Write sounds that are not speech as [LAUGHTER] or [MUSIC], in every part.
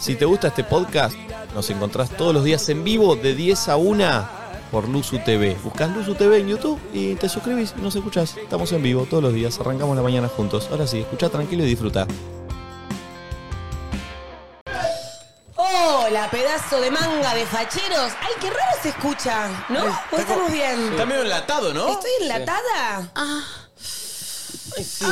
Si te gusta este podcast, nos encontrás todos los días en vivo de 10 a 1 por Luzu TV. Buscás Luzu TV en YouTube y te suscribís y nos escuchás. Estamos en vivo todos los días, arrancamos la mañana juntos. Ahora sí, escucha tranquilo y disfruta. Hola, pedazo de manga de facheros. Ay, qué raro se escucha, ¿no? ¿O estamos bien? Está medio enlatado, ¿no? ¿Estoy enlatada? Ah. Sí.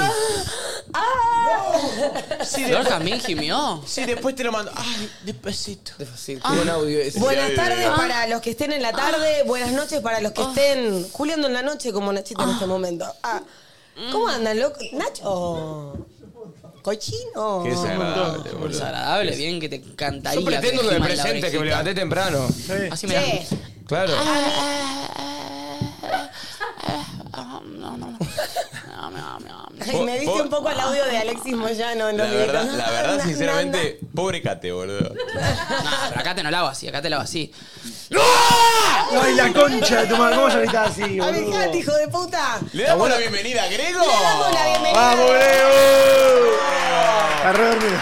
Sí, ¿No también gimió? Sí, después te lo mando. Ay, despacito. Despacito. Buen audio ese. Buenas Sí, tardes ah. para los que estén en la tarde, buenas noches para los que estén juliando en la noche como Nachito en este momento. Ah. ¿Cómo andan, loco? Nacho. Cochino. Qué desagradable, Muy boludo. desagradable, bien que te encantaría. Yo pretendo que que me giman la presente, que me orejita. levanté temprano. Así me Che, da- Claro. Ah, no, no, no. Ah, no, no, no. ay, me viste un poco al audio de Alexis Moyano en La los verdad, directos. [LAUGHS] la verdad, Na, na, na. sinceramente, pobre Cate, boludo. No, pero acá te no la hago así, acá te la hago así. Ay, la concha de tu madre, ¿cómo [LAUGHS] llorita así, boludo? Alejate, hijo de puta. ¿Le damos la bienvenida a Grego? Le damos la bienvenida. ¡Vamos, Leo! Está re dormido.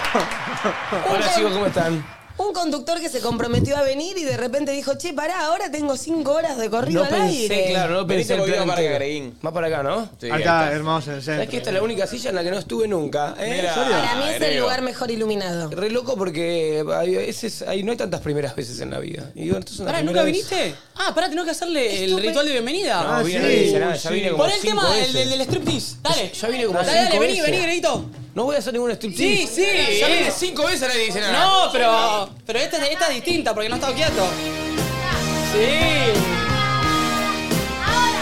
Hola chicos, ¿cómo están? Un conductor que se comprometió a venir y de repente dijo, che, pará, ahora tengo cinco horas de corrido al aire. claro, no Venite pensé el porque plan iba para entero. Greguín. Más para acá, ¿no? Sí, ahí Acá, está. hermoso, en el Es centro. que esta es la única silla en la que no estuve nunca. ¿eh? Mira. ¿En serio? Para mí es el Agrego. lugar mejor iluminado. Re loco porque hay veces- hay- no hay tantas primeras veces en la vida. Y bueno, esto es una Pará, primera ¿nunca vez. viniste? Ah, pará, tenemos que hacerle el ritual de bienvenida. No, Ah, vine, sí. no hice nada, ya vine como Pon el cinco tema, el veces. del, del striptease. Dale. Ya vine como Dale, dale, cinco vení, veces. vení, Greguito. No voy a hacer ningún Sí, striptease. sí. Ya vine cinco veces, nadie dice nada. No, pero, pero esta, es- esta es distinta porque no estaba quieto. Sí.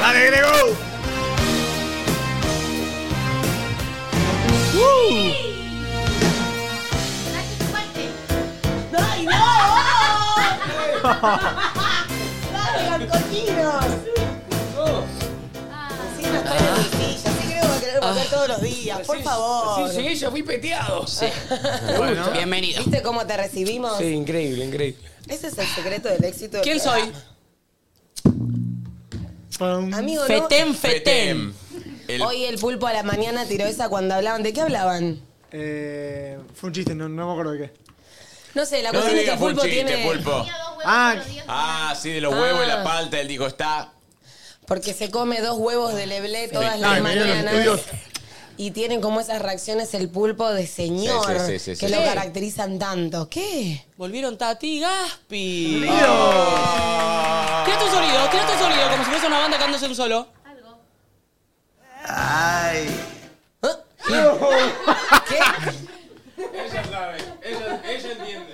¡Dale, Grego! ¡Ay, no! ¡Salgan, cochinos! Encima estoy en mi silla, sí creo que va a querer volver todos los días, por favor. Sí, llegué, ya fui [LAUGHS] peteado. Sí. Bienvenido. ¿Viste cómo te recibimos? Sí, increíble, increíble. Ese es el secreto del éxito. del ¿Quién soy? programa. Amigo, ¿no? Fetén, Fetem. Fetén. El- Hoy el pulpo a la mañana tiró esa cuando hablaban. ¿De qué hablaban? Eh, fue un chiste, no, no me acuerdo de qué. No sé, la No cuestión es que le digas el fue un pulpo chiste, tiene. pulpo. Ah, Ah, sí, de los huevos y la palta, él dijo, está. Porque se come dos huevos de leblé todas Sí. las Ay, me dieron mañanas. estudios. Y tienen como esas reacciones el pulpo de señor Sí, sí, sí, sí, que sí. lo Sí. caracterizan tanto. ¿Qué? Volvieron Tati y Gaspi. Ah, Tira tu sonido, tira tu sonido, como si fuese una banda cantándose un solo.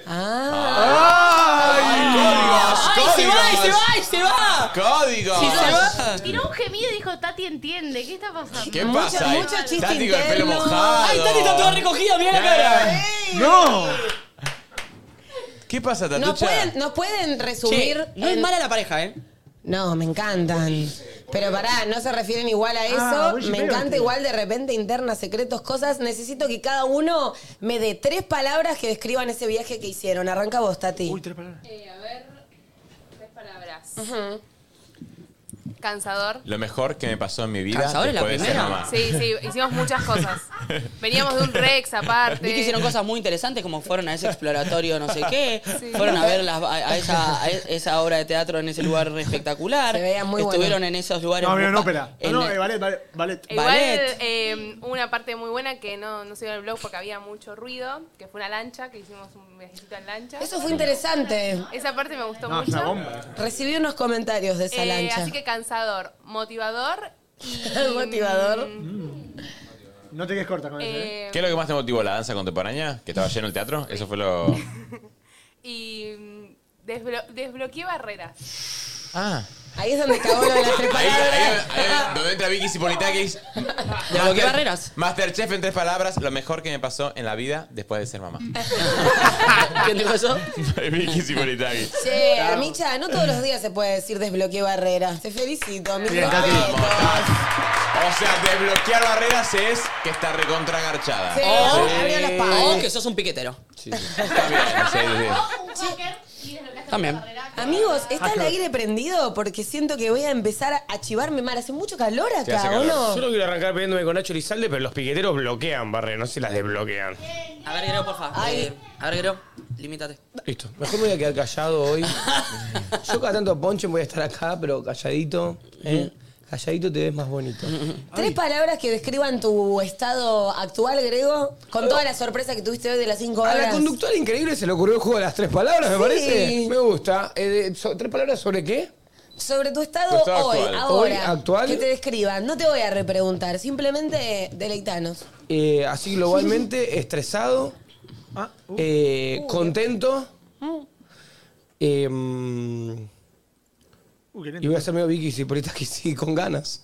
Ah, ¡Ay, se códigos, va, y se códigos. va, y se va! ¡Códigos! ¡Sí se va! Tiró un gemido y dijo, Tati entiende, ¿qué está pasando? ¿Qué Mucho- pasa? ahí? mucho Tati chiste con el pelo interno. mojado. ¡Ay, Tati está toda recogida, mirá la cara! ¡No! ¿Qué pasa, Tatucha? ¿Nos pueden, nos pueden Che, resumir? no es en- mala la pareja, ¿eh? No, me encantan. Pero pará, no se refieren igual a eso. Ah, buen me chipeo, encanta tío. igual de repente internas, secretos, cosas. Necesito que cada uno me dé tres palabras que describan ese viaje que hicieron. Arranca vos, Tati. Uy, tres palabras. a ver, tres palabras. Cansador. Lo mejor que me pasó en mi vida Cansador es la después de ser primera. mamá. Sí, sí, hicimos muchas cosas. Veníamos de un Rex aparte. Vi que hicieron cosas muy interesantes, como fueron a ese exploratorio no sé qué, fueron a ver las- a, a esa, a esa obra de teatro en ese lugar espectacular. Se veía muy bueno. Estuvieron en esos lugares. No, muy mira, no, pa- espera. No, en- no, eh, ballet, ballet, ballet. Igual Ballet. eh, hubo una parte muy buena que no, no se vio en el blog porque había mucho ruido, que fue una lancha, que hicimos un viajecito en lancha. Eso fue interesante. Esa parte me gustó No, es mucho. una bomba. Recibí unos comentarios de esa Eh, lancha. así que cansador, motivador y... Motivador. mm, No te quedes corta con eso, eh. eh, ¿Qué es lo que más te motivó? ¿La danza contemporánea? ¿Que estaba lleno el teatro? Eso fue lo... y mm, desblo- desbloqueé barreras. Ah. Ahí es donde cagó lo de las [LAUGHS] tres Ahí, ahí, palabras. ahí, donde entra Vicky Sipolitakis. ¿De qué barreras? Masterchef en tres palabras, lo mejor que me pasó en la vida después de ser mamá. [LAUGHS] ¿Quién dijo eso? Vicky Sipolitakis. Che, Micha, no todos los días se puede decir desbloqueé barreras. Te felicito, mi Bien, Tati. respeto. O sea, desbloquear barreras es que está recontragarchada. Sí, Oh. abrió las O palas. que sos un piquetero. Está bien, sí, sí, Un hacker y También. Amigos, ¿está el aire prendido? Porque siento que voy a empezar a chivarme mal. Hace mucho calor Sí, hace acá, ¿o calor. no? Solo quiero arrancar pidiéndome con Nacho Lizalde, pero los piqueteros bloquean, Barre, no se las desbloquean. A ver, Grego, porfa. Ay. Eh, A ver, Grego. Limítate. Listo. Mejor me voy a quedar [LAUGHS] callado hoy. Yo cada tanto ponche voy a estar acá, pero calladito. ¿eh? Calladito te ves más bonito. Tres palabras que describan tu estado actual, Grego, con toda la sorpresa que tuviste hoy de las cinco A horas. la conductora increíble se le ocurrió el juego de las tres palabras, me Sí. parece. Me gusta. Eh, de- so- ¿Tres palabras sobre qué? Sobre tu estado, Tu estado hoy, actual. ahora. Hoy, actual. Que te describan. No te voy a repreguntar, simplemente deleitanos. Eh, así globalmente, estresado, Ah, uh, eh, contento. Mm. em, uh, qué y lento. voy a hacer medio Vicky si por ahí está que sí, con ganas.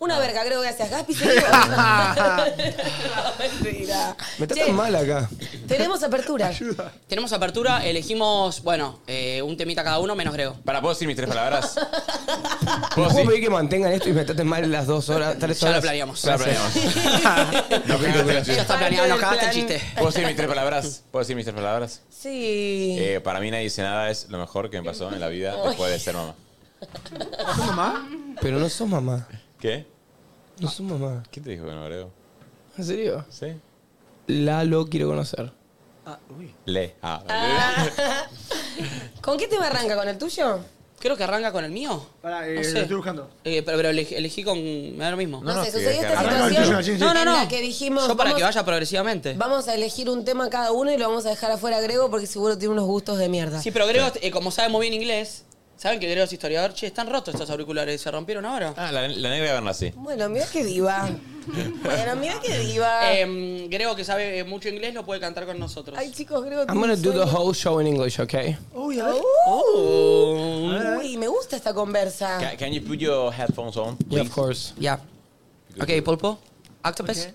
Una verga, creo que haces Gaspi. [LAUGHS] seguimos. No, mentira. Me Che, tratan mal acá. Tenemos apertura. Tenemos apertura, elegimos, bueno, eh, un temita cada uno menos Grego. Para, ¿puedo decir mis tres palabras? ¿Puedo ¿Puedo decir? pedir que mantengan esto y me traten mal las dos horas, tres Ya horas? lo planeamos. Ya lo [LAUGHS] planeamos. Nos cagaste la Ya chiste. está planeado, nos cagaste Parte el del chiste. ¿Puedo decir mis tres palabras? ¿Puedo decir mis tres palabras? Sí. Eh, para mí nadie dice nada, es lo mejor que me pasó en la vida después de ser mamá. ¿Son mamá? Pero no sos mamá. ¿Qué? No sos mamá. ¿Quién te dijo que no, Grego? ¿En serio? ¿Sí? Lalo quiero conocer. Ah, uy. Le. Ah, ¿Con qué tema arranca? ¿Con el tuyo? Creo que arranca con el mío. Pará, eh, No sé. lo estoy buscando. Eh, pero, pero elegí, elegí con. Me da lo mismo. No, No, no, sé, sí, sucedió es que esta arranca con el situación tuyo, sí, sí. No, no, no. en la que dijimos Yo para vamos, que vaya progresivamente. vamos a elegir un tema cada uno y lo vamos a dejar afuera a Grego porque seguro tiene unos gustos de mierda. Sí, pero Grego, eh, como sabe muy bien inglés, ¿saben que Grego es historiador? Che, están rotos estos auriculares, se rompieron ahora. ah la, la negra verla así. Bueno, mira qué diva. bueno, mira qué diva. Eh, Grego, que sabe eh, mucho inglés, lo puede cantar con nosotros. Ay, chicos, Grego I'm tiene gonna un do the sueño. whole show in English, okay? Uy, a ver. Oh. Uy, me gusta esta conversa. Can, can you put your headphones on? Yeah, of course. Ya. Ok, Pulpo. Octopus.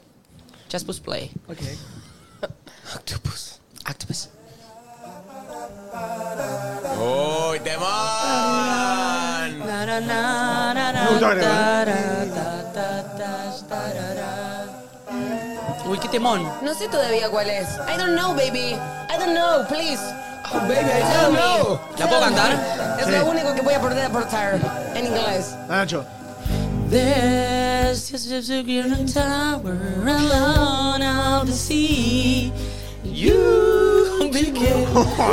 Just push play. Ok. Octopus. Octopus. ¡Uy, temón! Me ¿eh? gustó agregar. Uy, qué temón. No sé todavía cuál es. I don't know, baby. I don't know, please. Oh, baby, I don't know. ¿La puedo cantar? Es lo único que voy a poder aportar en inglés. Ah, Nacho. There's just a secret tower alone of the sea. You begin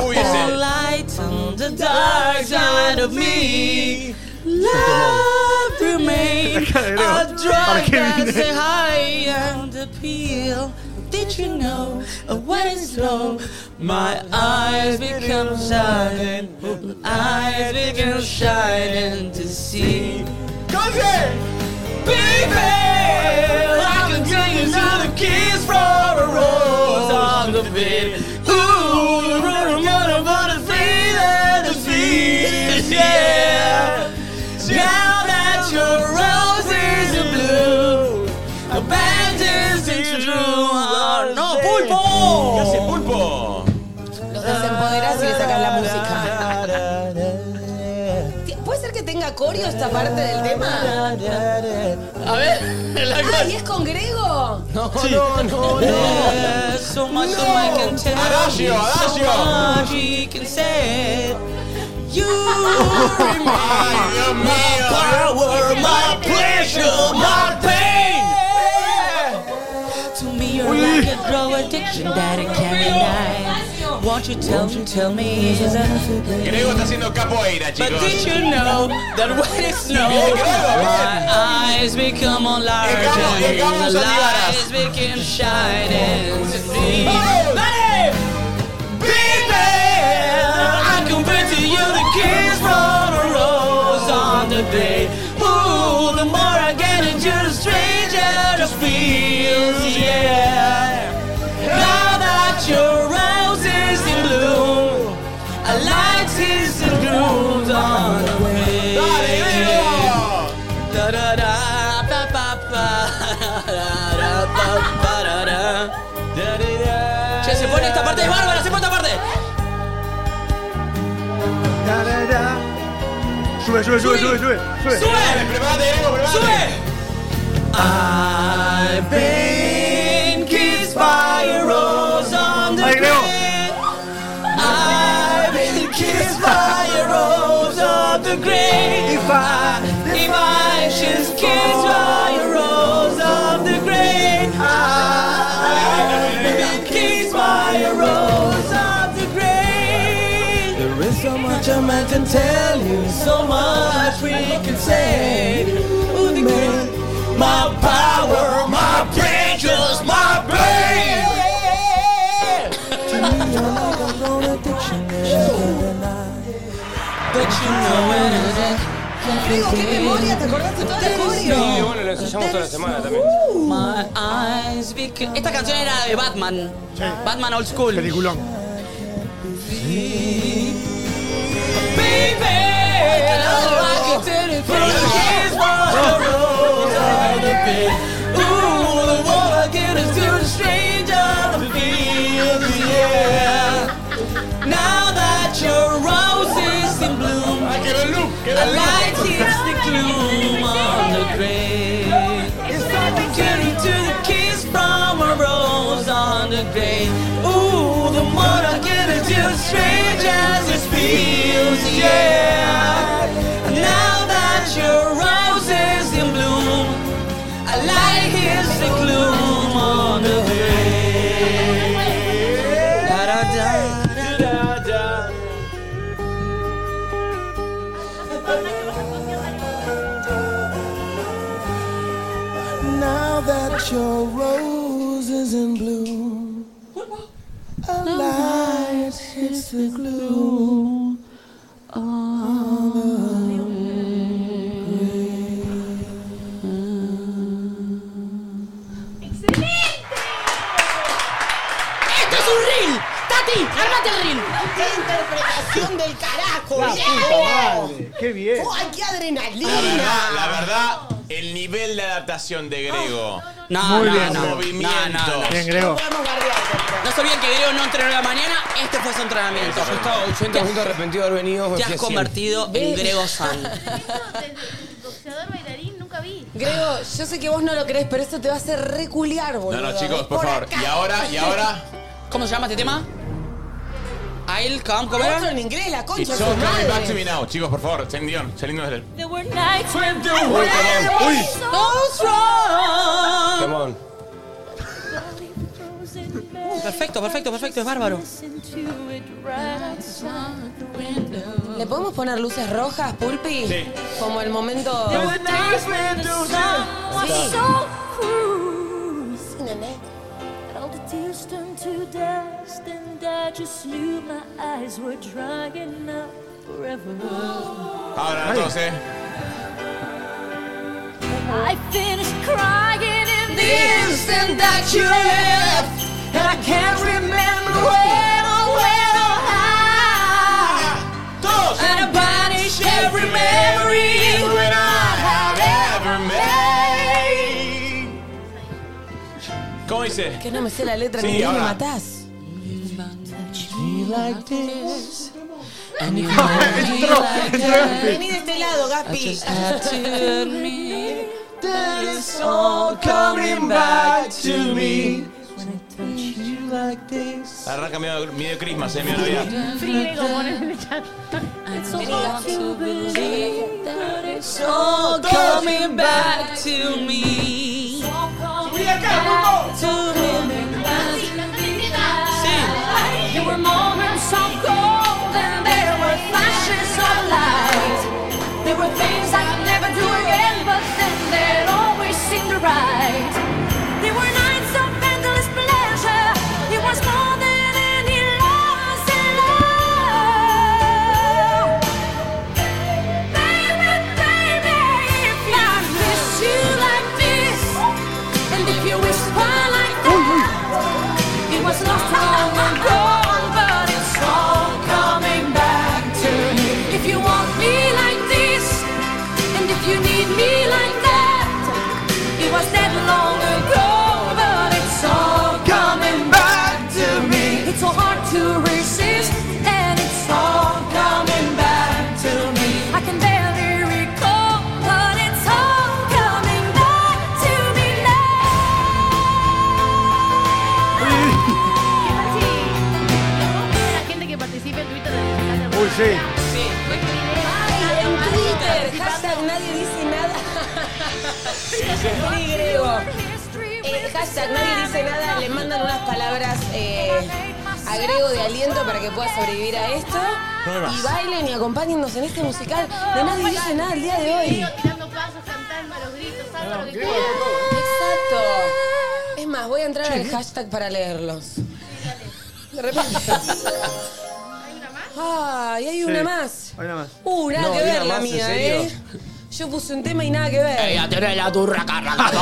Uy, ese. light on the dark side of me. Love remains a drug that's the high and the peel. Did you know when it's slow? My eyes become shining, my eyes become shining to see. Baby, I can take another kiss for a rose on the bed. Ooh, run, run, run, the feet and the feet, yeah. Now that your roses are blue, abandon's in true. No, pulpo. ¿Qué hace pulpo? Los desempoderás y le sacas la música. Ti- ¿Puede ser que tenga corio esta parte del tema? A ver, la ¡Ah, y es con Grego! No, no, no, no. There's so much that I can tell Adagio, you, adagio. So much he can say. You remind me of my power, my pleasure, my pain. To me, you're like a drug addiction that I can't deny. Won't you tell me, tell me, is it? Grego está haciendo capoeira, But chicos. did you know that when it snows, ¿eh? my eyes become all large Llegamos- llegamos and the a Nivaras. lights become shining to see. ¡Vamos! Babe, baby, I compare to you the kiss from a rose on the day. Ooh, the more I get into the stranger it feels, yeah. Now that your rose is in bloom. I like his grooves on the way. ¡Dale, Grego! Da, da, da, pa, pa, pa, da, da, pa, pa, da, da. Da, da, da. Che, se pone esta parte de bárbara, se pone esta parte. Da, da, da. Sube, sube, sube, sube, sube. Sube. Dale, ¡Sube! prepárate, Grego, prepárate. ¡Sube! I've been kissed by a rose on the Ay, Grego. grave. I've been kissed by a rose on the grave. If I, if I just kissed by a rose of the grave. I've been kissed by a rose of the grave. So much a man can tell you, so much we can say. Ooh, the great- My power, my precious, my brain. To me, you're like a loaded dictionary of the night. But you know it is Amigo, qué memoria, ¿te acordás de toda la Sí, coreo? bueno, lo ensayamos toda la semana también. My eyes became- Esta canción era de Batman. Batman Old School. Peliculón. Ooh, the more I get into the strangers, it feels, yeah. Now that your rose is in bloom, I like is the gloom on the grave. Da da da da da. Now that your rose is in bloom, a light hits the gloom. ¡Esto es un reel! ¡Tati, ármate el reel! ¡Qué interpretación del carajo! Oh, Madre, ¡Qué bien! ¡Ay, qué La verdad, adrenalina! la verdad, el nivel de adaptación de Grego. No, Muy no, bien. no. Movimiento. No, no, no. Bien, Grego. Vamos, guardián. No sabía que Grego no entrenó la mañana, este fue su entrenamiento. Yo estaba 80 puntos arrepentido de haber venido. me fui Te has a 100. convertido en Grego San. del boxeador bailarín nunca vi. Grego, yo sé que vos no lo crees, pero esto te va a hacer reculear, No, boludo. no, chicos, por, Por favor. acá. Y ahora, y ahora. ¿Cómo se llama este tema? I'll come, ¿cómo Otro era? en inglés, la It's concha de su all coming back to madre. me now. Chicos, por favor, Celine Dion. Celine Dion es el- There were nights when the Uy, perdón. Uy. Those wrong. Temón. Perfecto, perfecto, perfecto, es bárbaro. ¿Le podemos poner luces rojas, Pulpi? Sí. Como el momento... Sí. Nené. All the tears turned to dust, and I just knew my eyes were drying up forever. Ahora, entonces. I finished crying in the instant that you left, and I can't remember when or where or how. Dos. And I banish every memory when I have ever made. ¿Cómo dice? Que no me sé la letra Sí, ni me ahora. matás. Entró, entró Gaspi. Vení de este lado, Gaspi. [LAUGHS] It's all coming back to me. Arranca medio, medio Christmas, eh, medio Navidad. Grego, ponen en el chat. It's so hard to believe that it's All coming back to me. all coming To me. There were moments of gold and there were flashes of light. There were things I'd never do again, but then they'd always seem to right. There were nights of endless pleasure. It was more than any loss in love. Baby, baby, if I miss you like this, and if you whisper like that. It was not long ago, but it's all coming back to me. If you want me like this, and if you need me like that, it was that long ago, but it's all coming back to me. It's so hard to resist, and it's all coming back to me. I can barely recall, but it's all coming back to me now. La gente que participe en Twitter de la Uy, sí. Ay, en Twitter, hashtag nadie dice nada. Vení, Grego. Eh, hashtag nadie dice nada, le mandan unas palabras eh, agrego de aliento para que pueda sobrevivir a esto. No hay más. y bailen y acompáñennos en este musical. De nadie dice nada el día de hoy. Sigo tirando pasos, cantando a los gritos, salto, lo que creo, quieras. Exacto. Es más, voy a entrar al hashtag para leerlos. De repente. ¿Hay una más? [LAUGHS] Ay, hay una más. Hay una más. Uh, nada No, que hay ver la una más, ¿en mía, serio? ¿eh? Yo puse un tema y nada que ver. Ella tiene la turra, carra, carra.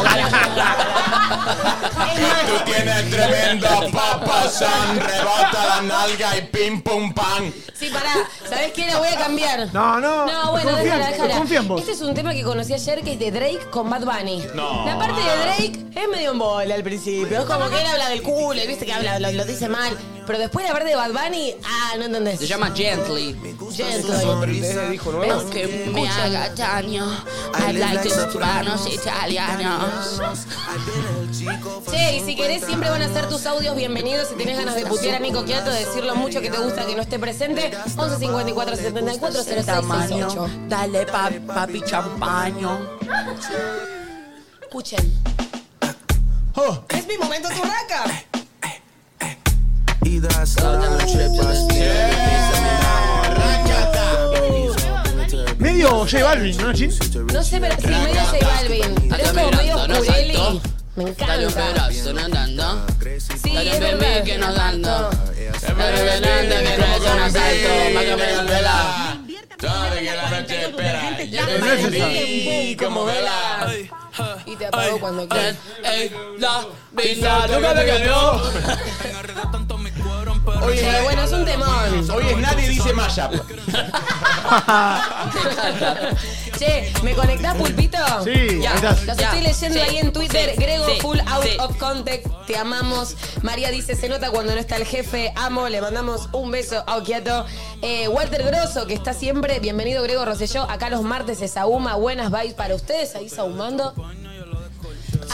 Tú tienes tremendo papa san, rebota la nalga y pim pum pam. [LAUGHS] Sí, pará. ¿Sabés qué? La voy a cambiar. No, no. No, bueno, confía, déjala, déjala. confía en vos. Este es un tema que conocí ayer que es de Drake con Bad Bunny. No. La parte de Drake es medio en bola al principio. Es como que él habla del culo y viste que habla, lo, lo dice mal. Pero después la parte de Bad Bunny, ah, no entendés. [LAUGHS] Se llama Gently. Gentle. ¿Es el disco nuevo? Aunque me haga daño, I like the hispanos italianos. Che, y si querés, siempre van a ser tus audios bienvenidos. Si tenés ganas de putear a Nico Quiato, de decir lo mucho que te gusta que no esté presente, 11 54 74 06 Tamaño, 68. dale pa, papi champaño. Escuchen. Es mi momento turraca. Medio J Balvin, ¿no, Chin? No sé, pero sí, medio J Balvin. Pero es como medio Dame un Curelli. brazo, ¿no? Me Dale un encanta. pedazo, no andando. Sí, Dale es un bebé verdad. que nos dando. Dale Dale, venando, dale, mi como corazón zombie. asalto, más que me Vela. desvela. Tarde que la noche espera. Yo No es esa. te como vela. Y te apago cuando Ey, quieras. ey, la vida nunca me cambió. Oye, Che, bueno, es un temón. Hoy es nadie dice mashup. [LAUGHS] Che, ¿me conectás, Pulpito? Sí, Ya, ahí estás. Los Ya, estoy leyendo sí, ahí en Twitter. sí, Grego, sí, full out sí. of context. Te amamos. María dice, se nota cuando no está el jefe. Amo, le mandamos un beso a Okiato. Eh, Walter Grosso, que está siempre. Bienvenido, Grego Rosselló. Acá los martes es Sauma. Buenas vibes para ustedes. Ahí saumando.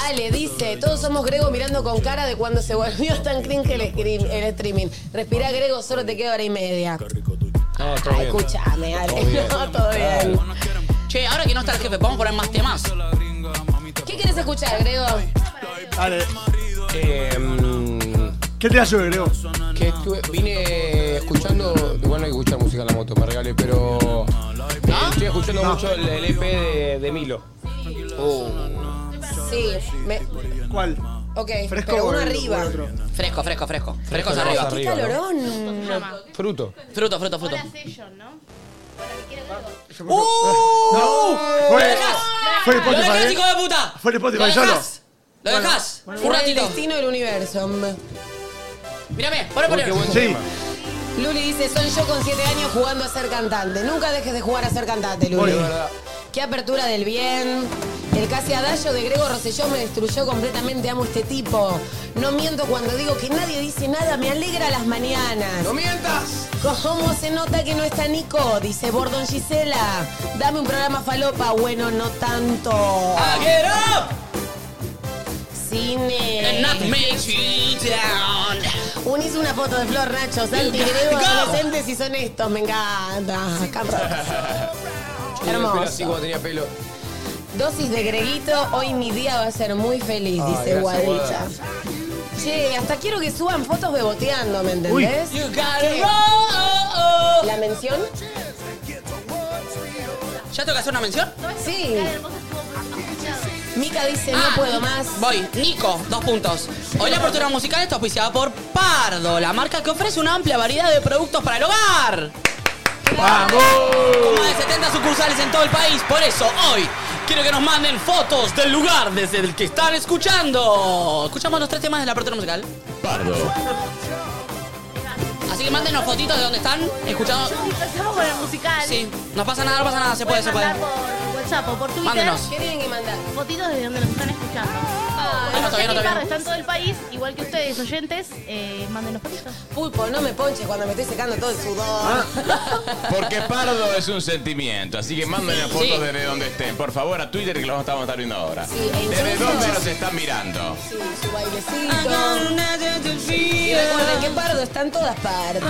Ale dice, todos somos Grego mirando con cara de cuando se volvió tan cringe el, screen- el streaming. Respirá, Grego, solo te queda hora y media. Ay, escúchame, Ale. [LAUGHS] No, todo bien. Che, ahora que no está el jefe, podemos poner más temas. ¿Qué quieres escuchar, Grego? Dale. Eh, mm, ¿Qué te ayude, Grego? que estuve, vine escuchando, igual no hay que escuchar música en la moto, Margale, pero eh, estoy escuchando mucho el, el EP de, de Milo. Sí, me- ¿Cuál? ok, ¿Fresco pero o Este, uno el- arriba. o el otro? Fresco, fresco, fresco. Frescos Fresco, arriba. fresco. ¡Qué Arriba, ¿no? calorón! Fruto. Fruto, fruto, fruto. Hola Session, ¿no? Hola, ¿me quieres algo? ¡No! Fue, fue ¡Lo dejás, Spotify. hijo ¿eh? de puta! Fue Spotify, ¡Lo dejás! solo. ¡Lo dejás! Un Por el ratito. destino del universo. Mírame, poné, poné. Sí. Luli dice, soy yo con 7 años jugando a ser cantante. Nunca dejes de jugar a ser cantante, Luli. Bueno. Qué apertura del bien. El casi adagio de Grego Rosselló me destruyó completamente. Amo este tipo. No miento cuando digo que nadie dice nada. Me alegra las mañanas. ¡No mientas! ¿Cómo se nota que no está Nico? Dice Bordon Gisela. Dame un programa falopa. Bueno, no tanto. Ah, get up! And Cine. not make you down. Unís una foto de Flor Nacho, Santi Grego, Go. adolescentes y son estos. Me encanta. Canta. Pero así Hermoso. como tenía pelo. Dosis de Greguito. Hoy mi día va a ser muy feliz, Ay, dice gracias, Guadicha. Guada. Che, hasta quiero que suban fotos beboteando, ¿me entendés? You gotta ¿Qué? roll. ¿La mención? ¿Ya tengo que hacer una mención? Sí. Cara hermosa estuvo muy escuchado. Mica dice, Ah, no puedo más. Voy, Nico, dos puntos. Hoy la apertura musical está auspiciada por Pardo, la marca que ofrece una amplia variedad de productos para el hogar. Con más de 70 sucursales en todo el país, por eso hoy quiero que nos manden fotos del lugar desde el que están escuchando. Escuchamos los tres temas de la apertura musical. Pardo. Así que mándenos fotitos de dónde están escuchando. Yo, si empezamos con el musical, Sí, no pasa nada, no pasa nada, se puede, pueden se puede. mandar por WhatsApp o por Twitter Mándenos. ¿Qué tienen que mandar? fotitos desde donde nos están escuchando. Ah, no, Cuando todavía no, lleguen todavía tarde, no. está en todo el país, igual que ustedes, oyentes, eh, mándenos fotitos. Pulpo, no me ponches cuando me estoy secando todo el Ah. sudor. Porque pardo es un sentimiento, así que manden las fotos Sí. desde donde estén. Por favor, a Twitter que los vamos a estar viendo ahora. Sí, e ¿Desde incluso- dónde nos están mirando? [LAUGHS] Sí, su bailecito. Y recuerden que Pardo está en todas partes.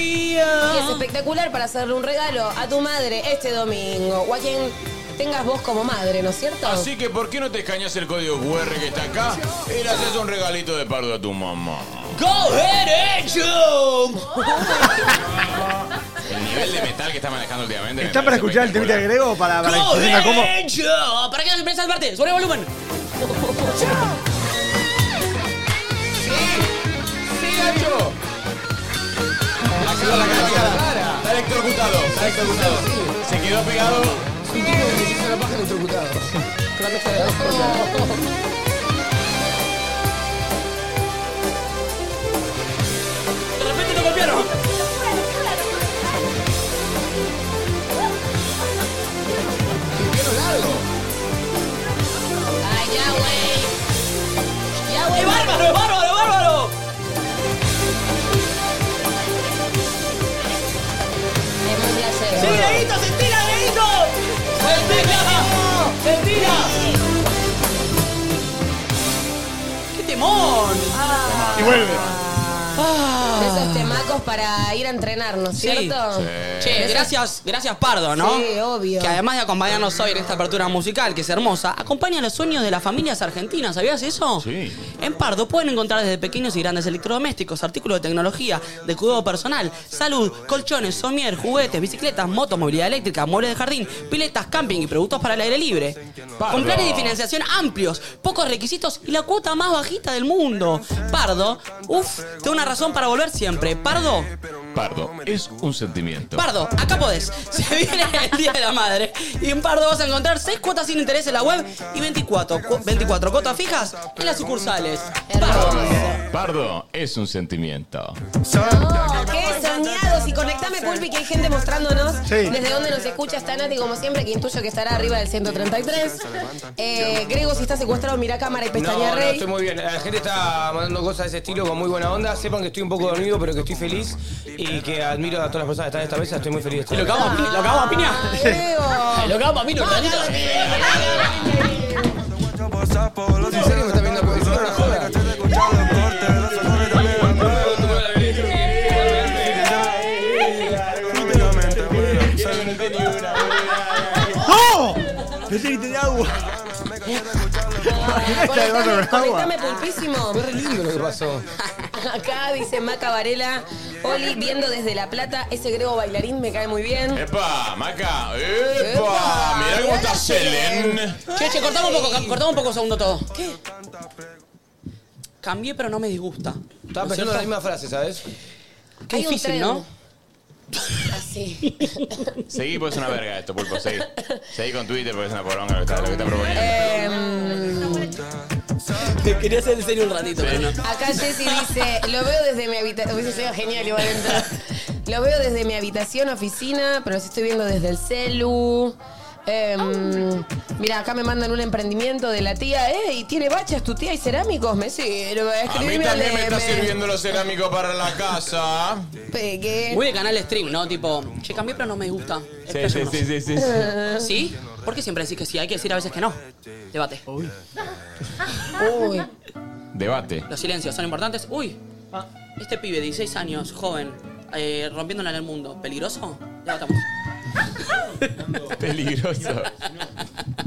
Y es espectacular para hacerle un regalo a tu madre este domingo. O a quien tengas vos como madre, ¿no es cierto? Ah, Así que, ¿por qué no te escaneas el código QR que está acá y le haces un regalito de pardo a tu mamá? Go ahead and jump. [LAUGHS] El nivel de metal que está manejando últimamente. me ¿Está para parece escuchar el temita de Grego o para, para que Go se entienda cómo? ahead and jump. ¿Para qué empieza el parte? Sobre volumen. ¡Sí, Nacho! espectacular. Acá, acá, acá, acá. Está electrocutado, está electrocutado. Se quedó pegado. Un tipo que se hizo la paja electrocutado. Una mezcla de dos cosas. De repente no golpearon. Ay, ya, güey. Ya, güey. ¡Es bárbaro, es bárbaro, es bárbaro! ¡Sí, Leito, se tira, Leito! ¡Se tira! ¡Se tira! ¡Qué temón! Ah. Y vuelve. De esos temacos para ir a entrenar, ¿no es Sí. cierto? Che, gracias, gracias Pardo, ¿no? Sí, obvio. Que además de acompañarnos hoy en esta apertura musical, que es hermosa, acompaña los sueños de las familias argentinas, ¿sabías eso? Sí. En Pardo pueden encontrar desde pequeños y grandes electrodomésticos, artículos de tecnología, de cuidado personal, salud, colchones, somier, juguetes, bicicletas, motos, movilidad eléctrica, muebles de jardín, piletas, camping y productos para el aire libre. Con planes de financiación amplios, pocos requisitos y la cuota más bajita del mundo. Pardo, uff, tengo una razón para volver siempre. Pardo, Pardo, es un sentimiento. Pardo, acá podés. [LAUGHS] Se viene el Día de la Madre. Y en Pardo vas a encontrar 6 cuotas sin interés en la web y 24, cu- 24 cuotas fijas en las sucursales. Pardo. Pardo es un sentimiento. No, qué soñados. Y conectame, Pulpi, que hay gente mostrándonos Sí. desde dónde nos escucha. Está Nati, como siempre, que intuyo que estará arriba del 133. Eh, Grego, si está secuestrado, mira cámara y pestaña No, no, rey. estoy muy bien. La gente está mandando cosas de ese estilo con muy buena onda. Sepan que estoy un poco dormido, pero que estoy feliz y que admiro a todas las personas que están en esta mesa. Estoy muy feliz. de estar Lo acá. cagamos a piña, lo cagamos a piña. Ay, Ah, Grego. [LAUGHS] Ah, Lo cagamos a piña, Fernando. ¿En serio me está viendo por encima de una joda? ¡No! Pensé que tenía agua. este Conectame, Está llevando conectame, Pulpísimo. Fue re Ah, lindo lo que pasó. Acá dice Maca Varela. Oli, viendo desde La Plata, ese Grego bailarín me cae muy bien. ¡Epa, Maca! Epa, ¡Epa! Mirá cómo mirá está la Selen. Che, che, cortamos un poco, ca- cortamos un poco segundo todo. ¿Qué? Cambié, pero no me disgusta. Estaba ¿No es pensando en la cierto? misma frase, ¿sabes? Qué Hay un difícil, tren. Ah, ¿no? Así. Seguí, pues es una verga esto, Pulpo. Seguí. Seguí con Twitter, porque es una poronga lo que está, lo que está proponiendo. Em, Te quería hacer en serio un ratito, pero no. Acá Jessy dice, lo veo desde mi habitación. Hubiese sido genial igual entrar. Lo veo desde mi habitación, oficina, pero los estoy viendo desde el celu. Em, mira, acá me mandan un emprendimiento de la tía, ¿eh? Y tiene bachas tu tía y cerámicos, me sirve. A mí Escribime también me al está DM. sirviendo lo cerámico para la casa. Pegué. Muy de canal stream, ¿no? Tipo, che, cambié, pero no me gusta. Explayémonos. sí, sí. ¿Sí? ¿Por qué siempre decís que sí? Hay que decir a veces que no. Debate. Uy. Debate. Los silencios son importantes. Uy, este pibe de 16 años, joven, eh, rompiéndola en el mundo. ¿Peligroso? Debatamos. [LAUGHS] Peligroso. [LAUGHS]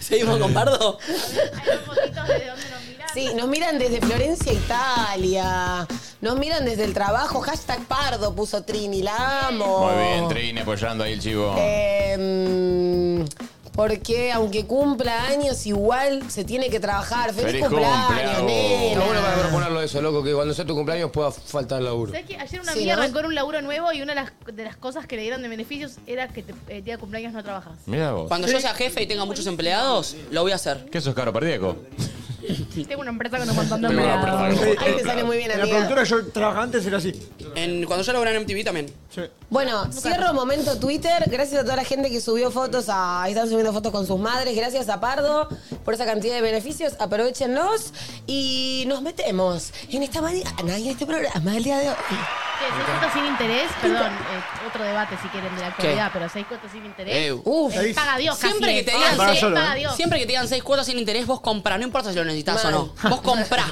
¿Seguimos con Pardo? [LAUGHS] Hay dos fotitos de dónde nos miran. Sí, nos miran desde Florencia, Italia. Nos miran desde el trabajo. Hashtag pardo puso Trini, la amo. Muy bien, Trini apoyando ahí el chivo. Eh. Em, porque aunque cumpla años, igual se tiene que trabajar. ¡Feliz, Feliz cumpleaños, cumpleaños. Está bueno para nena! proponerlo eso, loco, que cuando sea tu cumpleaños pueda faltar laburo. ¿Sabes que ayer una Sí, amiga ¿no? arrancó en un laburo nuevo y una de las, de las cosas que le dieron de beneficios era que te, el día de cumpleaños no trabajas? Mira vos. Cuando yo sea jefe y tenga muchos empleados, lo voy a hacer. ¿Qué sos caro pardíaco? Tengo una empresa [LAUGHS] con un montón de Tengo una empleados. empresa con- Ahí te sale muy bien, La amiga. productora que yo trabajaba antes era así. En- cuando yo logré en MTV también. Bueno, cierro momento Twitter. Gracias a toda la gente que subió fotos. A, ahí están subiendo fotos con sus madres. Gracias a Pardo por esa cantidad de beneficios. Aprovechenlos. Y nos metemos en esta mañana y en este programa del día de hoy. Que seis cuotas sin interés, perdón, eh, otro debate si quieren de la actualidad, pero seis cuotas sin interés. Eu. Uf. eh, paga Dios, casi Siempre que es. te digan Paga sí, Dios, solo, paga ¿eh? Dios. Siempre que te digan seis cuotas sin interés, vos comprá. No importa si lo necesitas Mal. o no. Vos comprá.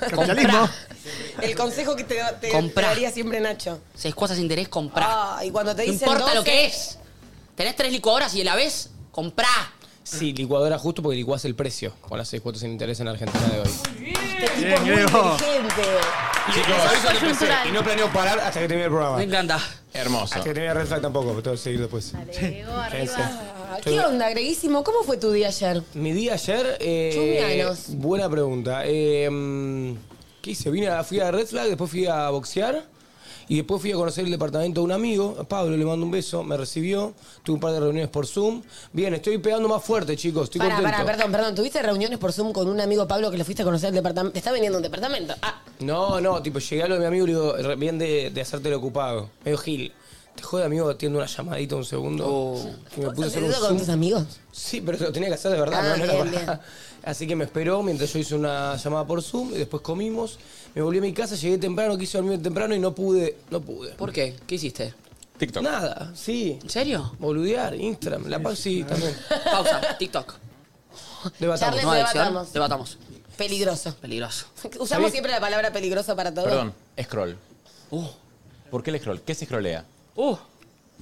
Capitalismo. El consejo que te, te- te Comprá. daría siempre Nacho. Seis cuotas sin interés, comprá. Ah, y cuando te No dicen importa lo 12, que es. Tenés tres licuadoras y la ves, comprá. Sí, licuadora justo porque licuás el precio con las seis cuotas sin interés en la Argentina de hoy. Tipo muy inteligente. Chicos, eso es cultural. y no planeo parar hasta que termine el programa. Me encanta. Hasta Hermoso. que termine Red Flag tampoco, pero tengo que seguir después. Ah, ¿Qué onda, Greguísimo? ¿Cómo fue tu día ayer? Mi día ayer. eh, Chumianos. buena pregunta. Eh, ¿Qué hice? Vine a, fui a Red Flag, después fui a boxear. Y después fui a conocer el departamento de un amigo, a Pablo, le mando un beso, me recibió, tuve un par de reuniones por Zoom. Bien, estoy pegando más fuerte, chicos, estoy Pará, contento. pará, perdón, perdón. ¿Tuviste reuniones por Zoom con un amigo Pablo que le fuiste a conocer el departamento? Te está vendiendo un departamento. Ah, No, no, tipo, llegué a lo de mi amigo y le digo, re- bien de, de hacerte lo ocupado. Medio Gil, te jode, amigo, atiendo una llamadita un segundo. Y me puse ¿has a hacer un salido Oh. con Zoom. tus amigos? Sí, pero lo tenía que hacer de verdad, Ah, no, no era bien, para- bien. [LAUGHS] Así que me esperó mientras yo hice una llamada por Zoom y después comimos. Me volví a mi casa, llegué temprano, quise dormir temprano y no pude, no pude. ¿Por qué? ¿Qué hiciste? TikTok. Nada, sí. ¿En serio? [LAUGHS] Boludear, Instagram, la paz sí, también. Pausa, TikTok. Debatamos. Charles- No adicción. Debatamos. Debatamos. Peligroso. Peligroso. Usamos siempre la palabra peligroso para todo. Perdón, scroll. Uh, ¿Por qué el scroll? ¿Qué se scrollea? uh.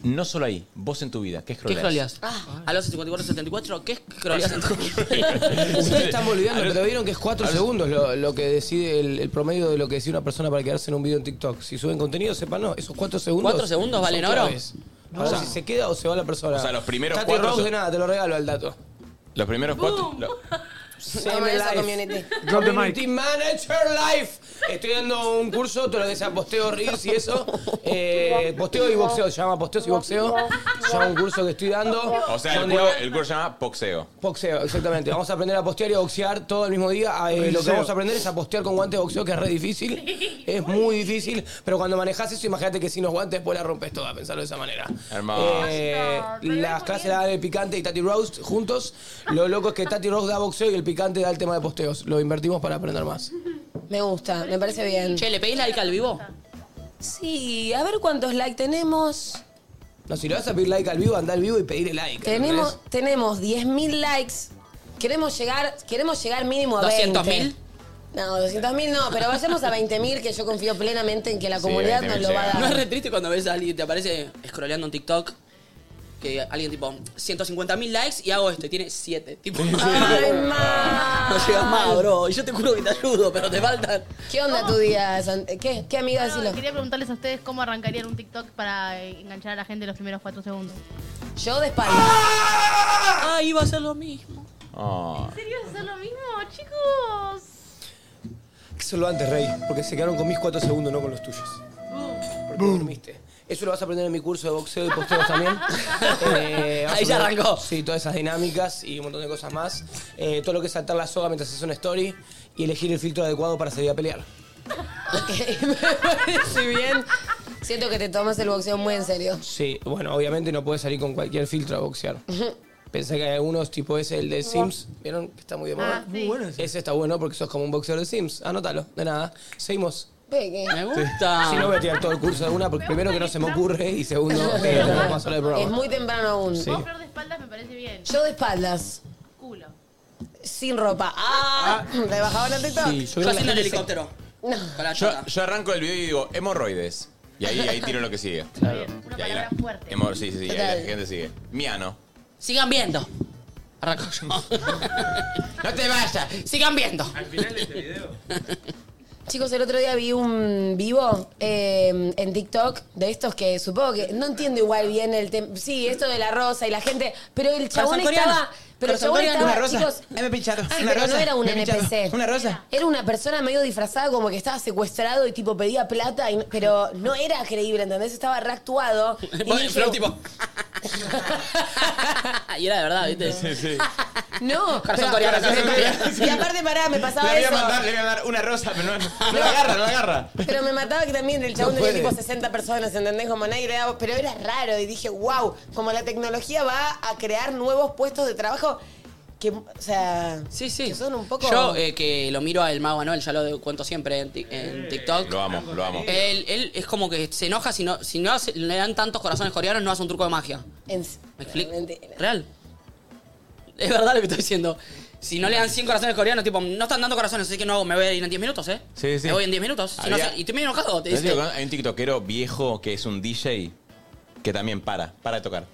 No solo ahí, vos en tu vida. ¿Qué ¿Qué scrolleas? scrolleas? Ah. A los 54, 74, ¿qué scrolleas en tu [LAUGHS] Ustedes están boludeando, pero vieron que es 4 segundos lo, lo que decide el, el promedio de lo que decide una persona para quedarse en un video en TikTok. Si suben contenido, sepan no, esos 4 segundos. ¿Cuatro segundos son valen oro? claves. Para ver si se queda o se va la persona. O sea, los primeros Tati cuatro Rose son- de nada, te lo regalo al dato. Los primeros cuatro. lo- Toma Same esa life. community. Drop the mic. Community Manager Life. Estoy dando un curso, todo lo que sea posteo, reels y eso. Eh, posteo y boxeo, se llama posteos y boxeo. Se llama un curso que estoy dando. o sea, el donde- curso, el curso se llama boxeo. Boxeo, exactamente. Vamos a aprender a postear y a boxear todo el mismo día. Ah, eh, lo que Boxeo. vamos a aprender es a postear con guantes de boxeo, que es re difícil. Es muy difícil, pero cuando manejas eso, imagínate que sin los guantes después la rompes toda, pensarlo de esa manera. Hermoso. Eh, las clases las dan el picante y Tati Rose juntos. Lo loco es que Tati Rose da boxeo y el picante da el tema de posteos. Lo invertimos para aprender más. Me gusta, me parece [LAUGHS] bien. Che, ¿le pedís like al vivo? Sí, a ver cuántos likes tenemos. No, si le vas a pedir like al vivo, andá al vivo y pedir el like. Tenemos, tenemos 10.000 likes. Queremos llegar, queremos llegar mínimo a 200.000. 20. No, 200.000 no, pero vayamos a 20.000 que yo confío plenamente en que la Sí, comunidad nos 20.000 lo va a llega. dar. ¿No es re triste cuando ves a alguien, te aparece scrolleando en TikTok? Que alguien tipo, 150.000 likes y hago esto, y tiene 7. Tipo, Ay, [LAUGHS] no ma. llegas más, bro. Y yo te juro que te ayudo, pero te faltan. ¿Qué onda tu día, San- ¿Qué? ¿Qué amiga Bueno, decilo? quería preguntarles a ustedes cómo arrancarían un TikTok para eh, enganchar a la gente los primeros cuatro segundos. Yo de espalda. Ah, iba a ser lo mismo. Oh. ¿En serio hacer lo mismo, chicos? Eso lo antes, Rey, porque se quedaron con mis cuatro segundos, no con los tuyos. Porque dormiste. Eso lo vas a aprender en mi curso de boxeo y [LAUGHS] posteos también. Eh, vas Ahí a ya aprender- arrancó. Sí, todas esas dinámicas y un montón de cosas más. Eh, todo lo que es saltar la soga mientras haces una story y elegir el filtro adecuado para salir [LAUGHS] a pelear. Ok, me parece bien. Siento que te tomas el boxeo muy en serio. Sí, bueno, obviamente no puedes salir con cualquier filtro [LAUGHS] a boxear. Pensé que hay algunos, tipo ese, el de Sims, ¿vieron? Que está muy de moda. Ah, sí. bueno. Ese está bueno porque sos como un boxeador de Sims. Anótalo, de nada. Seguimos. Peque. Me Ah. gusta. Si no, voy a tirar todo el curso de una, porque primero que no se me ocurre y segundo, eh, [LAUGHS] que no vamos a hacer el Es programa. muy temprano aún. Sí. Vos, flor de espaldas, me parece bien. Yo de espaldas, Culo. sin ropa. ¡Ah! ¿Te bajaba la TikTok? Sí, yo Yo creo haciendo que el la gente helicóptero. No. Con la Yo, chota. yo arranco el video y digo hemorroides. Y ahí, ahí tiro lo que sigue. Claro. Una Y ahí palabra fuerte. [LAUGHS] hemor- sí, sí, sí, y ahí Total. la gente sigue. Miano. Sigan viendo. Arranco yo. no te vayas. Sigan viendo. Chicos, el otro día vi un vivo eh, en TikTok de estos que supongo que no entiendo igual bien el tema. Sí, esto de la rosa y la gente. Pero el chabón Corazón coreano. estaba. Pero el Corazón chabón coreano. estaba. Una rosa. Chicos, Eh, me pincharon. Sí, Una pero no rosa. era un Me pincharon. NPC. Una rosa. Era una persona medio disfrazada, como que estaba secuestrado y tipo pedía plata, y no- pero no era creíble, ¿entendés? Estaba [LAUGHS] reactuado. Y Vos, dije, Flor, tipo. [LAUGHS] y era de verdad, ¿viste? Corazón No, pero- coreano, corazón Y aparte, pará, me pasaba Le voy, a eso. mandar, le voy a dar una rosa, pero no, [LAUGHS] no la agarra, no la agarra. Pero me mataba que también el chabón No tenía puede. tipo 60 personas, ¿entendés? Como nadie le daba- Pero era raro y dije, wow, como la tecnología va a crear nuevos puestos de trabajo que, o sea, Sí, sí. que son un poco... Yo, eh, que lo miro al mago Anuel, ya lo cuento siempre en, ti- en TikTok. Lo amo, lo amo. Eh, Él, él es como que se enoja si no, si no hace- le dan tantos corazones coreanos, no hace un truco de magia. en- ¿Me explico? Mentira. Real. Es verdad lo que estoy diciendo. Si no le dan 100 corazones coreanos, tipo, no están dando corazones, así que no hago, me voy a ir en 10 minutos, ¿eh? Sí, sí. Me voy en 10 minutos. Si no Había- hace- y estoy medio enojado, te ¿No dice. te digo, ¿eh? [LAUGHS] Hay un tiktokero viejo que es un DJ que también para, para de tocar.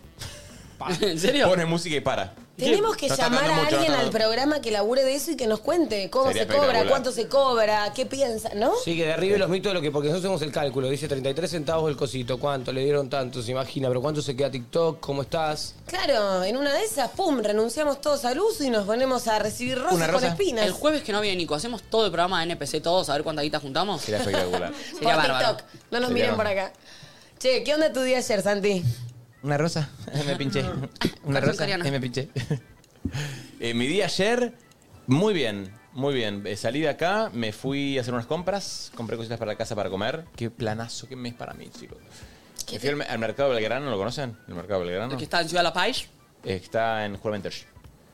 ¿En serio? Pone música y para. Tenemos que No está llamar tardando a mucho, no alguien está al programa que labure de eso y que nos cuente cómo Sería se cobra, espectacular. cuánto se cobra, qué piensa, ¿no? Sí, que derribe los mitos de lo que, porque nosotros hacemos el cálculo, dice 33 centavos el cosito, ¿cuánto? Le dieron tanto, se imagina, pero ¿cuánto se queda TikTok? ¿Cómo estás? Claro, en una de esas, pum, renunciamos todos al uso y nos ponemos a recibir rosas con espinas. El jueves que no viene Nico, hacemos todo el programa de NPC todos, a ver cuánta guita juntamos. [LAUGHS] Sería espectacular. [LAUGHS] Sería por bárbaro. TikTok. No nos Sería miren por acá. Che, ¿qué onda tu día ayer, Santi? Una [LAUGHS] rosa, me pinché. Una rosa, Soriano. me pinché. Eh, mi día ayer, muy bien, muy bien. Eh, salí de acá, me fui a hacer unas compras, compré cositas para la casa para comer. Qué planazo, qué mes para mí, chicos. Me fui al, al mercado Belgrano, ¿lo conocen? El mercado Belgrano. El que está en Ciudad de la Paz, Eh, Está en Juramenter.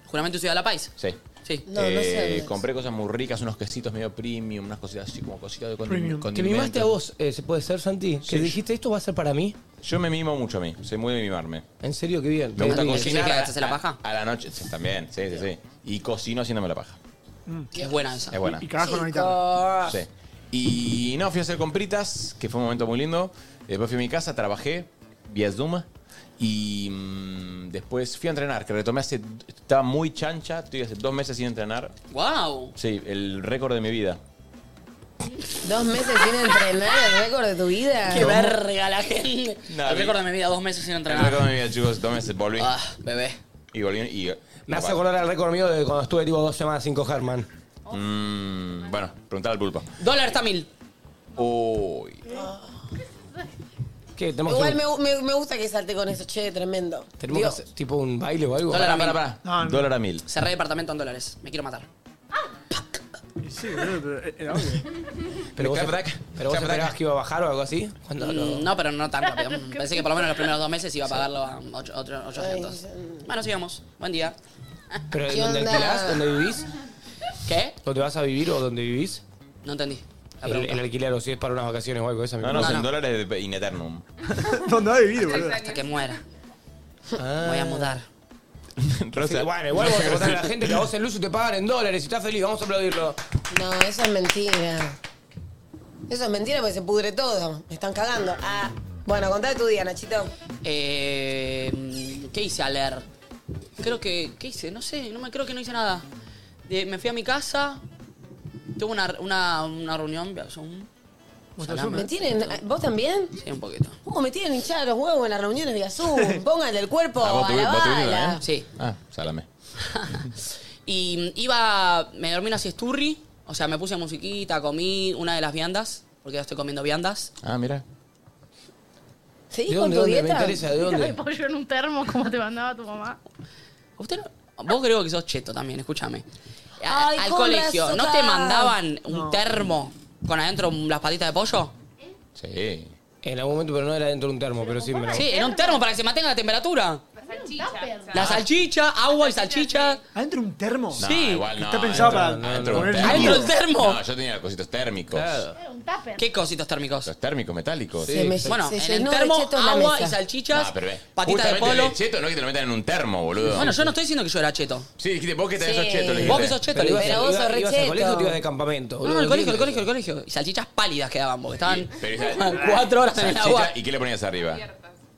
juramento Ciudad de la Paz. Sí. Sí. Eh, compré cosas muy ricas, unos quesitos medio premium, unas cositas así como cositas de condi- Que mimaste condimentos. a vos, eh, ¿se puede ser, Santi? Sí. Que dijiste, ¿esto va a ser para mí? Yo me mimo mucho a mí, soy muy de mimarme. En serio, qué bien. Me gusta Qué bien. cocinar. a- hacerse la paja? A, la noche, sí, también, sí, sí, sí. Y cocino haciéndome la paja. Es buena esa. Es buena. Sí. Y no, fui a hacer compritas, que fue un momento muy lindo. Después fui a mi casa, trabajé vía Zoom. Y mm, después fui a entrenar, que retomé hace. Estaba muy chancha, estoy hace dos meses sin entrenar. ¡Wow! Sí, el récord de mi vida. Dos meses sin entrenar, el récord de tu vida. ¡Qué verga la gente! Nada, el vi- récord de mi vida, dos meses sin El entrenar. récord de mi vida, chicos, dos meses, volví. Ah, bebé. Y volví y. Me hace acordar al récord mío de cuando estuve tipo dos semanas sin coger, man. Mm, bueno, preguntar al pulpo. Dólar está mil. Uy. ¿Qué? ¿Tenemos, Igual que, me, me- me gusta que salte con eso, che, tremendo. tenemos que Digo, hacer tipo un baile o algo? Dólar a Pará, mil. pará, pará. No, no. Dólar a mil. Cerré departamento en dólares. Me quiero matar. Y Sí, boludo, pero era obvio. [LAUGHS] ¿Pero vos, Cap esper- rack, pero vos cap rack. esperabas que iba a bajar o algo así? ¿Cuándo lo- Mm, No, pero no tan rápido. Pensé que por lo menos los primeros dos meses iba a pagarlo a ocho- otro- 800. Bueno, sigamos. Buen día. ¿Pero ¿Qué dónde onda? alquilás? ¿Dónde vivís? ¿Qué? ¿Dónde vas a vivir o dónde vivís? No entendí. La El, pregunta. el alquiler o si es para unas vacaciones o algo. Esa es mi No, no, pregunta. son dólares de in eternum. ¿Dónde ha vivido, boludo? Hasta que muera. Ah. Voy a mudar. Rosa. Sí, bueno, igual vos a la gente que a vos en luz te pagan en dólares y estás feliz, vamos a aplaudirlo. No, eso es mentira. Eso es mentira porque se pudre todo. Me están cagando. Ah, bueno, contá tu día, Nachito. Eh, mm, ¿Qué hice ayer? Creo que. ¿Qué hice? No sé, no me creo que no hice nada. De- me fui a mi casa. Tuve una, una, una reunión vía Zoom. Salame. ¿Me tienen? ¿Vos también? Sí, un poquito. Uh, me tienen hinchados los huevos en las reuniones de Zoom. Pónganle el cuerpo Ah, vos a tuvi- la vos tuviste bala. ¿Eh? también. Sí. [LAUGHS] Ah, salame. Y mm, iba. Me dormí una siesturri. O sea, me puse musiquita, comí una de las viandas. Porque ya estoy comiendo viandas. Ah, mira. ¿Seguís ¿De con dónde? tu dónde? Me dieta? interesa, ¿de Dame dónde? pollo en un termo como te mandaba tu mamá. Usted no- Vos creo que sos cheto también, escúchame. A- Ay, Al con colegio, ¿no azúcar. te mandaban un termo con adentro las patitas de pollo? Sí. En algún momento, pero no era dentro de un termo, pero sí me lo... Sí, en un termo para que se mantenga la temperatura. La salchicha. o sea, La salchicha, agua y salchicha. ¿Adentro un termo? No, Sí. igual no. Está pensado dentro- para no, dentro de un poner termo. líquido. Adentro del termo. No, yo tenía cositos térmicos. Claro. Era Eh, un tupper. ¿Qué cositos térmicos? Los térmicos metálicos. Se me- Bueno, se en el llenó de termo, chetos la agua mesa. y salchichas, Ah, pero ve. patitas de Justamente polo. el cheto no es que te lo metan en un termo, boludo. Bueno, yo no estoy diciendo que yo era cheto. Sí, dijiste vos que tenés Sí. esos chetos. le Vos dijiste. que sos cheto, le ibas dije. Pero vos ibas- sos re ibas al cheto. colegio o te ibas de campamento. No, no, el colegio, el colegio, el colegio. Y salchichas pálidas quedaban, porque estaban Pero esa- [LAUGHS] cuatro horas en el agua. Salchicha, ¿Y qué le ponías arriba?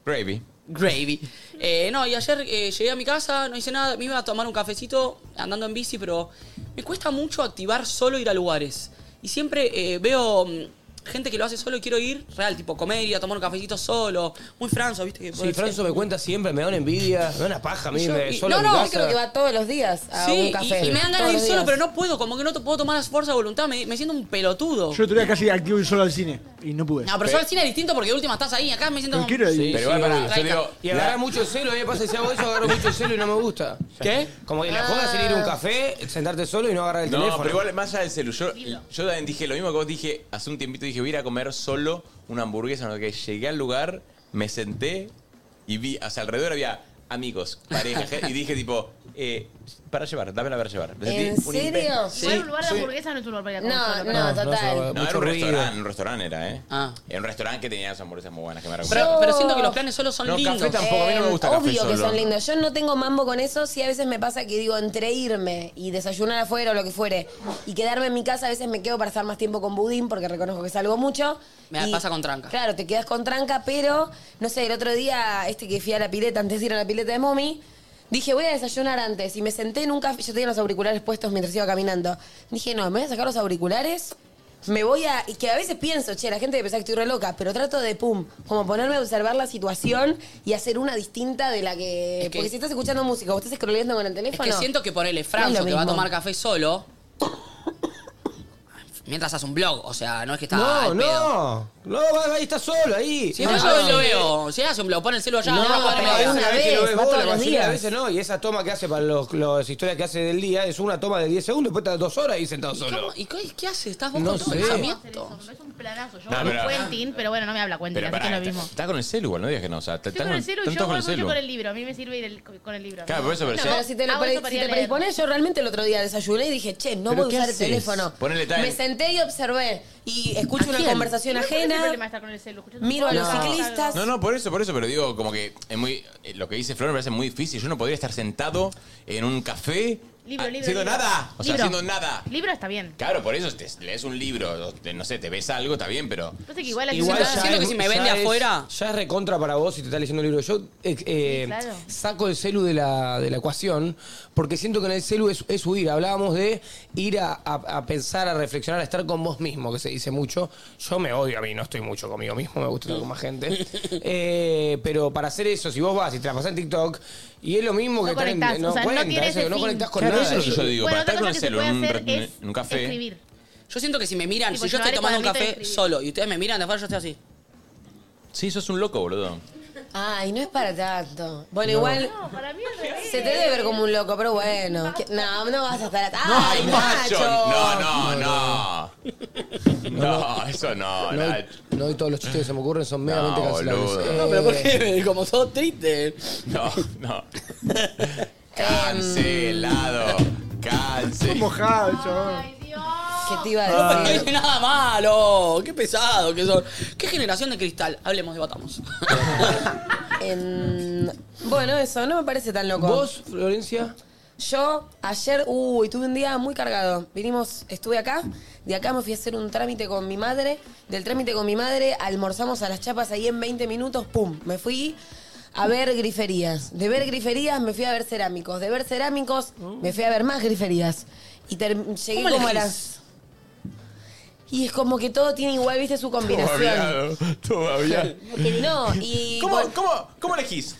Gravy. Gravy. Eh, no, y ayer eh, llegué a mi casa, no hice nada, me iba a tomar un cafecito andando en bici, pero me cuesta mucho activar solo ir a lugares. Y siempre eh, veo mm, gente que lo hace solo y quiero ir, real, tipo comer, ir a tomar un cafecito solo. Muy franzo, ¿viste? Que Sí, Franzo me cuenta siempre, me da una envidia, me da una paja a mí, Yo- me- y- solo no, en mi no, Yo creo que casa. va todos los días a Sí, Ah, un y- café. Y, me dan ganas Todos de ir los solo, días. pero no puedo, como que no te puedo tomar la fuerza de voluntad, me, me siento un pelotudo. Yo todavía casi activo y solo al cine. Y no pude. no, pero yo al cine es distinto porque de última estás ahí, acá me siento Pero como... quiero ir. Pero igual, sí, pará, obvio. yo digo... Y agarrar la- mucho el celo, a mí me pasa que si hago eso, agarro mucho el celo y no me gusta. ¿Qué? Como que la joda sería Ah. ir a un café, sentarte solo y no agarrar el No, teléfono. pero igual más allá del celu. Yo, yo también dije lo mismo que vos dije hace un tiempito. Dije, voy a ir a comer solo una hamburguesa. No, sé qué. llegué al lugar, me senté y vi, hacia alrededor había amigos, pareja, gente, y dije tipo, eh, para llevar, dámela para llevar. Me ¿En sentí un serio? impen- Igual un lugar de soy- hamburguesa no es un lugar para ir a No, comer solo, no, No, perdón. total. era un ruido. Ah. restaurante, un restaurante era, ¿eh? Era un restaurante que tenía unas hamburguesas muy buenas que me Pero, recuerdo. pero siento que los planes solo son No, café lindos. tampoco, a mí no me gusta café Eh, Obvio que solo. son lindos. Yo no tengo mambo con eso. Sí, a veces me pasa que digo, entre irme y desayunar afuera o lo que fuere y quedarme en mi casa, a veces me quedo para estar más tiempo con Budín porque reconozco que salgo mucho. Me Y, pasa con tranca. Claro, te quedas con tranca, pero no sé, el otro día, este que fui a la pileta, antes de ir a la pileta de mommy, dije, voy a desayunar antes. Y me senté en un café. Yo tenía los auriculares puestos mientras iba caminando. Dije, no, me voy a sacar los auriculares. Me voy a. Y que a veces pienso, che, la gente debe pensar que estoy re loca, pero trato de pum, como ponerme a observar la situación y hacer una distinta de la que. que- porque si estás escuchando música o estás scrolleando con el Es teléfono. que siento que ponele No Franzo es lo que va a mismo. tomar café solo. Mientras hace un blog, o sea, no es que está. No, al pedo. no. No, va, ahí está solo, ahí. Ah, Si no, yo lo veo. Si hace un blog, pone el celu allá, No, no, va a poder pero media. una vez que lo ves vos, la mayoría de veces no. Y esa toma que hace para los, las historias que hace del día es una toma de 10 segundos, después estás dos horas ahí sentado solo. ¿Y qué, qué haces? ¿Estás vos No con todo sé. el pensamiento? Es un planazo. Yo No, hablo pero- Quentin, pero bueno, no me habla Quentin, Pero así que pará, lo está- mismo. está con el celu, igual, no digas que no. O sea, está- Estoy están con el con- celu, están todos yo voy con el mucho celu. con el libro. A mí me sirve ir el- con el libro. Claro, por eso, pero No, si- pero si te, lo Hago pre- Ah, eso para si ir te a leer. predispones, yo realmente el otro día desayuné y dije, che, no ¿Pero voy a qué usar el haces? teléfono. Ponele time. Me senté y observé y escucho una quién? conversación No, ¿cuál es el ajena. problema de estar con el celu? Escuchando Miro a los podcast, ciclistas. No, no, por eso, por eso, pero digo, como que es muy. eh, Lo que dice Flor me parece muy difícil. Yo no podría estar sentado en un café Libro, ah, libro, haciendo libro. nada. O sea, Libro. haciendo nada. Libro está bien. Claro, por eso te lees un libro, o te- no sé, te ves algo, está bien, pero. Pasa que igual, Igual siento- ya siento es- que si me ya vende es- afuera. Ya es recontra para vos si te está leyendo el libro. Yo eh, eh, claro. saco el celu de la, de la ecuación porque siento que en el celu es, es huir. Hablábamos de ir a, a- a pensar, a reflexionar, a estar con vos mismo, que se dice mucho. Yo me odio a mí, no estoy mucho conmigo mismo, me gusta estar con más [LAUGHS] gente. Eh, pero para hacer eso, si vos vas y te la pasás en TikTok, y es lo mismo que No estar en- conectás, o sea, no cuenta, tiene eso, ese no fin. conectás con Claro, nada. eso es lo que yo digo. Bueno, para otra estar con cosa el que se celu puede en un, hacer re- es en un café. escribir. Yo siento que si me miran, Tipo, si yo llevar estoy tomando un cuadernito de café escribir. solo y ustedes me miran de afuera, yo estoy así. Sí, sos un loco, boludo. Ay, no es para tanto. Bueno, No. igual. No, para mí al revés. Se te debe ver como un loco, pero bueno. que- no, no vas a estar atrás. ¡Ay, Nacho! No, no, no. No, eso no, No, Nacho. no, hoy todos los chistes que se me ocurren son meramente cancelables. boludo. Eh, No, pero ¿por qué? [LAUGHS] Como todo triste. No, no. Cancelado. Cancelado. Mojado, chaval. ¿Qué te iba a Ah. No decir? tiene nada malo. Qué pesado que son. Qué generación de cristal. Hablemos, debatamos. [LAUGHS] Em, bueno, eso, no me parece tan loco. ¿Vos, Florencia? Yo ayer, uy, tuve un día muy cargado. Vinimos, estuve acá, de acá me fui a hacer un trámite con mi madre. Del trámite con mi madre, almorzamos a las chapas ahí en 20 minutos, pum, me fui a ver griferías. De ver griferías me fui a ver cerámicos. De ver cerámicos me fui a ver más griferías. Y term- llegué ¿Cómo como a elegís? las... Y es como que todo tiene igual, viste, su combinación. Todavía. Todavía. No, y... ¿Cómo, vol- cómo, ¿Cómo elegís?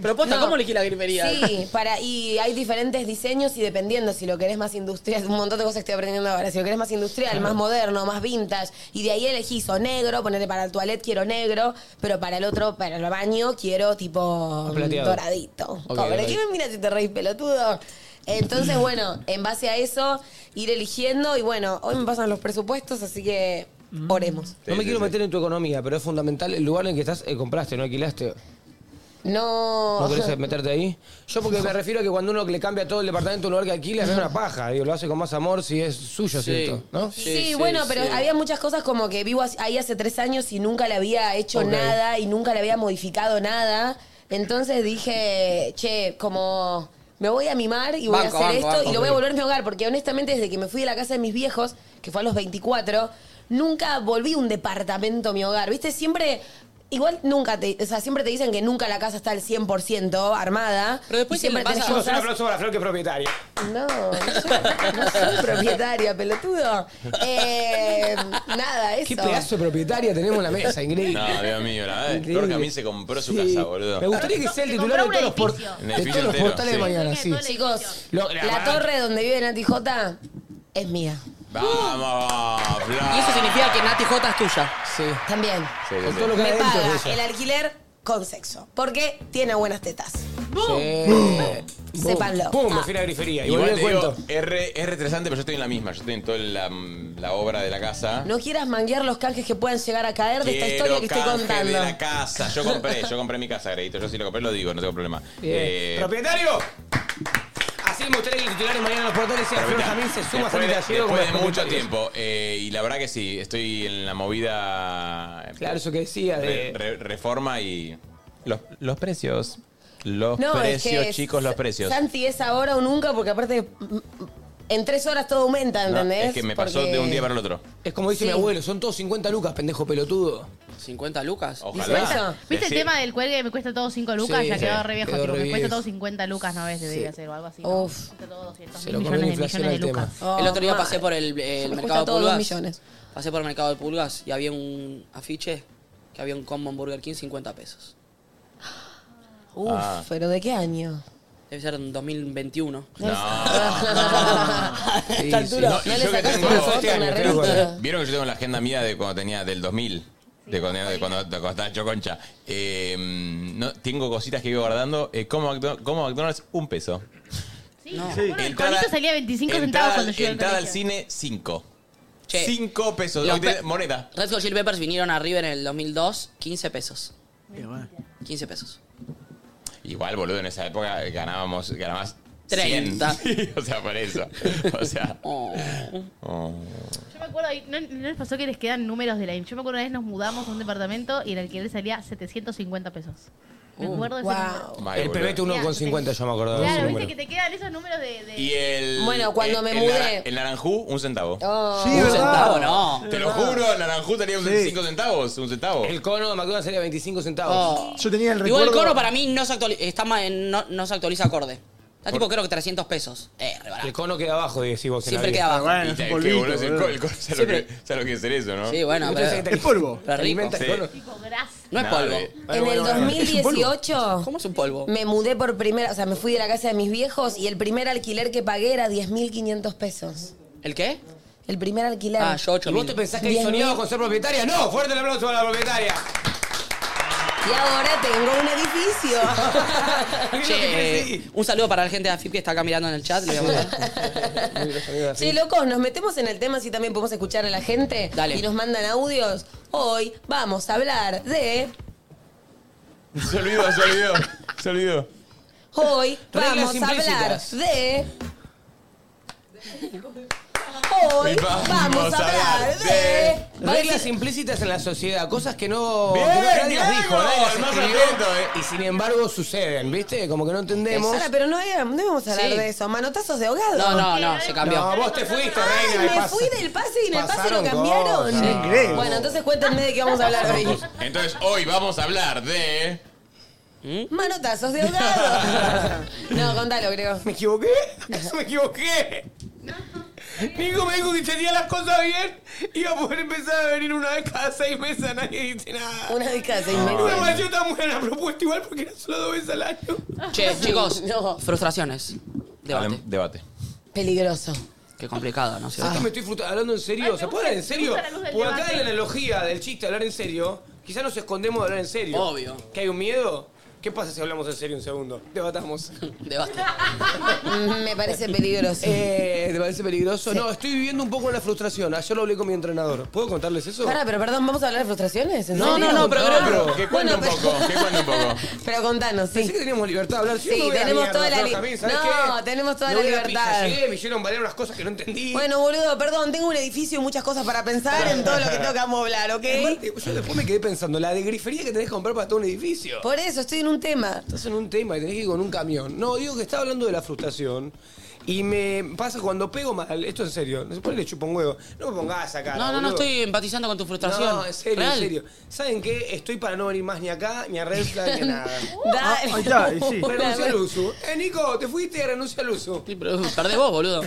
Propuesta, No. ¿cómo elegí la grifería? Sí, para, y hay diferentes diseños y dependiendo si lo querés más industrial, un montón de cosas que estoy aprendiendo ahora, si lo querés más industrial, más moderno, más vintage, y de ahí elegís o negro, ponerle para el toilet quiero negro, pero para el otro, para el baño, quiero tipo Plateado. doradito. Ok, Cobre, ok. ¿qué me miras si te reís pelotudo? Entonces, bueno, en base a eso, ir eligiendo y bueno, hoy me pasan los presupuestos, así que oremos. No me quiero meter en tu economía, pero es fundamental el lugar en el que estás, eh, compraste, no alquilaste. No. ¿No querés meterte ahí? Yo porque [LAUGHS] me refiero a que cuando uno le cambia todo el departamento a un lugar que alquila, es una paja. Digo, lo hace con más amor si es suyo, Sí. ¿cierto? ¿No? Sí, Sí, bueno, pero sí. había muchas cosas como que vivo as- ahí hace tres años y nunca le había hecho Ok. nada y nunca le había modificado nada. Entonces dije, che, como me voy a mimar y voy Banco, a hacer banco, esto banco, y lo voy a ok. volver a mi hogar, porque honestamente desde que me fui de la casa de mis viejos, que fue a los 24, nunca volví un departamento a mi hogar, ¿viste? Siempre... Igual nunca te, o sea, siempre te dicen que nunca la casa está al 100% armada. Pero y después siempre se le tenés pasa- Vamos, un cosas- aplauso para Flor que es propietaria. no, no soy, no soy propietaria, pelotudo. Eh, nada, eso. Qué pedazo de propietaria tenemos en la mesa, increíble. No, Dios mío, la verdad. Increíble. Flor Camín se compró su Sí. casa, boludo. Me gustaría que sea el Se titular de compró todos los, un por- edificio. de El edificio todos los entero, portales de sí. mañana, Creo que sí. todo el Chicos, Lo- la, torre donde vive Nati J es mía. Vamos, Flor. Y eso significa que Nati J es tuya. Sí. También. Sí, sí, Con sí. todo lo que Me hay adentro paga es de el ella. alquiler con sexo. Porque tiene buenas tetas. Sí. Pum. Sépanlo. Pum, me Ah. fui a la grifería. Y volví Igual al te digo, cuento. R, es re interesante, pero yo estoy en la misma. Yo estoy en toda la, mm, la obra de la casa. No quieras manguear los canjes que puedan llegar a caer de esta historia que estoy canje de la contando. casa. Yo Eh, compré, yo compré mi casa, Gredito. Yo sí lo compré, lo digo, no tengo problema. Bien. Eh, ¡Propietario! Así me gustaría que los titulares mañana en los portales sean Flor Jamín se suma a Después Santi de, Gallego. como después de los mucho propietarios. tiempo. eh, y la verdad que sí, estoy en la movida. eh, Claro, eso que decía re- de... re- reforma y. Los, los precios. Los No, es que precios, es- chicos, los precios. Santi es ahora o nunca, porque aparte mm, en tres horas todo aumenta, No, ¿entendés? es que me pasó Porque- de un día para el otro. Es como Sí. dice mi abuelo, son todos 50 lucas, pendejo pelotudo. ¿50 lucas? Ojalá. ¿Viste Decí- el tema del cuelgue que me cuesta todo 5 lucas? Sí, ya sí. quedó re viejo, Quedó tipo, re me cuesta viejo. todo 50 lucas, no ves, debería Sí. ser o algo así. Uf. Me cuesta todo 200 Se mil lo comió la millones de inflación millones de al tema. lucas. Oh, el otro día madre. pasé por el, eh, el Me mercado cuesta de todo dos pulgas. millones. Pasé por el mercado de pulgas y había un afiche que había un combo en Burger King 50 pesos. Uf, Ah. pero ¿de qué año? Debe ser en 2021. No. [LAUGHS] [LAUGHS] A esta altura. No, y No le yo que sacaste tengo- una foto, una Vieron revista. Vieron que yo tengo la agenda mía de cuando tenía del 2000. De cuando, de cuando- de cuando estaba yo concha. Eh, no, tengo cositas que iba guardando. Eh, como, McDo- como McDonald's, un peso. Sí, bueno, el Entrada- cuadrito salía 25 centavos Entrada, cuando yo iba al entrada al colegio. cine, 5. Che. 5 pesos. Los Hoy te- pe- moneda. Red Hot Chili Peppers vinieron a River en el 2002, 15 pesos. 15 pesos. Igual, boludo, en esa época ganábamos, ganabas 30. 100. [LAUGHS] Sí, o sea, por eso. O sea. [LAUGHS] oh. Yo me acuerdo, ahí, ¿no, no les pasó que les quedan números de la IM? Yo me acuerdo una vez nos mudamos a un departamento y el alquiler salía 750 pesos. Me Uh, acuerdo de ese wow. número. El pebete 1,50 yo me acordaba. de ese Claro, viste número. que te quedan esos números de... de- Y el. Bueno, cuando el- me el mudé. nara- El naranjú, un centavo. Oh. un centavo, no. Te lo juro, el naranjú tenía 5 centavos, un centavo. El cono de McDonald's sería 25 centavos. Oh. Yo tenía el Igual recuerdo. el coro para mí no se actualiza, está ma- no, no se actualiza acorde. Está tipo creo que 300 pesos. Eh, re barato. El cono queda abajo, decís vos. en Siempre la queda vida. abajo. Bueno, Y es un te- que, polvito, boludo, es el boludo. col- el col- ¿sabes Sí, lo que- ¿sabes lo que es ser eso, no? Sí, bueno, Entonces, pero, ¿qué Es polvo. pero rico. Alimenta el Sí. cono. Tipo, grasa. No es Nada, polvo. de- En el 2018 ¿Cómo es un polvo? me mudé por primera, o sea, me fui de la casa de mis viejos y el primer alquiler que pagué era 10.500 pesos. ¿El [LAUGHS] qué? El primer alquiler. Ah, yo 8 ¿Y vos te pensás que ahí soñado con ser propietaria? No, fuerte el aplauso para [LAUGHS] la propietaria. Y ahora tengo un edificio. Che, eh, un saludo para la gente de AFIP que está acá mirando en el chat. le voy a mandar. [LAUGHS] Sí, locos, nos metemos en el tema si también podemos escuchar a la gente Dale. y nos mandan audios. Hoy vamos a hablar de. Se olvidó, se olvidó. Se olvidó. Hoy Reglas vamos a hablar implícitas. de. Hoy vamos, a hablar de. Reglas implícitas en la sociedad, cosas que no. Bien, que no- nadie las Diego, dijo, nadie las el más escribió, atento, eh. Y sin embargo suceden, ¿viste? Como que no entendemos. Sara, pero no, era- no íbamos a hablar Sí. de eso. Manotazos de ahogado. No, no, no, se No, cambió. vos te fuiste, Ay, reina. de me paso. fui del pase y en el pase lo Pasaron cambiaron. cosas. Increíble. Bueno, entonces cuéntenme de qué vamos a hablar hoy. Entonces, hoy vamos a hablar de. Manotazos de ahogado. No, contalo, creo. ¿Me equivoqué? [LAUGHS] ¿Acaso me equivoqué? Nico me dijo que tenía las cosas bien y a poder empezar a venir una vez cada seis meses a nadie dice nada. Una vez cada seis No me meses. pareció tan buena la propuesta igual porque era solo dos veces al año. [LAUGHS] Che, chicos, No. frustraciones. Debate. Hablem- Debate. Peligroso. Qué complicado, ¿no es ¿Sabes cierto? Ah. que Ah, me estoy fruta- hablando en serio? Ay, me ¿Se gusta- puede hablar en me serio? gusta la luz del Por acá debate. en la analogía del chiste, hablar en serio, quizás nos escondemos de hablar en serio. Obvio. ¿Que hay un miedo? ¿Qué pasa si hablamos en serio un segundo? [LAUGHS] Debatamos. Debate. Mm, Me parece peligroso. Eh, ¿Te parece peligroso? No, estoy viviendo un poco la frustración. Ayer lo hablé con mi entrenador. ¿Puedo contarles eso? Pará, pero perdón, ¿vamos a hablar de frustraciones? ¿En No, serio? Ah. no, no, pero creo que- Que cuente un poco, que cuente un poco. [LAUGHS] Pero contanos, Pensé que sí. teníamos libertad de hablar. Yo Sí, no voy a tenemos mierda, toda la Flor li- Jamín, ¿sabés No, qué? tenemos toda Me la voy a libertad. pija, llegué, me hicieron valer unas cosas que no entendí. Bueno, boludo, perdón, tengo un edificio y muchas cosas para pensar en todo lo que tengo que vamos a hablar, ¿ok? Aparte, yo después me quedé pensando, la de grifería que tenés que comprar para todo un edificio. Por eso, estoy en un tema. Estás en un tema y tenés que ir con un camión. No, digo que estaba hablando de la frustración. Y me pasa cuando pego mal, esto en serio, no se pone le chupo un huevo. No me pongas acá. No, no, no, estoy empatizando con tu frustración. No, en serio, Real. en serio. ¿Saben qué? Estoy para no venir más ni acá, ni a Red Flag, [LAUGHS] ni a nada. Dale. ahí está, y sí. Renuncia al uso. Eh, Nico, te fuiste, renuncia al uso. Sí, pero perdés vos, boludo.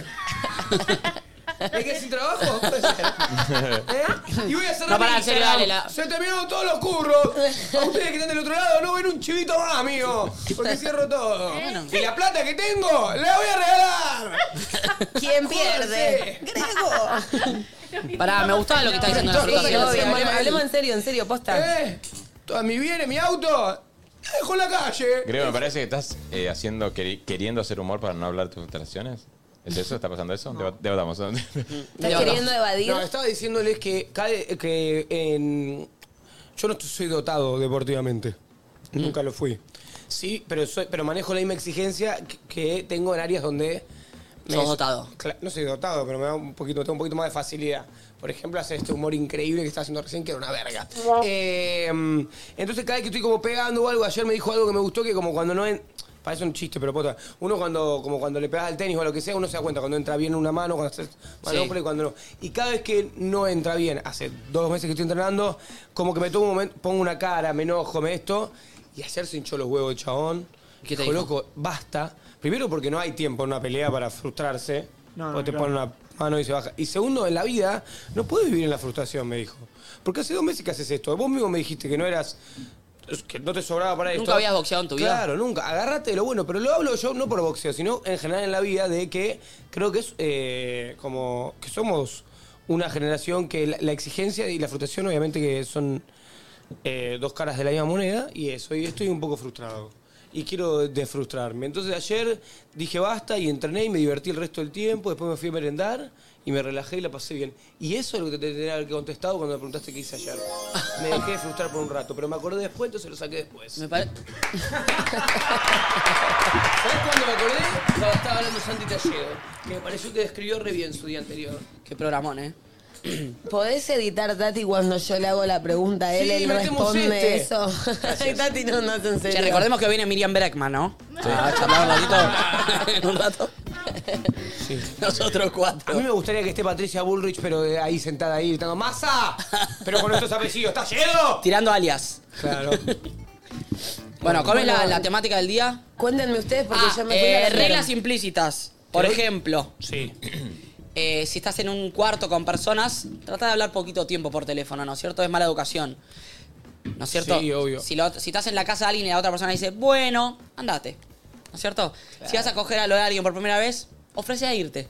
¿Me quedé sin trabajo? Puede ser. ¿Eh? Y voy a cerrar No, pará, mi en serio, Instagram. dale, la- Se terminaron todos los curros. A ustedes que están del otro lado no ven un chivito más, amigo. Porque cierro todo. Ah, Bueno. Y la plata que tengo, la voy a regalar. ¿Quién pierde? Júdense. [LAUGHS] Grego. Pará, me gustaba lo que está diciendo la Sí, obvio, frustración. hablemos- Hablemos en serio, en serio, posta. ¿Eh? Todas mis bienes, mi auto. La dejo en la calle. Creo, me parece que estás eh, haciendo, queri- queriendo hacer humor para no hablar de tus frustraciones. ¿Es eso? ¿Está pasando eso? Deba- Debatamos. [LAUGHS] ¿Estás queriendo evadir? No, estaba diciéndoles que, cada- Mm. que en- yo no soy dotado deportivamente. Nunca lo fui. Sí, pero, soy, pero manejo la misma exigencia que, que tengo en áreas donde... Sos dotado. Cla- No soy dotado, pero me da un poquito, tengo un poquito más de facilidad. Por ejemplo, hacer este humor increíble que estaba haciendo recién, que era una verga. Eh, mm, entonces, cada vez que estoy como pegando o algo, ayer me dijo algo que me gustó, que como cuando no... En, parece un chiste, pero posta. Uno cuando, como cuando le pegas al tenis o lo que sea, uno se da cuenta cuando entra bien una mano, cuando haces manopla y cuando no. Y cada vez que no entra bien, hace dos meses que estoy entrenando, como que me tomo un momento, pongo una cara, me enojo, me esto, y ayer se hinchó los huevos el chabón. ¿Qué te dijo? Dijo, loco, basta. Primero porque no hay tiempo en una pelea para frustrarse. No, no, Porque te claro. ponen una mano y se baja. Y segundo, en la vida no puedes vivir en la frustración, me dijo. Porque hace dos meses que haces esto. Vos mismo me dijiste que no eras... Que no te sobraba para Nunca esto. habías boxeado en tu vida. Claro, nunca. Agárrate de lo bueno. Pero lo hablo yo no por boxeo, sino en general en la vida de que creo que es eh, como... Que somos una generación que la, la exigencia y la frustración obviamente que son eh, dos caras de la misma moneda y eso. Y estoy un poco frustrado. Y quiero desfrustrarme. Entonces ayer dije basta y entrené y me divertí el resto del tiempo. Después me fui a merendar y me relajé y la pasé bien. Y eso es lo que te tendría que haber contestado cuando me preguntaste qué hice ayer. Me dejé de frustrar por un rato, pero me acordé después, entonces lo saqué después. Me pare- [LAUGHS] ¿Sabes cuándo me acordé? Cuando estaba hablando Santi Talledo, que me pareció que describió re bien su día anterior. Qué programón, ¿eh? ¿Podés editar, Tati, cuando yo le hago la pregunta a él? Sí, él metemos responde este. eso. [LAUGHS] Ay, Tati no, no hace en serio. Che, recordemos que viene Miriam Breckman, ¿no? A charlar un ratito. [LAUGHS] en un rato. Nosotros cuatro. A mí me gustaría que esté Patricia Bullrich, pero de ahí sentada ahí gritando ¡Masa! Pero con estos apellidos, ¿está lleno? Tirando alias. Claro. Bueno, ¿cómo es la, Bueno. la temática del día? Cuéntenme ustedes porque Ah, yo me fui a eh, la reglas mierda. implícitas. Por ¿Te voy? ejemplo, eh, si estás en un cuarto con personas, trata de hablar poquito tiempo por teléfono, ¿no es cierto? Es mala educación. ¿No es cierto? Sí, obvio. Si, lo- si estás en la casa de alguien y la otra persona dice, bueno, andate. ¿No es cierto? Si vas a coger a lo de alguien por primera vez, ofrece a irte.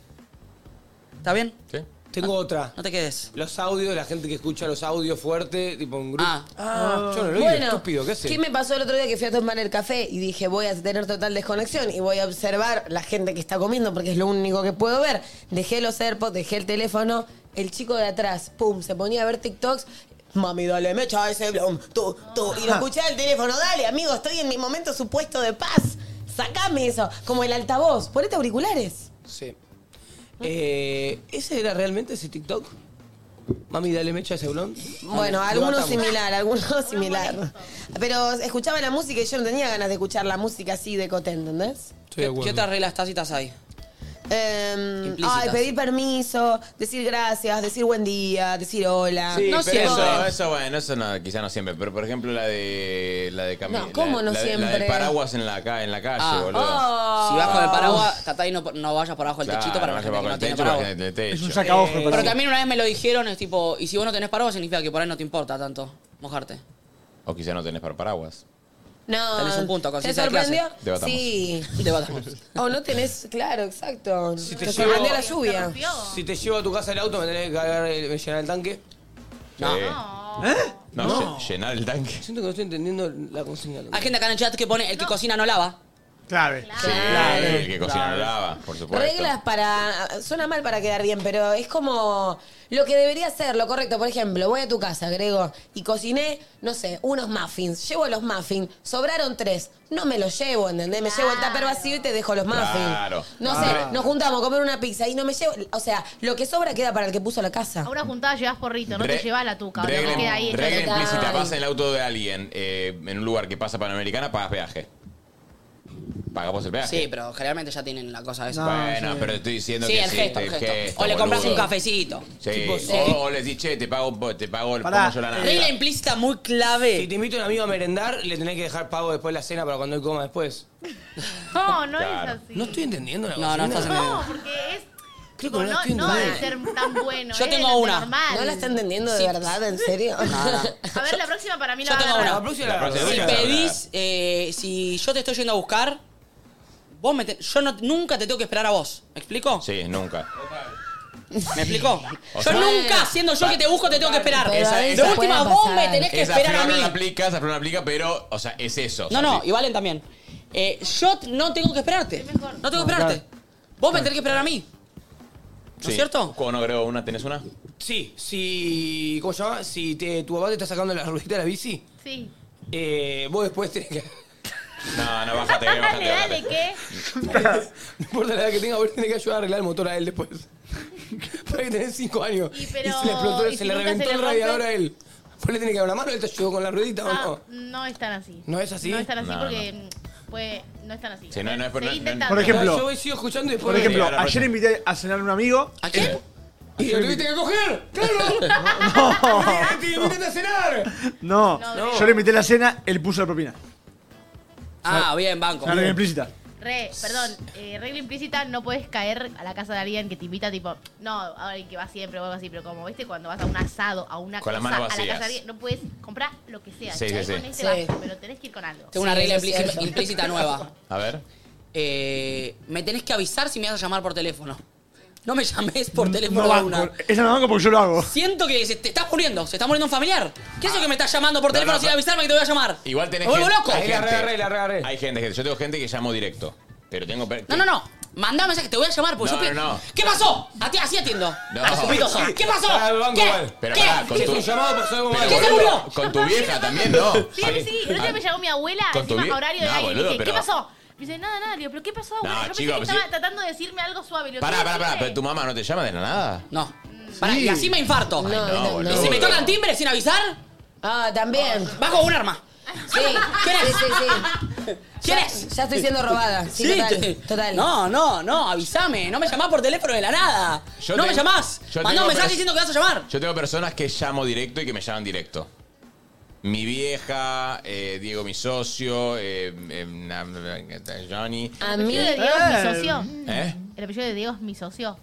¿Está bien? Tengo otra. No te quedes. Los audios, la gente que escucha los audios fuerte, tipo un grupo. Ah, yo no lo oí, Bueno, estúpido, ¿qué haces? me pasó el otro día que fui a tomar el café y dije voy a tener total desconexión y voy a observar la gente que está comiendo porque es lo único que puedo ver? Dejé los AirPods, dejé el teléfono, el chico de atrás, pum, se ponía a ver TikToks. Mami, dale, me echa ese blon, tú, tú. Y lo escuché al teléfono, dale, amigo, estoy en mi momento supuesto de paz. Sacame eso, como el altavoz, ponete auriculares. Sí. Eh, ¿Ese era realmente ese TikTok? Mami, dale mecha ese blond. Bueno, Vale, alguno levantamos. similar, alguno similar. Pero escuchaba la música y yo no tenía ganas de escuchar la música así de coté, ¿entendés? Estoy de ¿Qué, acuerdo. qué otras reglas tácitas hay? Em, Implícitas. ay, pedir permiso, decir gracias, decir buen día, decir hola. Sí, no pero eso, eso, bueno, eso no, quizá no siempre. Pero por ejemplo la de la de Cami- No, ¿cómo la- no la de- La siempre? Oh. del paraguas en la, ca- en la calle, Ah. boludo. Si vas con el paraguas, tratá de no, no vayas por abajo del Claro, techito para no la gente vayas que por no el tiene techo, paraguas. imagínate, el techo. sacaojo, el Pero paraguas. también una vez me lo dijeron, es tipo, y si vos no tenés paraguas significa que por ahí no te importa tanto [LAUGHS] mojarte. O quizá no tenés para paraguas. No, Tenés un punto, ¿Te conciencia de clase. sorprendió? Debatamos. Sí. Debatamos. O no tenés, claro, exacto. te te llevo- sorprendió la lluvia. Si te llevo a tu casa el auto, me tenés que cargar el- me llenar el tanque. No. ¿Eh? No, No. lle- llenar el tanque. Siento que no estoy entendiendo la consigna. Hay gente acá en el chat que pone, el que cocina no lava. Clave. Sí, el que cocina no lava, por supuesto. Reglas para. Suena mal para quedar bien, pero es como lo que debería ser, lo correcto. Por ejemplo, voy a tu casa, Grego, y cociné, no sé, unos muffins. Llevo los muffins, sobraron tres. No me los llevo, ¿entendés? Me llevo el tupper vacío y te dejo los muffins. Claro. No Claro. sé, nos juntamos a comer una pizza y no me llevo. O sea, lo que sobra queda para el que puso la casa. A una juntada llevas porrito, no Re- te llevas la tuca, o sea, Regla, te queda ahí. hecho regla total. implícita, vas en el auto de alguien eh, en un lugar que pasa Panamericana, pagas peaje. Pagas vos el peaje. Sí, pero generalmente ya tienen la cosa esa. Ah, bueno, pero estoy diciendo Sí, que el sí, gesto, el el gesto. gesto, O le compras boludo. un cafecito. Sí. Tipo, sí. O, o les dije, che, te pago, un po- te pago el Pará. pongo yo la nana. Regla implícita muy clave. Si te invito a un amigo a merendar, le tenés que dejar pago después la cena para cuando él coma después. No, no Claro. es así. No estoy entendiendo la No, no consigna. estás entendiendo. porque es. Creo que tipo, no la no, estoy no va a ser entendiendo. tan bueno. Yo es tengo lo una. normal. ¿No la está entendiendo de Sí. verdad? ¿En [LAUGHS] serio? A ver, la próxima para mí la Yo va a tengo agarrar. una. La próxima la La próxima. Si Sí, pedís, eh, si yo te estoy yendo a buscar, vos me te- yo no- nunca te tengo que esperar a vos. ¿Me explico? Sí, nunca. ¿Me explico? O yo sea- nunca, siendo yo que te busco, te tengo que esperar. Pero a de veces última, puede vos pasar. me tenés que Esa esperar a flor mí. no la aplica, esa flor no la aplica, pero, o sea, es eso. o sea, No, no, sí. y Valen también. Eh, yo t- no tengo que esperarte. No tengo que esperarte. Vos me tenés que esperar a mí. ¿No Sí. es cierto? ¿Cómo no creo una? ¿Tenés [LAUGHS] una? Sí, si. ¿Cómo se llama? Si te- tu papá te está sacando la ruedita de la bici, Sí. eh, vos después tenés que. No, no, bájate, Dale, bájate. dale, ¿qué? No importa la edad que tenga, vos tenés que ayudar a arreglar el motor a él después. [LAUGHS] Para que tenés 5 años. Y, pero- se le explotó, ¿y se si le nunca reventó se le el radiador rompe? a él. Vos le tenés que dar una mano, él te ayudó con la ruedita o Ah, no. no es tan así. ¿No es así? No es tan así No, porque. mm, Pues, no es tan así. Sí, no, no es por- Seguí no- no- intentando. Por ejemplo, Yo sigo escuchando y después por le- ejemplo, Ahora, ayer invité a cenar a un amigo. Eh, ¿A quién? Y lo tuviste que coger, [LAUGHS] claro. ¡Te invitan a cenar! No, No. yo le invité a la cena, él puso la propina. Ah, bien, banco. Una regla implícita. Re, perdón, eh, regla implícita, no puedes caer a la casa de alguien que te invita, tipo, no, a alguien que va siempre o algo así, pero como viste, cuando vas a un asado, a una Con las cosa, manos a la vacías. casa de alguien, no puedes comprar lo que sea. Sí, che, sí, con sí. este Sí. vas, pero tenés que ir con algo. Tengo una regla Sí, implícita, sí, sí. [LAUGHS] implícita nueva. A ver. Eh, me tenés que avisar si me vas a llamar por teléfono. No me llames por teléfono No a banco. una. Esa no banco porque yo lo hago. Siento que se te estás muriendo, se está muriendo un familiar. ¿Qué es eso que me estás llamando por Ah. No, teléfono no, sin pero- avisarme que te voy a llamar? Igual tenés ¡Me vuelvo gente- loco! Hay gente, agarré, la agarré. hay gente, que- yo tengo gente que llamo directo. Pero tengo... per- No, no, no. Mandá un mensaje, te voy a llamar porque No, yo. pe- no, no. ¿Qué pasó? A ti, así atiendo. No. A Supitoso. ¿Qué pasó? Ah, banco ¿Qué? igual. Pero ¿Qué? pará, con Sí, tu... un llamado pasó algo mal. pero, ¿Qué, boludo, seguro? Con tu vieja también, ¿no? Sí, sí, el otro día me llamó mi abuela, Con tu encima vie- a horario de No, alguien, y boludo, dije, ¿qué pero- pasó? Me dice, nada, nada, le digo, ¿pero qué pasó, abuela? No, Yo chico, pensé que pero estaba si- tratando de decirme algo suave. le digo, Pará, ¿qué pará, pará. dijiste? ¿Pero tu mamá no te llama de la nada? No. Pará, y así me infarto. no, no, boludo. ¿Y si me tocan timbre sin avisar? Ah, también. Bajo un arma. [LAUGHS] Sí, ¿Quién sí, es? sí, sí. ¿Quién es? [LAUGHS] Ya estoy siendo robada. Sí, total, te- total. No, no, no, avísame. No me llamás por teléfono de la nada. Yo no tengo- me llamás. yo Mandá tengo un mensaje pres- diciendo que vas a llamar. Yo tengo personas que llamo directo y que me llaman directo. Mi vieja, eh, Diego, mi socio, eh, eh, na- na- na- Johnny. ¿El apellido de Diego es mi socio? ¿Eh? ¿El apellido de Diego es mi socio?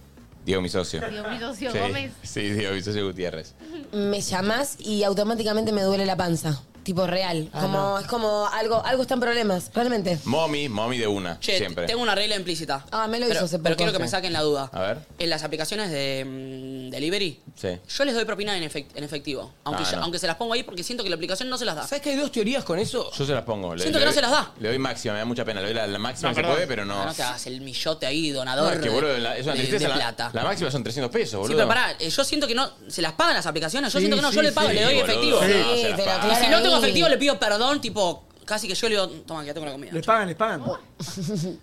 Diego, mi socio. Diego, mi socio sí. Gómez. [LAUGHS] Sí, Diego, mi socio Gutiérrez. Me llamás y automáticamente me duele la panza. Tipo real. Ah, como, Es como algo, algo está en problemas, realmente. Mommy, mommy de una, Che, siempre. tengo una regla implícita. Ah, me lo pero, hizo hace pero poco. quiero que me saquen la duda. A ver, En las aplicaciones de mm, delivery, sí. yo les doy propina en, efect- en efectivo. Aunque, Ah, ya- no. aunque se las pongo ahí porque siento que la aplicación no se las da. ¿Sabes que hay dos teorías con eso? Yo se las pongo. le- Siento que le no doy- se las da. Le doy máxima, me da mucha pena. Le doy la, la máxima No, que se perdón. puede, pero no. Ah, no te hagas el millote ahí, No, donador. es que, boludo, la- es una de- tristeza. de la- plata. La, máxima son 300 pesos, boludo. Sí, pero pará, eh, yo siento que no. ¿Se las pagan las aplicaciones? Yo Sí, siento que no, sí, yo le pago, sí, le doy boludo, Ah, efectivo. no, Sí. se las pero paga. Y si claro. no Ahí. tengo efectivo, le pido perdón, tipo, casi que yo le digo, toma, quédate con la comida. Les pagan, les pagan.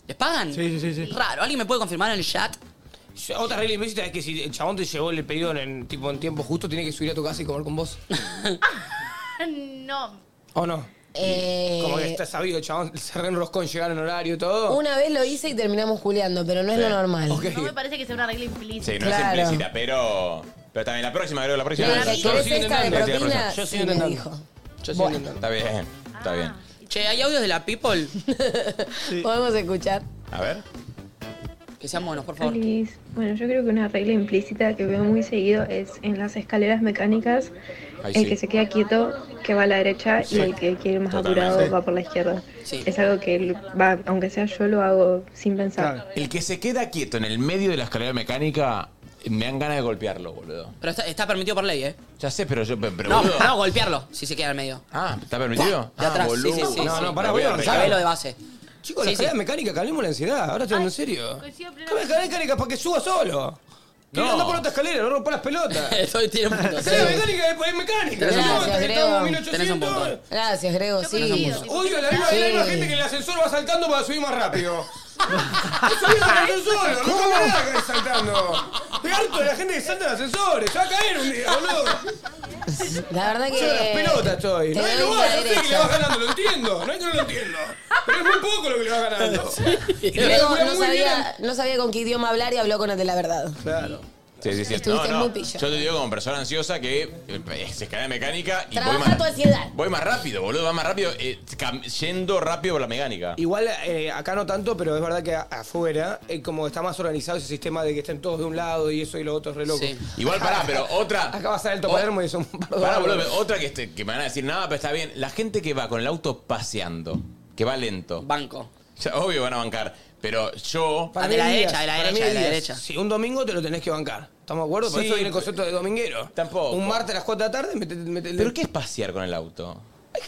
¿Les pagan? Sí, sí, sí, sí. Raro, ¿alguien me puede confirmar en el chat? Otra regla implícita es que si el chabón te llevó el pedido en, tipo, en tiempo justo, tiene que subir a tu casa y comer con vos. No, ¿O no? Eh, Como que este está sabido, el chabón, se reenroscó en llegar en horario y todo. Una vez lo hice y terminamos juleando, pero no es Sí. lo normal. Ok. no me parece que sea una regla implícita. Sí, no es Claro. implícita, pero. Pero también la próxima, creo, la próxima. Le Claro, dije, yo ¿querés sigo esta de intentando, sí, la propina? próxima. Yo Sí, sigo me intentando. dijo. Yo sigo Bueno, intentando. Está bien, está bien. Che, ¿hay audios de la People? podemos escuchar. A ver. Que sean buenos, por favor. Alice, Bueno, yo creo que una regla implícita que veo muy seguido es en las escaleras mecánicas, Ahí el sí. que se queda quieto, que va a la derecha y el que quiere ir más Totalmente. apurado va por la izquierda. Sí. Es algo que, l- va, aunque sea yo, lo hago sin pensar. Claro. El que se queda quieto en el medio de la escalera mecánica, me dan ganas de golpearlo, boludo. Pero está, está permitido por ley, ¿eh? Ya sé, pero yo. Pero, pero, No, boludo. no, golpearlo, si se queda en medio. Ah, ¿está permitido? De ah, atrás, sí, boludo. sí, sí, No, sí. no, pará, Lo voy a boludo, pegar. ya Sabelo de base. Chicos, Sí, la escalera sí. mecánica, calmemos la ansiedad. Ahora te hablo en serio. coincido plenamente. Calma la escalera mecánica para que suba solo. Que No. no anda por otra escalera, no rompa [LAUGHS] las pelotas. Estoy tirando un punto. La escalera mecánica es- es mecánica. Tenés un ¿no? punto. Hasta que Gracias, estamos en Grego. Tenés un 1800. punto. Gracias, Grego. Yo Sí. coincido, tipo, Odio a la misma, Sí. la misma gente que en el ascensor va saltando para subir más [LAUGHS] rápido. Subir al ascensor, no cambia nada que vayas saltando. Estoy harto de la gente que salta en ascensores, se va a caer un día, boludo. La verdad que. Yo las pelotas estoy. Te No hay doy lugar, la yo sé que le derecha. vas ganando, lo entiendo. No es que no lo entiendo. Pero es muy poco lo que le vas ganando. Y te Grego calcula no muy bien. sabía, no sabía con qué idioma hablar y habló con el de la verdad. Claro. Sí, sí, sí. No, Estuviste no. muy pillo. Yo te digo como persona ansiosa que eh, se escalera mecánica y voy Trabaja más, tu ansiedad. voy más rápido, boludo. Va más rápido, eh, cam- yendo rápido por la mecánica. Igual eh, acá no tanto, pero es verdad que a- afuera, eh, como está más organizado ese sistema de que estén todos de un lado y eso y lo otro es re loco. Sí. Igual pará, pero otra. Acá va a salir el o- Palermo y son un [LAUGHS] par de Pará, boludo, bárbaros. otra que, este- que me van a decir nada, pero está bien. La gente que va con el auto paseando, que va lento. Banco. Ya, obvio van a bancar, pero yo. Ah, de mí la hay derecha, días, de la para mí derecha, hay de la días. derecha. Si un domingo te lo tenés que bancar. ¿Estamos de acuerdo? Por Sí, eso viene el concepto de dominguero. Tampoco. Un martes a las 4 de la tarde, metete. metete- ¿Pero qué es pasear con el auto?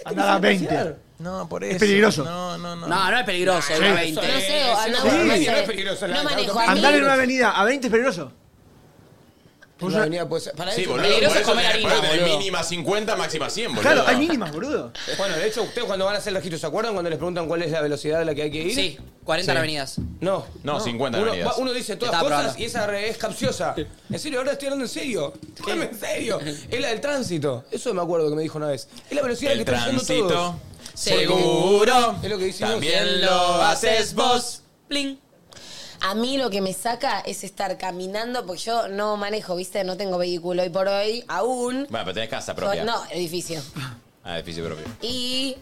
Andaba 20. No, por eso. peligroso. No, no, no. No, no es peligroso, es una 20. No sé, Eh, o si no, no, no sí, sé. no es peligroso, la- No la manejo. autopista. A mí- Andar en una avenida a 20 es peligroso. En una avenida puede ser. Para Sí, eso- boludo. para por eso- eso- por eso tenés boludo. mínima 50, máxima 100, boludo. mínimas, boludo. Bueno, de hecho, ustedes cuando van a hacer el registro, ¿se acuerdan cuando les preguntan cuál es la velocidad a la que hay que ir? Sí, 40 avenidas. No. No, 50 uno, avenidas. va- uno dice todas Estaba cosas probando. y esa re- es capciosa. En serio, ahora estoy hablando en serio. Estoy hablando en serio. Es la del tránsito. Eso me acuerdo que me dijo una vez. Es la velocidad a la El que están yendo tránsito, todos. seguro, Es lo que decimos. también lo haces vos. A mí lo que me saca es estar caminando, porque yo no manejo, ¿viste? No tengo vehículo y por hoy aún. Bueno, pero tenés casa propia. No, edificio. Ah, edificio propio. Y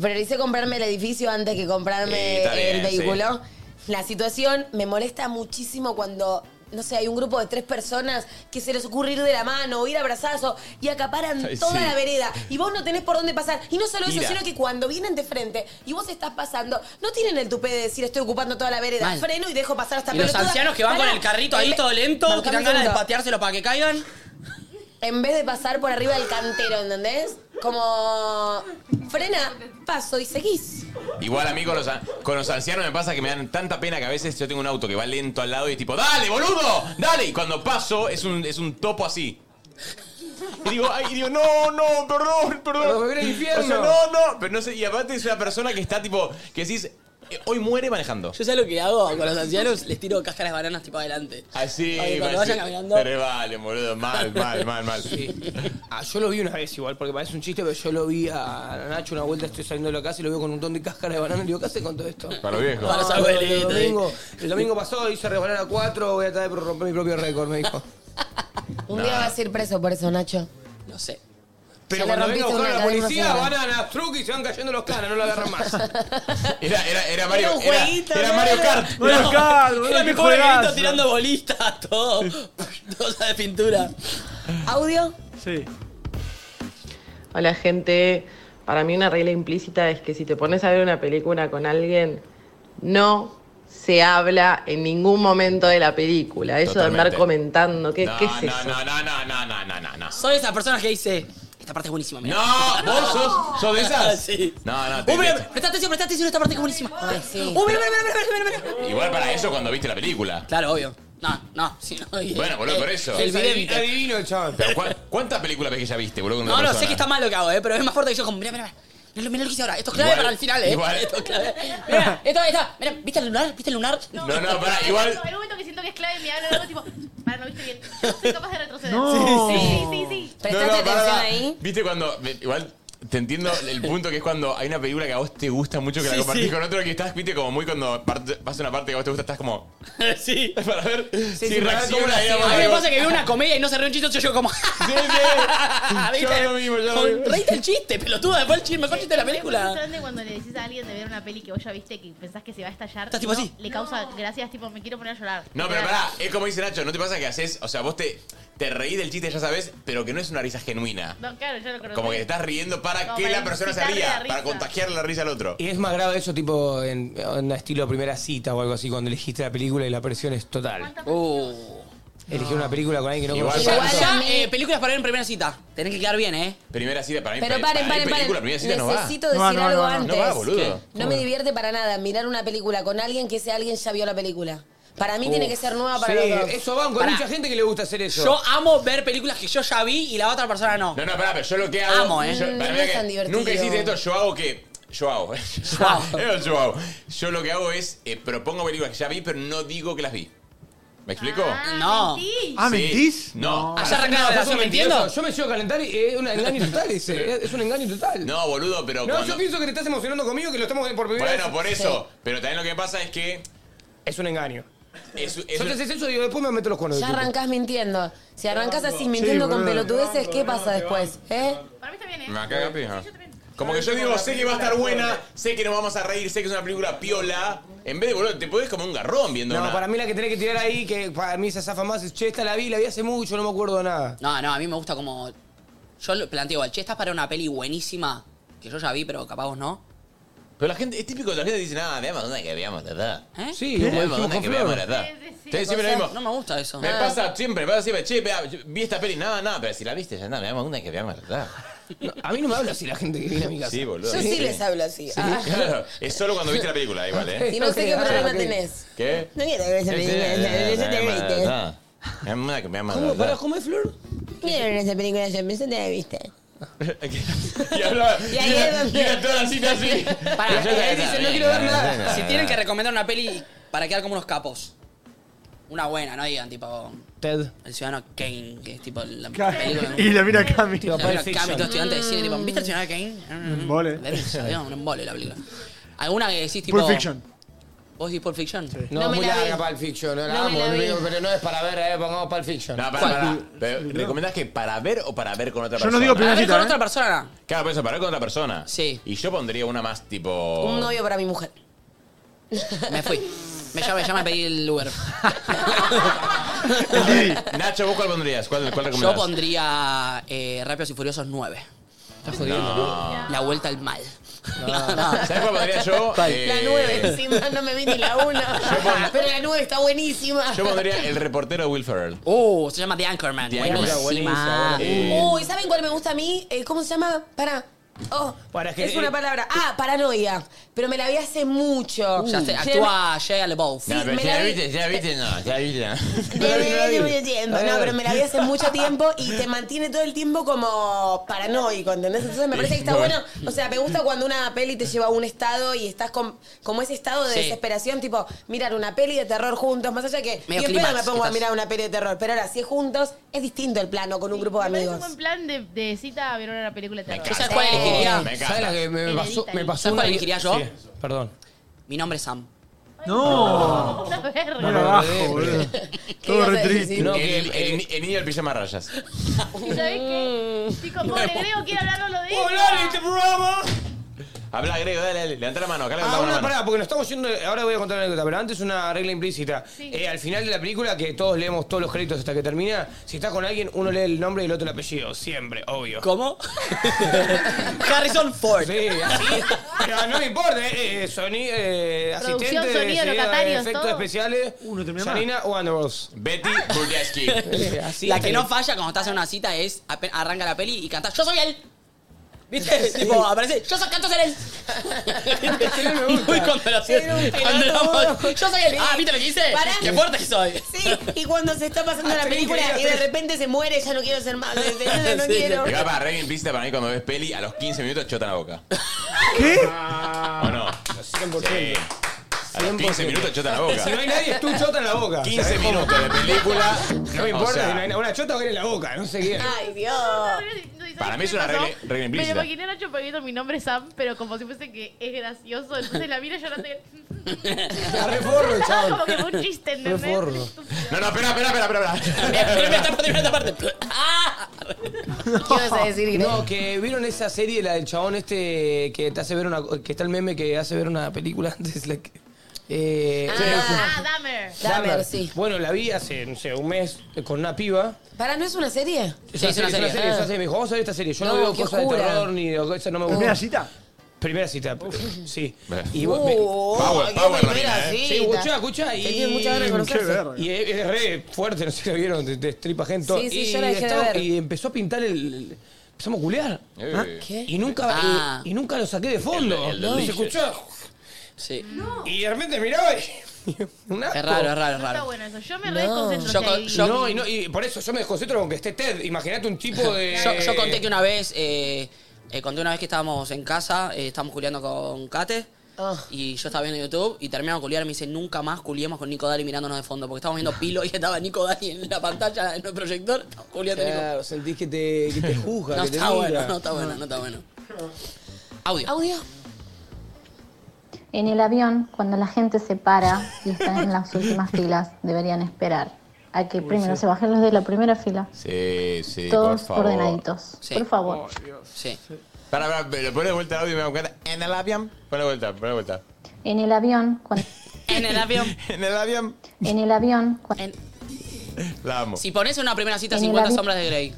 prioricé comprarme el edificio antes que Eh, comprarme está bien, el vehículo. La situación me molesta muchísimo cuando, no sé, hay un grupo de tres personas que se les ocurre ir de la mano o ir a brazazo y acaparan Ay, toda sí. la vereda y vos no tenés por dónde pasar. Y no solo eso, Ira. sino que cuando vienen de frente y vos estás pasando, no tienen el tupé de decir estoy ocupando toda la vereda, Mal. freno y dejo pasar hasta Y los ancianos que van con el carrito ahí todo lento, que dan ganas de pateárselo para que caigan. En vez de pasar por arriba del cantero, ¿entendés? Como frena, paso y seguís. Igual a mí con los, an- con los ancianos me pasa que me dan tanta pena que a veces yo tengo un auto que va lento al lado y es tipo, ¡dale, boludo! ¡Dale! Y cuando paso es un, es un topo así. Y digo, ay, y digo, no, no, perdón, perdón. Pero me viene el infierno. O sea, no, no. Pero no sé, y aparte es una persona que está tipo, que decís, eh, hoy muere manejando. Yo sé lo que hago con los ancianos, les tiro cáscaras de bananas tipo adelante. Así, Ay, cuando así. vayan caminando. Pero vale, boludo, mal, mal, mal, mal. Ah, yo lo vi una vez igual, porque parece un chiste, pero yo lo vi a Nacho una vuelta, estoy saliendo de la casa y lo veo con un montón de cáscara de banana. Y digo, ¿qué hace con todo esto? Para los [LAUGHS] viejos. No, Para los el abuelitos, domingo- El domingo pasado hice resbalar a cuatro, voy a tratar de romper mi propio récord, me dijo. Un día vas a ir preso por eso, Nacho. No sé. Pero Ya le cuando venga a rompiste una buscar a la cadena policía, sola. banana, truque y se van cayendo los canas, no lo agarran más. Era, era, era Mario- Era un era- jueguito, era ¿no? Mario Kart. No, Mario Kart, boludo, Era mi qué joven juegazo. grito tirando bolitas, [LAUGHS] todo. Cosa de pintura. ¿Audio? Sí. Hola gente, para mí una regla implícita es que si te pones a ver una película con alguien, no se habla en ningún momento de la película. Eso de Totalmente. andar comentando, ¿qué, No, qué es no, eso? No, no, no, no, no, no, no, no. Soy esa persona que dice. Esta parte es buenísima, mirá". No, vos sos, sos de esas. Ah, sí. No, no, te- Uh, mirá, te- presta atención, presta atención, esta parte es buenísima. Uh, mirá, mirá, mirá, mirá, mirá, mirá, mirá. Igual para eso cuando viste la película. Claro, obvio. No, no, si no. y- Bueno, boludo, por eh, eso. El vidente. Adivino el chaval. Pero ¿cuá- ¿cuántas películas ves que ya viste, boludo? con una No, no, sé persona? que está mal lo que hago, eh, pero es más fuerte que yo como, mirá, mirá, mirá. Mirá lo- mirá lo que hice ahora. Esto es clave Igual, para el final, eh. igual. Esto es clave. Mirá, esto, ahí está. Mirá, ¿viste el lunar? ¿Viste el lunar? No, no, pará, igual. Hay un momento que siento que es clave y me hablan algo tipo, para, no viste bien. Yo soy capaz de retroceder. No. Sí, sí, sí, sí. Prestate No, no, pará, atención pará. ahí. Viste cuando. Igual. Te entiendo el punto que es cuando hay una película que a vos te gusta mucho, que la Sí, compartís sí. con otro, que estás, viste, como muy cuando parte- pasa una parte que a vos te gusta, estás como. [LAUGHS] sí. [LAUGHS] Para ver si sí, para ver Ah, reacciona. cómo la ahí hacía. la A mí me mano. pasa que veo una comedia y no se ríe un chiste, yo llego como. [LAUGHS] Yo ¿Viste? lo mismo, yo lo Con- mismo. Reíte el chiste, pelotuda, después el chiste, mejor chiste de la Es película. frustrante cuando le decís a alguien de ver una peli que vos ya viste que pensás que se va a estallar. Estás y tipo no, así. Le causa gracias, tipo, me quiero poner a llorar. No, pero pará, es como dice Nacho, ¿no te pasa que haces, o sea, vos te, te reís del chiste, ya sabes, pero que no es una risa genuina? No, claro, yo lo conozco. Como que te estás riendo para Como que para la persona se incitarle la ría, risa. para contagiar la risa al otro. Y es más grave eso, tipo, en, en estilo primera cita o algo así, cuando elegiste la película y la presión es total. Uh, Elegir una película con alguien que no Igual conoces. para- Ya, eh, películas para ver en primera cita. Tenés que quedar bien, eh. Primera cita, para mí, Pero pe- paren, para mí paren, película, paren. primera cita no va. Necesito decir algo antes. No va, boludo. No me divierte para nada mirar una película con alguien que ese alguien ya vio la película. Para mí tiene que ser nueva para sí, los dos. Eso van, con Pará. mucha gente que le gusta hacer eso. Yo amo ver películas que yo ya vi y la otra persona no. No, no, pará, pero yo lo que hago. Amo, eh. yo- Mm, para no mí es que tan divertido. Nunca hiciste esto, yo hago que. Yo hago. [LAUGHS] Yo hago. Es Yo hago. Yo lo que hago es eh, propongo películas que ya vi, pero no digo que las vi. ¿Me explico? no. Ah, Sí. ¿mentís? No. Allá arrancaba la Yo soy relación, ¿me mentiroso, entiendo? Yo me llevo a calentar y es un engaño total ese. [LAUGHS] Es un engaño total. No, boludo, pero No, cuando. yo pienso que te estás emocionando conmigo que lo estamos por primera vez. Bueno, por eso. Pero también lo que pasa es que. Es un engaño. Es, es Yo un- te haces eso y digo, después me meto los cuernos. Ya de tu- arrancás mintiendo. Si arrancás así mintiendo con boludo. pelotudeces, ¿qué pasa después? ¿Eh? Me caga pija. Como que yo digo, sé que va a estar buena, sé que nos vamos a reír, sé que es una película piola. En vez de, boludo, te podés como un garrón viendo No, una. para mí la que tenés que tirar ahí, que para mí se zafa más, es, che, esta la vi, la vi hace mucho, no me acuerdo de nada. No, no, a mí me gusta como. Yo lo planteo igual, che, estás para una peli buenísima que yo ya vi, pero capaz vos no. Pero la gente, es típico de la gente dice, nada, veamos una que veamos la verdad. ¿Eh? Sí, como Veamos dijimos una con que Flor. veamos la verdad. Ustedes siempre lo mismo. No me gusta eso. Me pasa siempre, me pasa siempre, che, vea, yo vi esta peli, nada, nada, pero si la viste, ya nada, veamos una que veamos la verdad. No, a mí no me habla así la gente que viene a mi casa. Sí, boludo. Yo sí les hablo así. Ah. Claro, es solo cuando viste la [LAUGHS] película, igual, ¿eh? Y no sé qué Ok, problema [LAUGHS] ok. tenés. ¿Qué? No quiero que se me diga, yo te viste. Ah, Me ama que me ama. ¿Cómo? la verdad. ¿Para cómo es Flor? Vieron esa película, yo me senté la vista. [LAUGHS] Y hablaba. Y ahí es donde- y era toda la cita así. Para, Yo caí, dice, caí, no quiero ver caí, caí, nada. caí, Si caí, tienen que caí. recomendar una peli para quedar como unos capos. Una buena, no digan, tipo... Ted. El ciudadano Kane, que es tipo la Claro. película... Y la mira Cami. Tipo, la mira Cami, todo estudiante de cine, tipo, ¿viste el ciudadano Kane? Mm, Un vole. Digamos, Un embole la película. ¿Alguna que decís tipo... Pulp Fiction. ¿Vos decís Pulp Fiction? No, es muy larga Pulp Fiction, no No la me amo, la no vi. digo, pero no es para ver, eh, pongamos Pulp Fiction. No, para, para. Pero, ¿Recomendás que para ver o para ver con otra Yo persona? no digo primera Para ver cita, con ¿eh? otra persona. Claro, pero eso, para ver con otra persona. Sí. Y yo pondría una más tipo. Un novio para mi mujer. Me fui. Me llama, me llama a pedir el [LAUGHS] Uber. Nacho, ¿vos cuál pondrías? ¿Cuál, cuál recomendás? Yo pondría eh, Rápidos y Furiosos 9. Estás jodiendo. No. La vuelta al mal. [LAUGHS] No. [LAUGHS] ¿Sabés cuál pondría yo? Eh, La nueve, encima no me vi ni la una. Pero la nueve está buenísima. Yo pondría el reportero de Will Ferrell. Oh, se llama The Anchorman. The Buenísima. Anchorman. Buenísima, buenísima. Uy, ¿saben cuál me gusta a mí? Eh, ¿Cómo se llama? Para. Oh, Para que- es una palabra. Ah, paranoia. Pero me la vi hace mucho. Ya sé, Lleve- actúa Shia LaBeouf. No, pero me ya la vi- viste, ya viste, no, ya viste, [LAUGHS] no. Desde mucho tiempo. No, pero me la vi hace mucho tiempo y te mantiene todo el tiempo como paranoico, ¿entendés? Entonces me parece que está bueno. Bueno. O sea, me gusta cuando una peli te lleva a un estado y estás con, como ese estado de Sí. desesperación, tipo mirar una peli de terror juntos, más allá que Medio bien pedo clímax, me pongo a quizás. mirar una peli de terror. Pero ahora, si es juntos, es distinto el plano con un grupo de Es un amigos. buen plan de, de cita a ver una película de terror. ¿Sabes cuál elegiría? Me encanta. ¿Sabes Eh, la que me pasó- Hereditary. me pasó ¿Sabes una cuál que- elegiría yo? Sí, perdón. Mi nombre es Sam. No. [LAUGHS] Una verga. No la bajo, [LAUGHS] boludo. Todo re triste. No, que el, el, el niño del pijama rayas. ¿Y sabés qué? Chicos, pobre [LAUGHS] Grego quiere hablarnos lo de ella. Habla, Grego, dale, dale. Levanta la mano, acá levanta Ah, la una mano. parada, porque nos estamos yendo. Ahora voy a contar una anécdota, pero antes una regla implícita. Eh, al final de la película, que todos leemos todos los créditos hasta que termina, si estás con alguien, uno lee el nombre y el otro el apellido. Siempre, obvio. ¿Cómo? [LAUGHS] Harrison Ford. Sí, así. Pero no me importa, eh, eh, soni- eh, Producción, asistente, sonido, sonido, locatarios, efectos todo. especiales. Uno termina más. Janina Wanderers. Eh, Betty Burdeski. así La es. que no falla cuando estás en una cita es apen- arranca la peli y cantas Yo soy él. ¿Viste? Tipo, aparece, yo soy canto ser él. Muy Era controversial. un Cuando pelotudo. éramos, Yo soy él. Ah, ¿viste lo que hice? Pará. Qué fuerte que soy. Sí, y cuando se está pasando [LAUGHS] la Hasta que película y Ah, quería de hacer- repente se muere, ya no quiero ser [LAUGHS] más. ¿entendés? No Sí, quiero. Acá para regla implícita para mí cuando ves peli, a los 15 minutos chota la boca. ¿Qué? Ah, ¿O no? 100%. A los 15 minutos chota la boca. Si no hay nadie, es tú chota en la boca. 15 minutos de película. No me importa O sea, si no hay na- una chota o en la boca, no sé qué. Ay, Dios. Para mí es una regla, regla Me implícita. imaginé a Nacho pidiendo mi nombre es Sam, pero como si fuese que es gracioso, entonces la miro llorando. y- La reforro, chaval. como que fue un chiste, Re ¿entendés? forro. No, no, espera, espera, espera, espera. Primera parte, primera parte. Ah. ¿Qué ibas a decir, Greg? No, que vieron esa serie, la del chabón este que te hace ver una. que está el meme que hace ver una película [LAUGHS] antes. La que, eh, Ah, Dahmer. Dahmer, Dahmer. sí. Bueno, la vi hace, no sé, un mes eh, con una piba. ¿Para no es una serie? Sí, es una Es una serie. Ah. serie, es una serie. Me dijo, vamos a ver esta serie. Yo no, No, veo qué cosas jura. de terror ni de cosas, no me gusta. ¿Primera cita? Primera cita, [LAUGHS] sí. Eh. Y vos- me- Uh, Oh, Power, qué power, primera Romina, ¿eh? Sí, cita. escuchá, escuchá. Y, Tenía muchas ganas de conocerse. Qué verga. y es, es re fuerte, no sé si lo vieron, te, te estripa gente. todo. Sí, sí, y yo la dejé de ver. Y empezó a pintar el... el- empezamos a culear. Ah, Eh. ¿Qué? Y nunca, Ah. y, y nunca lo saqué de fondo. El- el y se delicious. escuchó. Sí. Y de repente miraba y... [LAUGHS] un asco. Es raro, es raro, No es está raro. bueno eso. Yo me No. re desconcentro. Yo si con- hay- yo- No, y no, y por eso yo me desconcentro aunque esté Ted. Imagínate un tipo de... Yo, yo conté que una vez, eh, eh, conté una vez que estábamos en casa, eh, estábamos culiando con Kate. Ah. Y yo estaba viendo YouTube y terminamos de culiar y me dice, nunca más culiemos con Nico Dali mirándonos de fondo, porque estábamos viendo Pilo y estaba Nico Dali en la pantalla, en el proyector, estábamos culiando Nico. Claro, sentís que te, que te juzga, No que te está mira. bueno, no está bueno, no está bueno. Audio. Audio. En el avión, cuando la gente se para y están en las últimas filas, deberían esperar a que primero se bajen los de la primera fila. Sí, sí, por Todos favor. ordenaditos. Sí. Por favor. Sí. Para, para, pero ponle de vuelta el audio y me voy a buscar. En el avión. Ponle de vuelta, ponle de vuelta. En el avión, cuando, En el avión. En el avión. en el avión, cua- En- La amo. si pones en una primera cita En el 50 avión. sombras de Grey,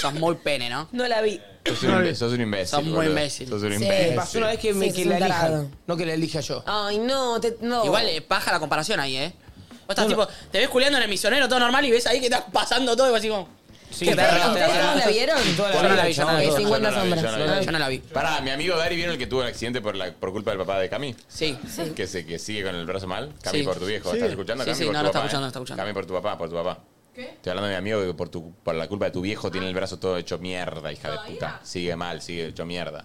sos muy pene, ¿no? No la vi. Sos un imbécil. Sos un imbécil. Sos muy boludo. imbécil. Sos un Sí. Me imbécil. pasó una vez que, Sí, me, es que un la tarado. elija, no que la elija yo. Ay, no, te, no. Igual eh, paja la comparación ahí, ¿eh? Vos estás tipo, te ves culiando en el misionero todo normal y ves ahí que estás pasando todo y vas así como. Sí, ¿Ustedes- claro, ustedes claro. todos la vieron? Toda la Yo no vida, la vi, yo no la chabón, toda. vi. Yo no la vi, 50 yo no la sombras. vi. Yo no la vi. Pará, mi amigo Dari vieron el que tuvo el accidente por, la, por culpa del papá de Cami. Sí. Que, se, que sigue con el brazo mal. Cami Sí. por tu viejo. Sí. ¿Estás escuchando? Sí, Cami sí, por no, tu no está papá, escuchando, eh. no está escuchando. Cami por tu papá, por tu papá. ¿Qué? Estoy hablando de mi amigo que por, tu, por la culpa de tu viejo tiene el brazo todo hecho mierda, hija de puta. Sigue mal, sigue hecho mierda.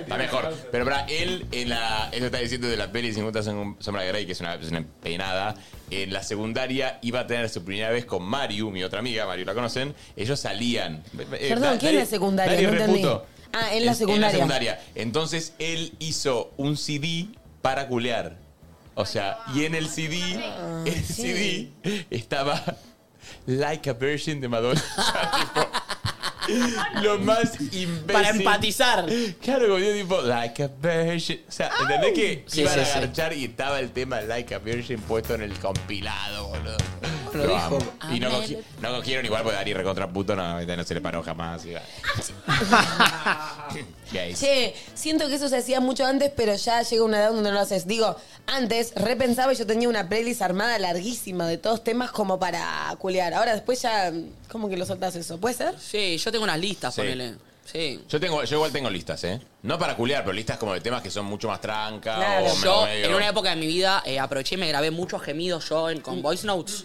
Está mejor. Pero para él, en la, eso está diciendo de la peli 50 som- Sombra de Grey, que es una, es una peinada. En la secundaria iba a tener su primera vez con Mario, mi otra amiga, Mario la conocen. Ellos salían. Eh, Perdón, da- ¿qué es la nadie- secundaria? nadie No entendí. reputo. Ah, en la secundaria. Entonces él hizo un CD para culear. O sea, y en el CD, Ah, en el CD estaba Like a Virgin de Madonna. [LAUGHS] Tipo, Lo más imbécil. Para empatizar. [LAUGHS] Claro, como yo tipo, like a virgin. O sea, ¿entendés que Sí, iban sí, a sí. garchar y estaba el tema like a virgin puesto en el compilado, boludo? Lo Lo dijo. amo. Y no, Amé cogi- no cogieron igual porque Dari recontra puto no, no se le paró jamás. [LAUGHS] y va. Gays. Che, siento que eso se hacía mucho antes, pero ya llega una edad donde no lo haces. Digo, antes repensaba y yo tenía una playlist armada larguísima de todos temas como para culear. Ahora después ya, como que lo soltás eso. ¿Puede ser? Sí, yo tengo unas listas, Sí. ponele. Sí. Yo, tengo, yo igual tengo listas, ¿eh? No para culear, pero listas como de temas que son mucho más tranca o medio Yo, medio. en [LAUGHS] una época de mi vida, eh, aproveché y me grabé muchos gemidos yo en- con voice notes.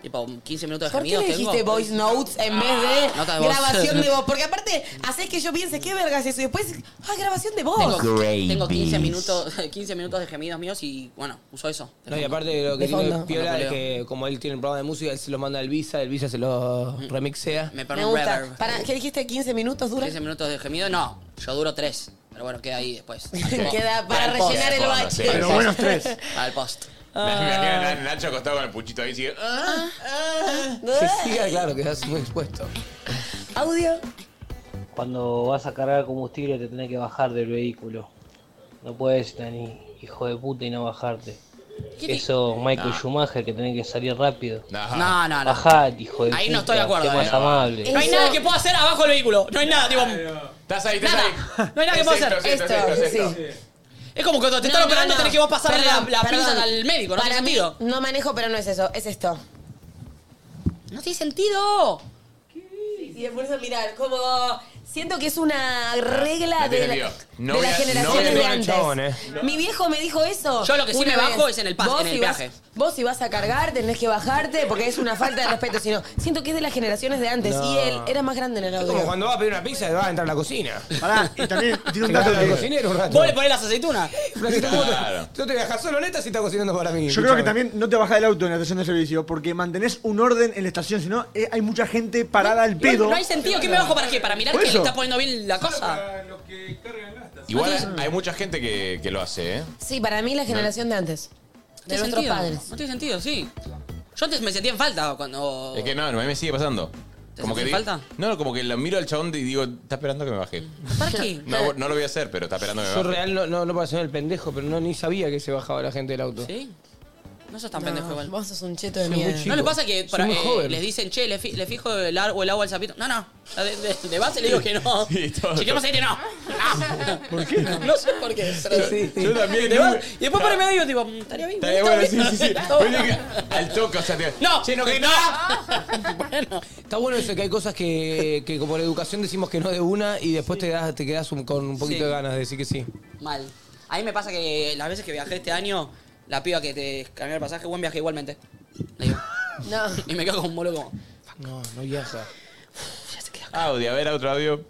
Tipo, 15 minutos de ¿Por qué gemidos le tengo. Ah, dijiste voice notes en vez de Nota de voz. grabación [LAUGHS] de voz? Porque aparte, haces que yo piense, ¿qué verga es eso? Y después, ah, grabación de voz. Tengo, tengo 15 [LAUGHS] Babies. minutos, [LAUGHS] 15 minutos de gemidos míos y, bueno, uso eso. No, y aparte lo De que tiene fondo. Piola Cuando es que como él tiene un programa de música, él se los manda al Visa, el Visa se los remixea. Me Me pone un gusta. reverb. Para, ¿Qué dijiste? ¿15 minutos dura? 15 minutos de gemido, no. Yo duro 3. Pero bueno, queda ahí después. [LAUGHS] Queda para Al post. rellenar el bache. sí, Pero [LAUGHS] al buenos post. [LAUGHS] tres. Al post. Imagínate, Nacho acostado con el puchito ahí sigue. "Ah". Que siga, claro, que estás muy expuesto. Audio. Cuando vas a cargar combustible te tenés que bajar del vehículo. No puedes estar ni hijo de puta y no bajarte. ¿Qué te- Eso Michael No. Schumacher que tenés que salir rápido. No, no, no. Bajate, hijo de Ahí puta. no estoy de acuerdo, sé eh. más amable. No hay nada que pueda hacer abajo del vehículo. No hay nada, digo. Estás ahí, estás ahí. No hay nada que Es pueda esto, hacer. es esto, es esto, es Esto, esto. Es como cuando No, te están no, operando, no. tenés que vos pasarle la, Perdón, la perdón. pinza al médico, no Para tiene mí, sentido. No manejo, pero no es eso, es esto. No tiene sentido. Y de fuerza mirar, como siento que es una regla No de tiene la, sentido. No de voy a- las no voy generaciones a tener de un antes. chabón, eh. Mi viejo me dijo eso. Yo lo que sí una me bajo es en el pas- en el si viaje. vas- vos si vas a cargar tenés que bajarte porque es una falta de respeto, sino siento que es de las generaciones de antes No. y él era más grande en el Como audio. cuando vas a pedir una pizza y vas a entrar a la cocina. Pará, y [LAUGHS] también tiene un Claro, dato al que- cocinero un rato. Vos le ponés las aceitunas. Flaquito, ¿cómo te- Yo te voy a dejar solo neta si estás cocinando para mí. Yo creo que también no te bajas del auto en la estación de servicio porque mantenés un orden en la estación, si no eh, hay mucha gente parada al pedo. No hay sentido. ¿Qué me bajo para qué? ¿Para mirar Por que le eso. está poniendo bien la cosa? Igual hay- hay mucha gente que, que lo hace, ¿eh? Sí, para mí la generación de antes. No De tiene nuestros sentido. padres. No tiene sentido, sí. Yo antes me sentía en falta cuando. Es que no, no me sigue pasando. Como que hace digo- falta? No, no, como que lo miro al chabón y digo, está esperando que me baje. ¿Para qué? No, no lo voy a hacer, pero está esperando que me Yo baje. real no, no, no para sonar el pendejo, pero no ni sabía que se bajaba la gente del auto. ¿Sí? No sos tan pendejo igual. Vos sos un cheto de Soy muy mierda. chico. ¿No le pasa que Soy para, muy eh, joven. les dicen, che, le, fi- le fijo el, ar- o el agua al sapito? No, no. De, de- de base le digo que no. [LAUGHS] Sí, todo. Chequeamos aceite, no. [LAUGHS] ¿Por qué? [LAUGHS] No sé por qué. pero- Sí, sí. Yo también, De digo- base- y después por el medio digo, "Mm, estaría bien. Estaría bueno, sí, [LAUGHS] sí, sí. Pero digo, Al toque, o sea, te- No, Che, no, que no. no. Está bueno eso que hay cosas que, que como la educación decimos que no de una y después te, das, te quedas un- con un poquito Sí. de ganas de decir que sí. Mal. A mí me pasa que las veces que viajé este año, la piba que te escaneó el pasaje, buen viaje igualmente. Le digo. No. Y me quedo con un bolo como. No, no viaja. Audio, a ver, otro audio.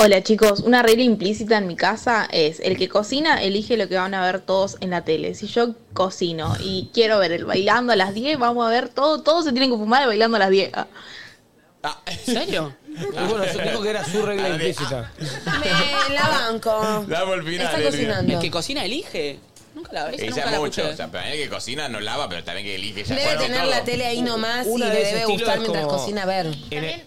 Hola chicos, una regla implícita en mi casa es el que cocina elige lo que van a ver todos en la tele. Si yo cocino y quiero ver el bailando a las 10, vamos a ver todo, todos se tienen que fumar el bailando a las 10. Ah. Ah, [LAUGHS] ¿En serio? Y bueno, yo dijo que era su regla implícita. Me la banco. Damos el final. Está Eri. cocinando. El que cocina elige. Nunca la ves. Ella Nunca la mucho. escuché. O sea, para mí que cocina no lava, pero también que elige. ya Debe fueron tener todo. la tele ahí Ah, nomás Una y de le ese debe estilo gustar es mientras como- cocina a ver. En el-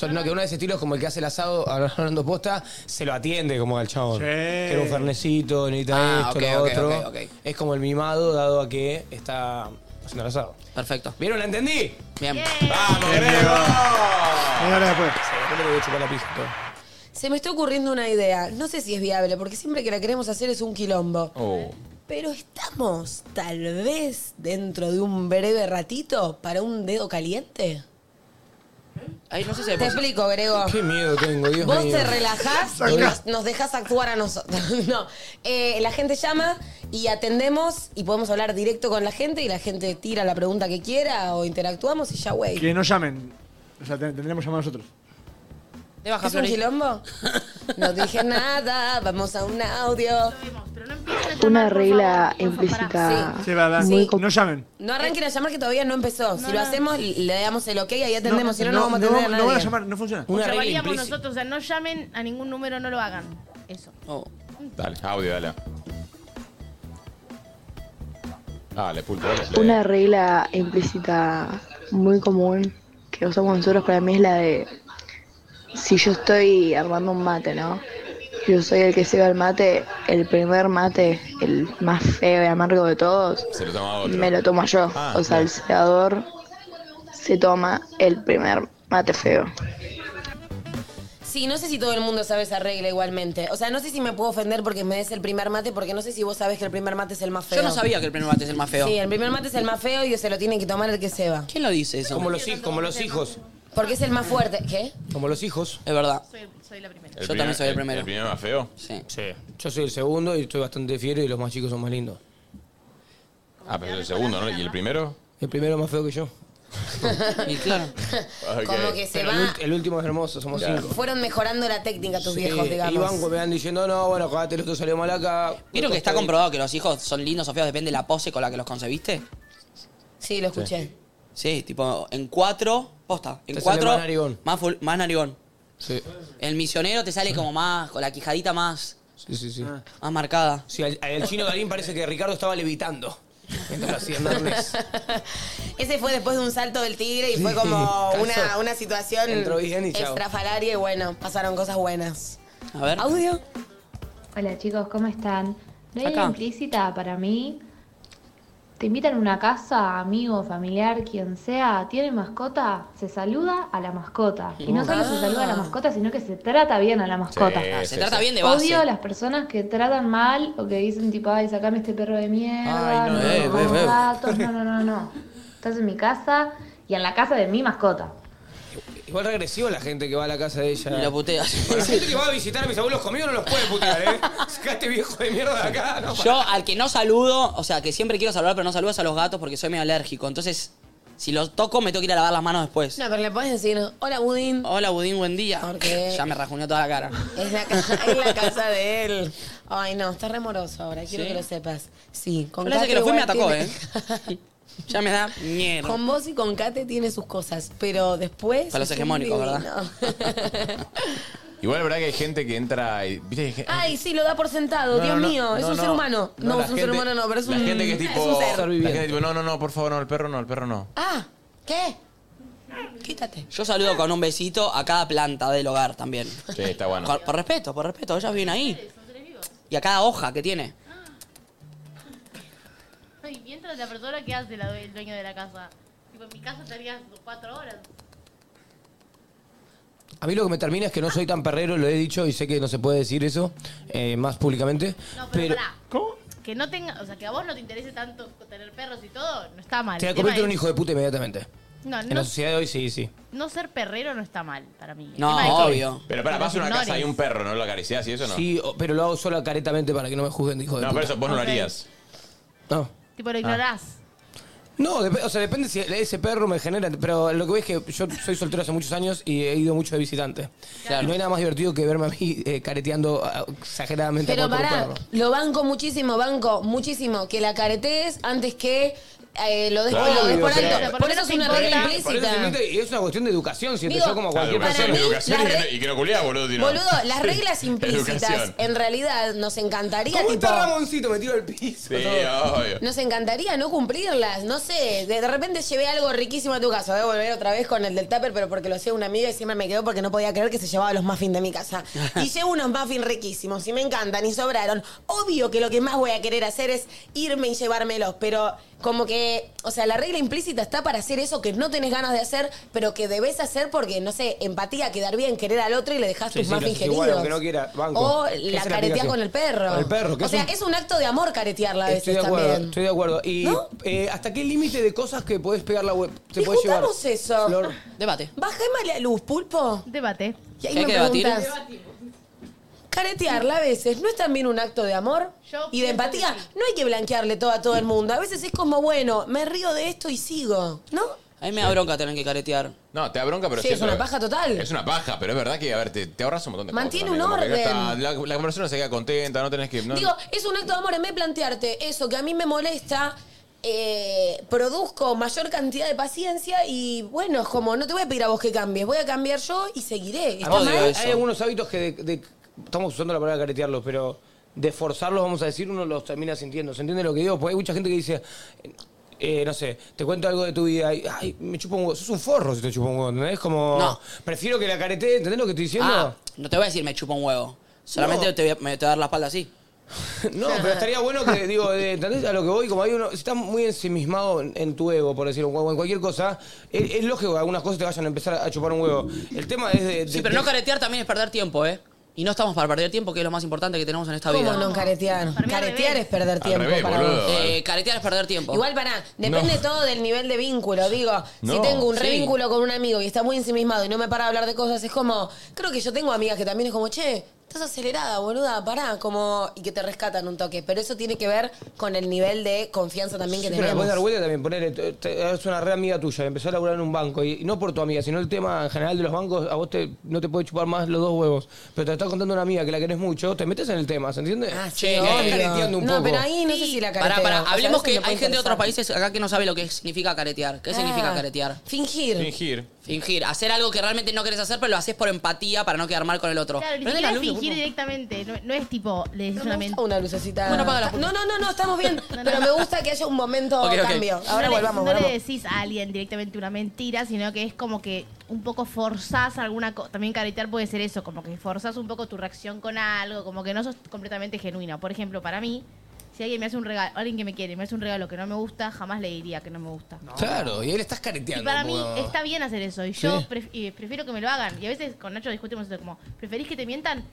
Yo- no, que uno de ese estilo es como el que hace el asado hablando posta, se lo atiende como al chabón. Quiero un fernecito, necesita Ah, esto, ok, lo ok, otro. ok, ok. Es como el mimado dado a que está haciendo el asado. Perfecto. ¿Vieron? ¿La entendí? Bien. ¡Vamos, Grego! Media hora después. Yo le voy a chupar la pija. todo. Se me está ocurriendo una idea. No sé si es viable, porque siempre que la queremos hacer es un quilombo. Oh. Pero estamos, tal vez, dentro de un breve ratito, para un dedo caliente. Ay, no sé si Te explico, Grego. Qué miedo tengo, Dios Ah. Vos mío. te relajás y nos, nos dejás actuar a nosotros. [LAUGHS] No. Eh, la gente llama y atendemos y podemos hablar directo con la gente y la gente tira la pregunta que quiera o interactuamos y ya, güey. Que no llamen. O sea, ten- tendremos que llamar nosotros. De baja, ¿Es un quilombo? No dije nada, vamos a un audio. Una regla implícita Sí, va, va. muy No llamen. No arranquen a llamar que todavía no empezó. Si lo hacemos, le damos el ok y ahí atendemos. si no, no, no vamos a no atender vamos- a no nadie. van a llamar, no funciona. Lo haríamos nosotros, o sea, no llamen a ningún número, no lo hagan. Eso. Dale, audio, dale. Dale, pulpo, dale. Una regla implícita muy común que usamos nosotros para mí es la de si yo estoy armando un mate, ¿no? Yo soy el que se va al mate, el primer mate, el más feo y amargo de todos, Se lo toma otro. me lo tomo yo. Ah, o sea, el seador se toma el primer mate feo. Sí, no sé si todo el mundo sabe esa regla igualmente. O sea, no sé si me puedo ofender porque me des el primer mate, porque no sé si vos sabés que el primer mate es el más feo. Yo no sabía que el primer mate es el más feo. Sí, el primer mate es el más feo y se lo tiene que tomar el que se va. ¿Quién lo dice eso? Como los, hij- como los hijos. Porque es el más fuerte. ¿Qué? Como los hijos. Es verdad. Soy, soy la primera. Yo también soy el primero. ¿El primero más feo? [LAUGHS] Sí. Yo soy el segundo y estoy bastante fiero y los más chicos son más lindos. Ah, pero es el segundo, ¿no? ¿Y el primero? El primero es más feo que yo. y claro. Ok. Como que se Pero el va- ult- El, último es hermoso, somos cinco. Fueron mejorando la técnica tus viejos, Sí, digamos. Y van copiando diciendo, no, bueno, jugate, el otro salió mal acá. ¿Vieron que está comprobado que los hijos son lindos o feos? Depende de la pose con la que los concebiste. Sí, lo escuché. Sí, tipo, en cuatro, posta, en Te sale cuatro. más narigón. Más, ful- más narigón. Sí. El misionero te sale como más, con la quijadita más, Sí, sí, sí. más marcada. Sí, al, al chino Darín parece que Ricardo estaba levitando. Mientras hacía Hernández. Ese fue después de un salto del tigre y fue [LAUGHS] como Calzó. una, una situación Entró bien y chao. estrafalaria y bueno, pasaron cosas buenas. A ver. ¿Audio? Hola chicos, ¿cómo están? Regla Acá. implícita para mí. Te invitan a una casa, amigo, familiar, quien sea, tiene mascota, se saluda a la mascota. Y no solo se saluda a la mascota, sino que se trata bien a la mascota. Ah, se trata bien de base. Odio a las personas que tratan mal o que dicen tipo, ay, sacame este perro de [LAUGHS] mierda, Ay, no, no, eh, me eh, gustan los eh. gatos, no, no, no, no. Estás en mi casa y en la casa de mi mascota. Igual regresivo la gente que va a la casa de ella. eh. Y la putea. La gente que va a visitar a mis abuelos conmigo no los puede putear, ¿eh? Sacaste viejo de mierda de acá. No, [LAUGHS] Yo al que no saludo, o sea, que siempre quiero saludar, pero no saludas a los gatos porque soy medio alérgico. Entonces, si los toco, me tengo que ir a lavar las manos después. No, pero le podés decir, hola Budín. Hola, Budín, buen día. Porque [LAUGHS] Ya me rajuneó toda la cara. es la, casa, [LAUGHS] es la casa de él. Ay, no, está remoroso ahora, quiero ¿Sí? que lo sepas. Sí, con Parece Kate que lo fui y me igual atacó, tiene- ¿eh? Ya me da [LAUGHS] miedo. Con vos y con Kate tiene sus cosas, pero después. Con los es un hegemónicos, divino. ¿verdad? [LAUGHS] Igual la verdad que hay gente que entra y. ¿Viste? Hay gen- Ay, sí, lo da por sentado, No, Dios no, mío, es no, un no. ser humano. No, la es un ser gente- humano, no, pero es la un. gente que es tipo. un ser. la gente tipo, no, no, no, por favor, no, el perro no, el [LAUGHS] perro no. Ah, ¿qué? Quítate. Yo saludo con un besito a cada planta del hogar también. Sí, está bueno. Por, por respeto, por respeto, ellas vienen ahí. Y a cada hoja que tiene. No, y mientras la persona que hace la- el dueño de la casa. Tipo, en mi casa estarías cuatro horas. A mí lo que me termina es que no soy tan perrero, lo he dicho y sé que no se puede decir eso eh, más públicamente. No, pero, pero pará. Que no tenga, o sea, que a vos no te interese tanto tener perros y todo, no está mal. te El la tema convierto en un es- hijo de puta inmediatamente. No, En la no, sociedad de hoy sí, sí. no ser perrero no está mal para mí. El No, tema es que- obvio. Pero para, que vas a los una casa y ignores. un perro, ¿no? Lo acariciás y eso no. Sí, o- pero lo hago solo caretamente para que no me juzguen de hijo de No, puta. pero eso vos no lo harías. No. Ah. Tipo, lo ignorás. No, dep- o sea, depende si ese perro me genera. Pero lo que voy es que yo soy soltero hace muchos años y he ido mucho de visitante. Y no hay nada más divertido que verme a mí eh, careteando ah, exageradamente Pero amor por un pará, perro. lo banco muchísimo, banco muchísimo. Que la caretees antes que eh, lo des, Claro, lo des digo, por pero- alto. Por, eso es una Pero regla es- por eso implícita. simplemente- Y es una cuestión de educación, si Digo, yo como Claro, cualquier educación, persona. educación y, que no, y que no culiás, boludo. si no. Boludo, [LAUGHS] las reglas implícitas Educación. en realidad nos encantaría tipo, ¿Cómo está Ramoncito metido al piso? Sí, Todo. obvio. nos encantaría no cumplirlas, no sé, de de repente llevé algo riquísimo a tu casa, voy a volver otra vez con el del tupper, pero porque lo hacía una amiga y siempre me quedó porque no podía creer que se llevaba los muffins de mi [LAUGHS] casa. Y llevo unos muffins riquísimos y me encantan y sobraron. Obvio que lo que más voy a querer hacer es irme y llevármelos, pero como que, o sea, la regla implícita está para hacer eso que no tenés ganas de hacer, pero que debes hacer porque, no sé, empatía, quedar bien, querer al otro y le dejás tus más lo haces igual, aunque no quiera, banco. O Es una la careteás aplicación. con el perro. Con el perro, que O es sea, un- es un acto de amor caretearla a Estoy veces de acuerdo, también. estoy de acuerdo. ¿Y eh, hasta qué límite de cosas que podés pegar la web te podés llevar? Discutamos eso. Flor. Debate. Bájame la luz, pulpo. Debate. Y ahí ¿Qué hay me que debatir? preguntas, Caretearla a veces, ¿no es también un acto de amor y de pienso que empatía? No hay que blanquearle todo a todo el mundo. A veces es como, bueno, me río de esto y sigo, ¿no? A mí me da bronca tener que caretear. No, te da bronca, pero Sí, es siempre- una paja total. Es una paja, pero es verdad que, a ver, te, te ahorras un montón de Mantiene cosas. un también, como que no orden. está- la, la conversación se queda contenta, no tenés que. no- Digo, es un acto de amor. En vez de plantearte eso que a mí me molesta, eh, produzco mayor cantidad de paciencia y, bueno, es como, no te voy a pedir a vos que cambies. Voy a cambiar yo y seguiré. ¿Está Además, mal? hay, hay algunos hábitos que de- de- estamos usando la palabra caretearlos, pero de forzarlos, vamos a decir, uno los termina sintiendo. ¿Se entiende lo que digo? Porque hay mucha gente que dice, eh, no sé, te cuento algo de tu vida y, ay, me chupa un huevo. Sos un forro si te chupa un huevo, ¿entendés? Como, No. prefiero que la caretee, ¿entendés lo que estoy diciendo? Ah, no te voy a decir me chupa un huevo. Solamente No. te voy a, me te voy a dar la espalda así. [LAUGHS] No, pero estaría bueno que, digo, de- ¿entendés? A lo que voy, como hay uno, si estás muy ensimismado en, en tu ego, por decirlo, o en cualquier cosa, es, es lógico que algunas cosas te vayan a empezar a chupar un huevo. El tema es de... Sí, pero no caretear también es perder tiempo, ¿eh? Y no estamos para perder tiempo, que es lo más importante que tenemos en esta ¿Cómo vida. no caretear? Caretear es perder Ah, Al tiempo revés, para boludo, vos. eh. Eh, caretear es perder tiempo. Igual para, depende No. todo del nivel de vínculo. Digo, si No, tengo un sí. revínculo con un amigo y está muy ensimismado y no me para de hablar de cosas, es como, creo que yo tengo amigas que también es como, che, estás acelerada, boluda, pará, como, y que te rescatan un toque. Pero eso tiene que ver con el nivel de confianza también que Sí, pero le tenemos. podés dar vuelta también, poner, es una re amiga tuya, empezó a laburar en un banco, y, y no por tu amiga, sino el tema en general de los bancos, a vos te, no te puede chupar más los dos huevos, pero te está contando una amiga que la querés mucho, te metes en el tema, ¿se entiende? Ah, sí, estás obvio. careteando un no, poco. pero ahí no sé si la Pará, careteo. pará, O sea, hablemos a veces que me hay puede gente de otros interesar. países acá que no sabe lo que significa caretear. ¿Qué Ah. significa caretear? Fingir. Fingir. Fingir, hacer algo que realmente no querés hacer, pero lo haces por empatía para no quedar mal con el otro. Claro, ni Prende siquiera la es luz, fingir boludo. directamente. No, no es tipo, le decís solamente. Una lucecita. Bueno, apaga la puta. No, no, no, no, estamos bien. pero me gusta que haya un momento Ok, ok. cambio. Ahora no le- volvamos, no volvamos. le decís a alguien directamente una mentira, sino que es como que un poco forzás alguna cosa. También caretear puede ser eso, como que forzás un poco tu reacción con algo, como que no sos completamente genuina. Por ejemplo, para mí, si alguien me hace un regalo, alguien que me quiere, me hace un regalo que no me gusta, jamás le diría que no me gusta. Claro, y él estás Y careteando. para mí como- está bien hacer eso. Y yo Sí. pref- y prefiero que me lo hagan. Y a veces con Nacho discutimos esto como, ¿preferís que te mientan?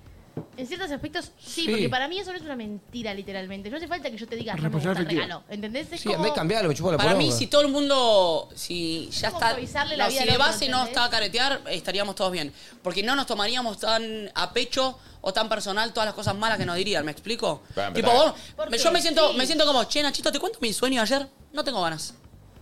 En ciertos aspectos, sí, Sí. porque para mí eso no es una mentira, literalmente. No hace falta que yo te diga, no me gusta el Responsabilidad regalo. ¿Entendés? Es Sí, en vez de como- cambiarlo, me chupa la Para mí, poronga. si todo el mundo, si ya Como está, suavizarle no, la vida si al de otro, base no ¿entendés? está a caretear, estaríamos todos bien. Porque no nos tomaríamos tan a pecho o tan personal todas las cosas malas que nos dirían, ¿me explico? Espera, Tipo, espera. vos- me- yo me siento, me siento como, che, Nachito, ¿te cuento mi sueño ayer? No tengo ganas.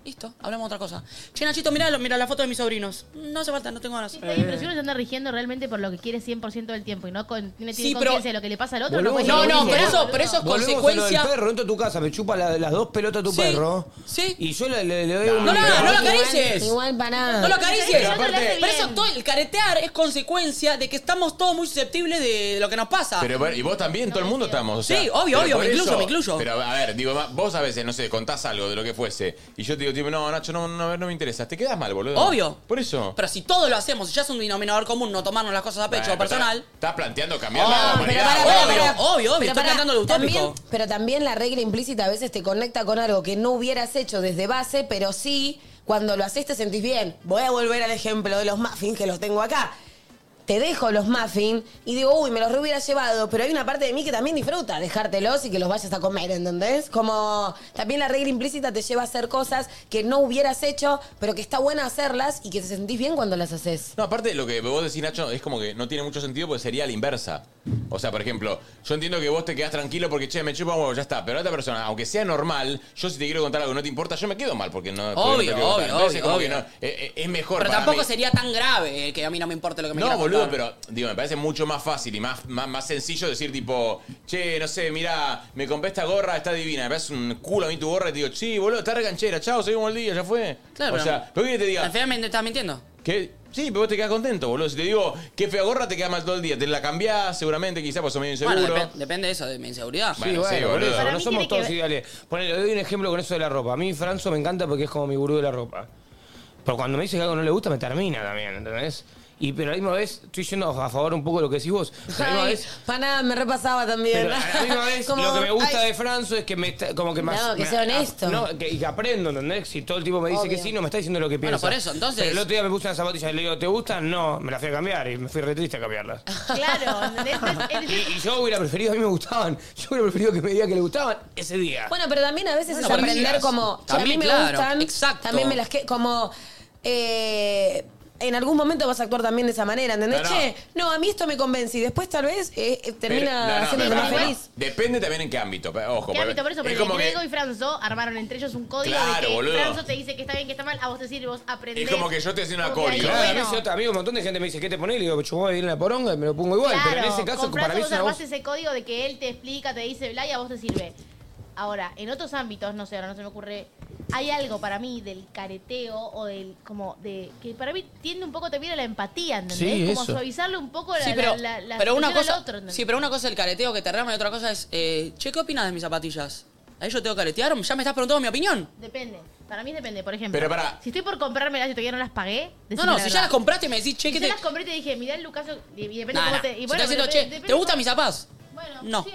Listo, hablamos de otra cosa. Che, Nachito, mirá, lo- mirá la foto de mis sobrinos. No hace falta, no tengo ganas. Está bien, Eh. pero si uno se anda rigiendo realmente por lo que quiere 100% del tiempo y no con- no tiene Sí, pero- conciencia de lo que le pasa al otro, Volvemos puede a lo ser mismo. que sea, boludo. Volvemos a lo del perro, entro a tu casa, me chupa la- las dos pelotas tu perro. Sí. Y yo le, le- le doy un- No, no, Ah, no, no lo Igual- acaricies. Igual para nada. No lo acaricies. Pero aparte- Por Ah. eso todo el caretear es consecuencia de que estamos todos muy susceptibles de lo que nos ah. pasa. Pero bueno, y vos también, todo el mundo estamos. o sea, Sí, obvio, pero obvio, por me incluyo, me incluyo. Pero a ver, digo, vos a veces, no sé, contás algo de lo que fuese. Y yo te digo, tipo, no, Nacho, no, no, no me interesa. Te quedas mal, boludo. Obvio. Por eso. Pero si todos lo hacemos, ya es un denominador común no tomarnos las cosas a pecho Bueno, pero personal. Estás, estás planteando cambiar la Oh, pero humanidad. pará, boludo. pará, pará. Obvio, obvio, Pero estoy Ah, pará, tratando lo utópico. también- pero también la regla implícita a veces te conecta con algo que no hubieras hecho desde base, pero sí, cuando lo haces te sentís bien. Voy a volver al ejemplo de los muffins que los tengo acá. Te dejo los muffins y digo, uy, me los re hubiera llevado, pero hay una parte de mí que también disfruta dejártelos y que los vayas a comer, ¿entendés? Como también la regla implícita te lleva a hacer cosas que no hubieras hecho, pero que está buena hacerlas y que te sentís bien cuando las haces. No, aparte lo que vos decís, Nacho, es como que no tiene mucho sentido porque sería la inversa. O sea, por ejemplo, yo entiendo que vos te quedás tranquilo porque, che, me chupa un huevo, ya está. Pero a otra persona, aunque sea normal, yo si te quiero contar algo que no te importa, yo me quedo mal porque no... porque no te Obvio, quiero contar. obvio, Entonces es como obvio, que no... obvio. eh, eh, Es mejor Pero para tampoco mí. sería tan grave eh, que a mí no me importe lo que me No, quieras boludo, contar. pero digo, me parece mucho más fácil y más, más, más sencillo decir tipo, che, no sé, mira, me compré esta gorra, está divina, me parece un culo a mí tu gorra y te digo, sí, boludo, está reganchera, chao, seguimos el día, ya fue. Claro, o pero- sea, pero que te diga, Al final me estás mintiendo. que sí, pero vos te quedás contento, boludo. Si te digo, qué fea gorra, te queda mal todo el día. Te la cambiás, seguramente, quizás por sos medio inseguro. Bueno, depe- depende de eso, de mi inseguridad. Sí, bueno, por eso, no somos todos que ver- ideales. Ponele, le doy un ejemplo con eso de la ropa. A mí Franzo me encanta porque es como mi gurú de la ropa. Pero cuando me dice que algo no le gusta, me termina también, ¿entendés? Y pero a la misma vez, estoy yendo a favor un poco de lo que decís vos. Pero a la misma Ay, vez, Pana, me repasaba también. pero a la misma [LAUGHS] vez, Como, lo que me gusta ay, de Franzo es que me está- como que más. No, que me- sea honesto. no, que, y que aprendo, ¿entendés? Si todo el tipo me dice Obvio. que sí, no me está diciendo lo que Bueno, piensa. por eso, entonces- Pero el otro día me puse unas zapatillas y le digo, ¿te gustan? No, me las fui a cambiar y me fui re triste a cambiarlas. Claro, [LAUGHS] ¿entendés? y, y yo hubiera preferido, a mí me gustaban. Yo hubiera preferido que me diga que le gustaban ese día. Bueno, pero también a veces Bueno, es pero aprender digas. como. che, También, a mí me claro, gustan. exacto. También me las que. Como. eh, en algún momento vas a actuar también de esa manera, ¿entendés? No, no. Che, no, a mí esto me convence y después tal vez eh, eh, termina Pero- no, no, haciéndote pero más pará, feliz. Depende también en qué ámbito, pe- ojo. ¿Qué ámbito? Por eso, es porque como que- Grego y Franzo armaron entre ellos un código Claro, de que boludo. Franzo te dice que está bien, que está mal, a vos te sirve, vos aprendés. Es como que yo te hacía una Como que ahí, coreo. Claro, a bueno. veces otro amigo, un montón de gente me dice, ¿qué te pones? Y le digo, chupó bien la poronga y me lo pongo igual. pero en ese caso, con Franzo para mí es vos una armás voz. ese código de que él te explica, te dice, bla, y a vos te sirve. Ahora, en otros ámbitos, no sé, ahora no se me ocurre, hay algo para mí del careteo o del, como, de, que para mí tiende un poco también a la empatía, ¿entendés? Sí, como eso. suavizarle un poco la, Sí, pero, la- la- la pero una situación cosa, al otro, ¿entendés? sí, pero una cosa es el careteo que te rama y otra cosa es, eh, che, ¿qué opinas de mis zapatillas? ¿A yo tengo que caretear? ¿Ya me estás preguntando mi opinión? Depende, para mí depende, por ejemplo. Pero pará. Si estoy por comprármelas y todavía no las pagué, No, no, decime la si verdad. ya las compraste y me decís, che, Si ¿qué yo te...? las compré y te dije, mirá el Lucaso, y, y depende Nah, cómo nah. te... Y Si estás diciendo, pero che, depende ¿te gustan cómo- mis zapas? No.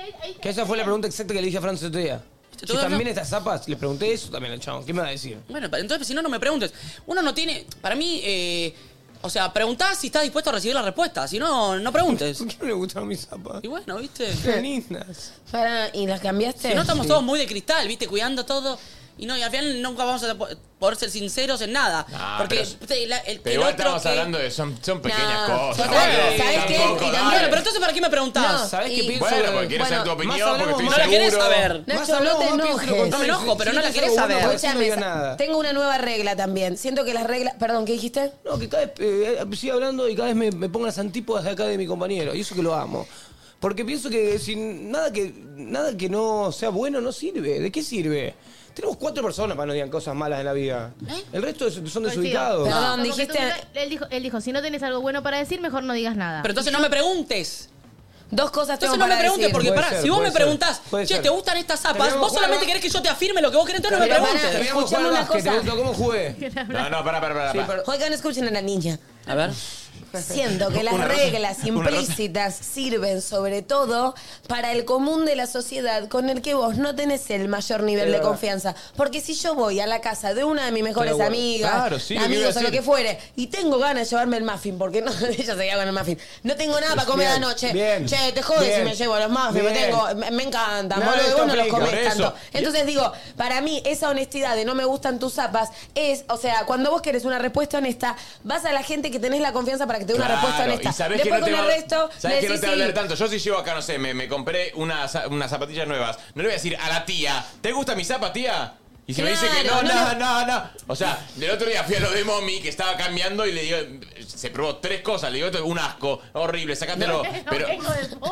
Que esa fue la pregunta exacta que le dije a Francis otro día. Si todo también eso? estas zapas, le pregunté eso también al chabón. ¿Qué me va a decir? Bueno, pa- entonces si no, no me preguntes. Uno no tiene. Para mí, eh, o sea, preguntás si estás dispuesto a recibir la respuesta. Si no, no [LAUGHS] preguntes. ¿Por qué no le gustaron mis zapas? Y bueno, ¿viste? Qué lindas. Pará, ¿y las cambiaste? Si no, estamos todos muy de cristal, ¿viste? Cuidando todo. Y no, y al final nunca vamos a po- poder ser sinceros en nada. Ah, porque pero- te- la- el, Pero el igual otro estamos que- hablando de. Son, son pequeñas No, cosas. total, boludo. ¿sabés qué? Tampoco, Y también- dale. Bueno, pero entonces, ¿para qué me preguntás? No, ¿Sabés qué y- pienso? Bueno, porque quiero saber tu opinión, porque estoy no la seguro. querés saber. Nacho, Más no hablamos, te más pienso enojes. que contame. No me enojo, pero Sí, no la sí, querés sí, saber. bueno, Escuchame, no diga nada. Tengo una nueva regla también. Siento que las reglas. Perdón, ¿qué dijiste? No, que cada vez eh, sigo hablando y cada vez me, me pongo las antípodas de acá de mi compañero. Y eso que lo amo. Porque pienso que sin nada que nada que no sea bueno no sirve. ¿De qué sirve? Tenemos cuatro personas para no digan cosas malas en la vida. El resto es- son desubicados. Perdón, dijiste... él, dijo, él dijo, si no tenés algo bueno para decir, mejor no digas nada. Pero [LAUGHS] entonces no me preguntes. Dos cosas Entonces tengo no me para preguntes, decir. porque Puede pará, ser, si vos puede me ser, preguntás, puede che, ser. ¿te gustan estas zapas? Terminamos Vos jugar solamente al- querés que yo te afirme lo que vos querés, entonces no me Terminamos- preguntes. terminamos jugar al Escuchame una básquet, ¿te cosa. gustó cómo jugué? No, no, pará, pará, pará. Sí, pará. Oigan, escuchen a la niña. A ver. Siento que las Una rosa. reglas Una rosa. implícitas sirven sobre todo para el común de la sociedad con el que vos no tenés el mayor nivel Es de verdad. confianza. Porque si yo voy a la casa de una de mis mejores Claro, amigas, claro, sí, lo que iba a amigos o decir. lo que fuere, y tengo ganas de llevarme el muffin, porque no, [LAUGHS] ella se queda con el muffin, no tengo nada para comer Pues Bien, anoche. bien, che, te jodes si bien, me llevo los muffins, me, bien. tengo, me, me encantan, Nada de boludo, y vos no los complica. Por comés eso. tanto. Entonces digo, para mí esa honestidad de no me gustan tus zapas es, o sea, cuando vos querés una respuesta honesta, vas a la gente que tenés la confianza para que te dé una Claro, respuesta honesta. Y sabés Después que con no te el va, resto, sabés le que no decís te va a sí. doler tanto. Yo si llevo acá, no sé, me, me compré una za- unas zapatillas nuevas. No le voy a decir a la tía, ¿te gusta mi zapatilla? Y si me dice que no, Claro, no, no, no, no. O sea, del otro día fui a lo de mommy que estaba cambiando y le digo, se probó tres cosas. Le digo, esto es un asco, horrible, sacátelo. Pero,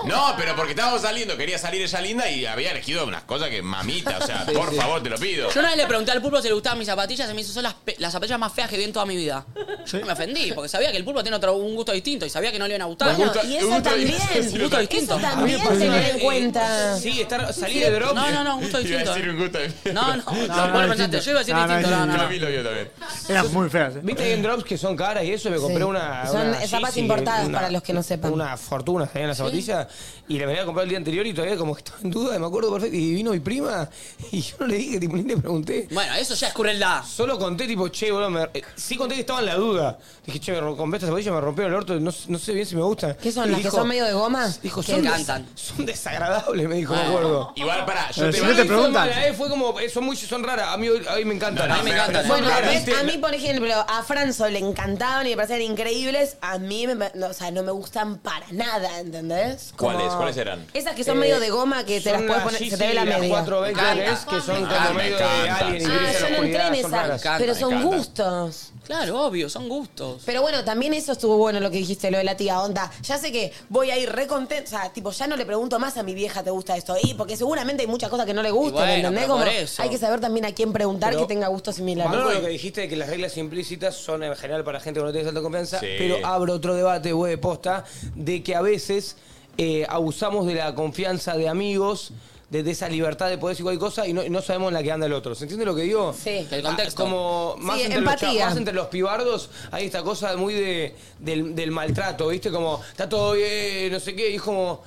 no, pero porque estábamos saliendo, quería salir ella linda y había elegido unas cosas que mamita, o sea, Sí, por sí. favor, te lo pido. Yo una vez le pregunté al pulpo si le gustaban mis zapatillas y me hizo son las, pe- las zapatillas más feas que vi en toda mi vida. Yo me ofendí, porque sabía que el pulpo tiene otro, un gusto distinto y sabía que no le iban a gustar. Bueno, y eso también. Un gusto distinto. Eso también tener en cuenta. Sí, estar, salir Sí, de drop. No, no, no, un gusto Iba a distinto. decir un gusto distinto. [LAUGHS] No, no, no, No, no, vos lo distinto. pensaste, yo iba a decir No, no, distinto, no, no, no. Cami lo vio también. Eran muy feas, ¿eh? ¿Viste que hay en drops que son caras y eso? Me compré Sí. una. Son una zapas Yeezy, importadas, para los que no sepan. Una fortuna que había en la Sí. zapatilla. Y la venía a comprar el día anterior y todavía como que estaba en duda, me acuerdo perfecto. Y vino mi prima [LAUGHS] y yo no le dije, tipo, ni le pregunté. Bueno, eso ya es crueldad. Solo conté, tipo, che, boludo, me- eh, sí conté que estaba en la duda. Dije, che, me ro- compré esta zapatilla, me rompieron el orto, no, no sé bien si me gustan. ¿Qué son? Y ¿Las que dijo, son medio de goma? Dijo, Que son, des- encantan. [LAUGHS] son desagradables, me dijo, Bueno. me acuerdo. Igual para, yo te Pero Ah. si voy no a- te preguntan. Fue como, eh, son muy, son raras. A mí, a mí me encantan. No, no, A mí me pero- encantan, Bueno, Claro, ¿ves? viste, a mí, por ejemplo, a Franzo le encantaban y me parecían increíbles. A mí, me, no, o sea, no me gustan para nada, ¿entendés? Como- ¿Cuáles? ¿Cuáles eran? Esas que son Eh, medio de goma que te son las puedes las poner, se Yeezy, te ve la las media. 420 que es, que son Ah, como me medio de encantan. alien y yo Ah, brilla en no la entré en oscuridad, son esa, raras. pero son gustos. Claro, obvio, son gustos. Pero bueno, también eso estuvo bueno lo que dijiste, lo de la tía onda. Ya sé que voy a ir re contenta, o sea, tipo, ya no le pregunto más a mi vieja te gusta esto. Y porque seguramente hay muchas cosas que no le gustan, Y bueno, ¿entendés? pero Como por eso. hay que saber también a quién preguntar Pero- que tenga gustos similares. Banco lo que dijiste de que las reglas implícitas son en general para gente que no tiene tanta confianza, Sí. pero abro otro debate, güey, de posta, de que a veces eh, abusamos de la confianza de amigos de, de esa libertad de poder decir cualquier cosa y no, y no sabemos en la que anda el otro. ¿Se entiende lo que digo? Sí. El contexto. Ah, como más, Sí, entre los cha- empatía. más entre los pibardos hay esta cosa muy de, del, del maltrato, ¿viste? Como, está todo bien, no sé qué, y es como...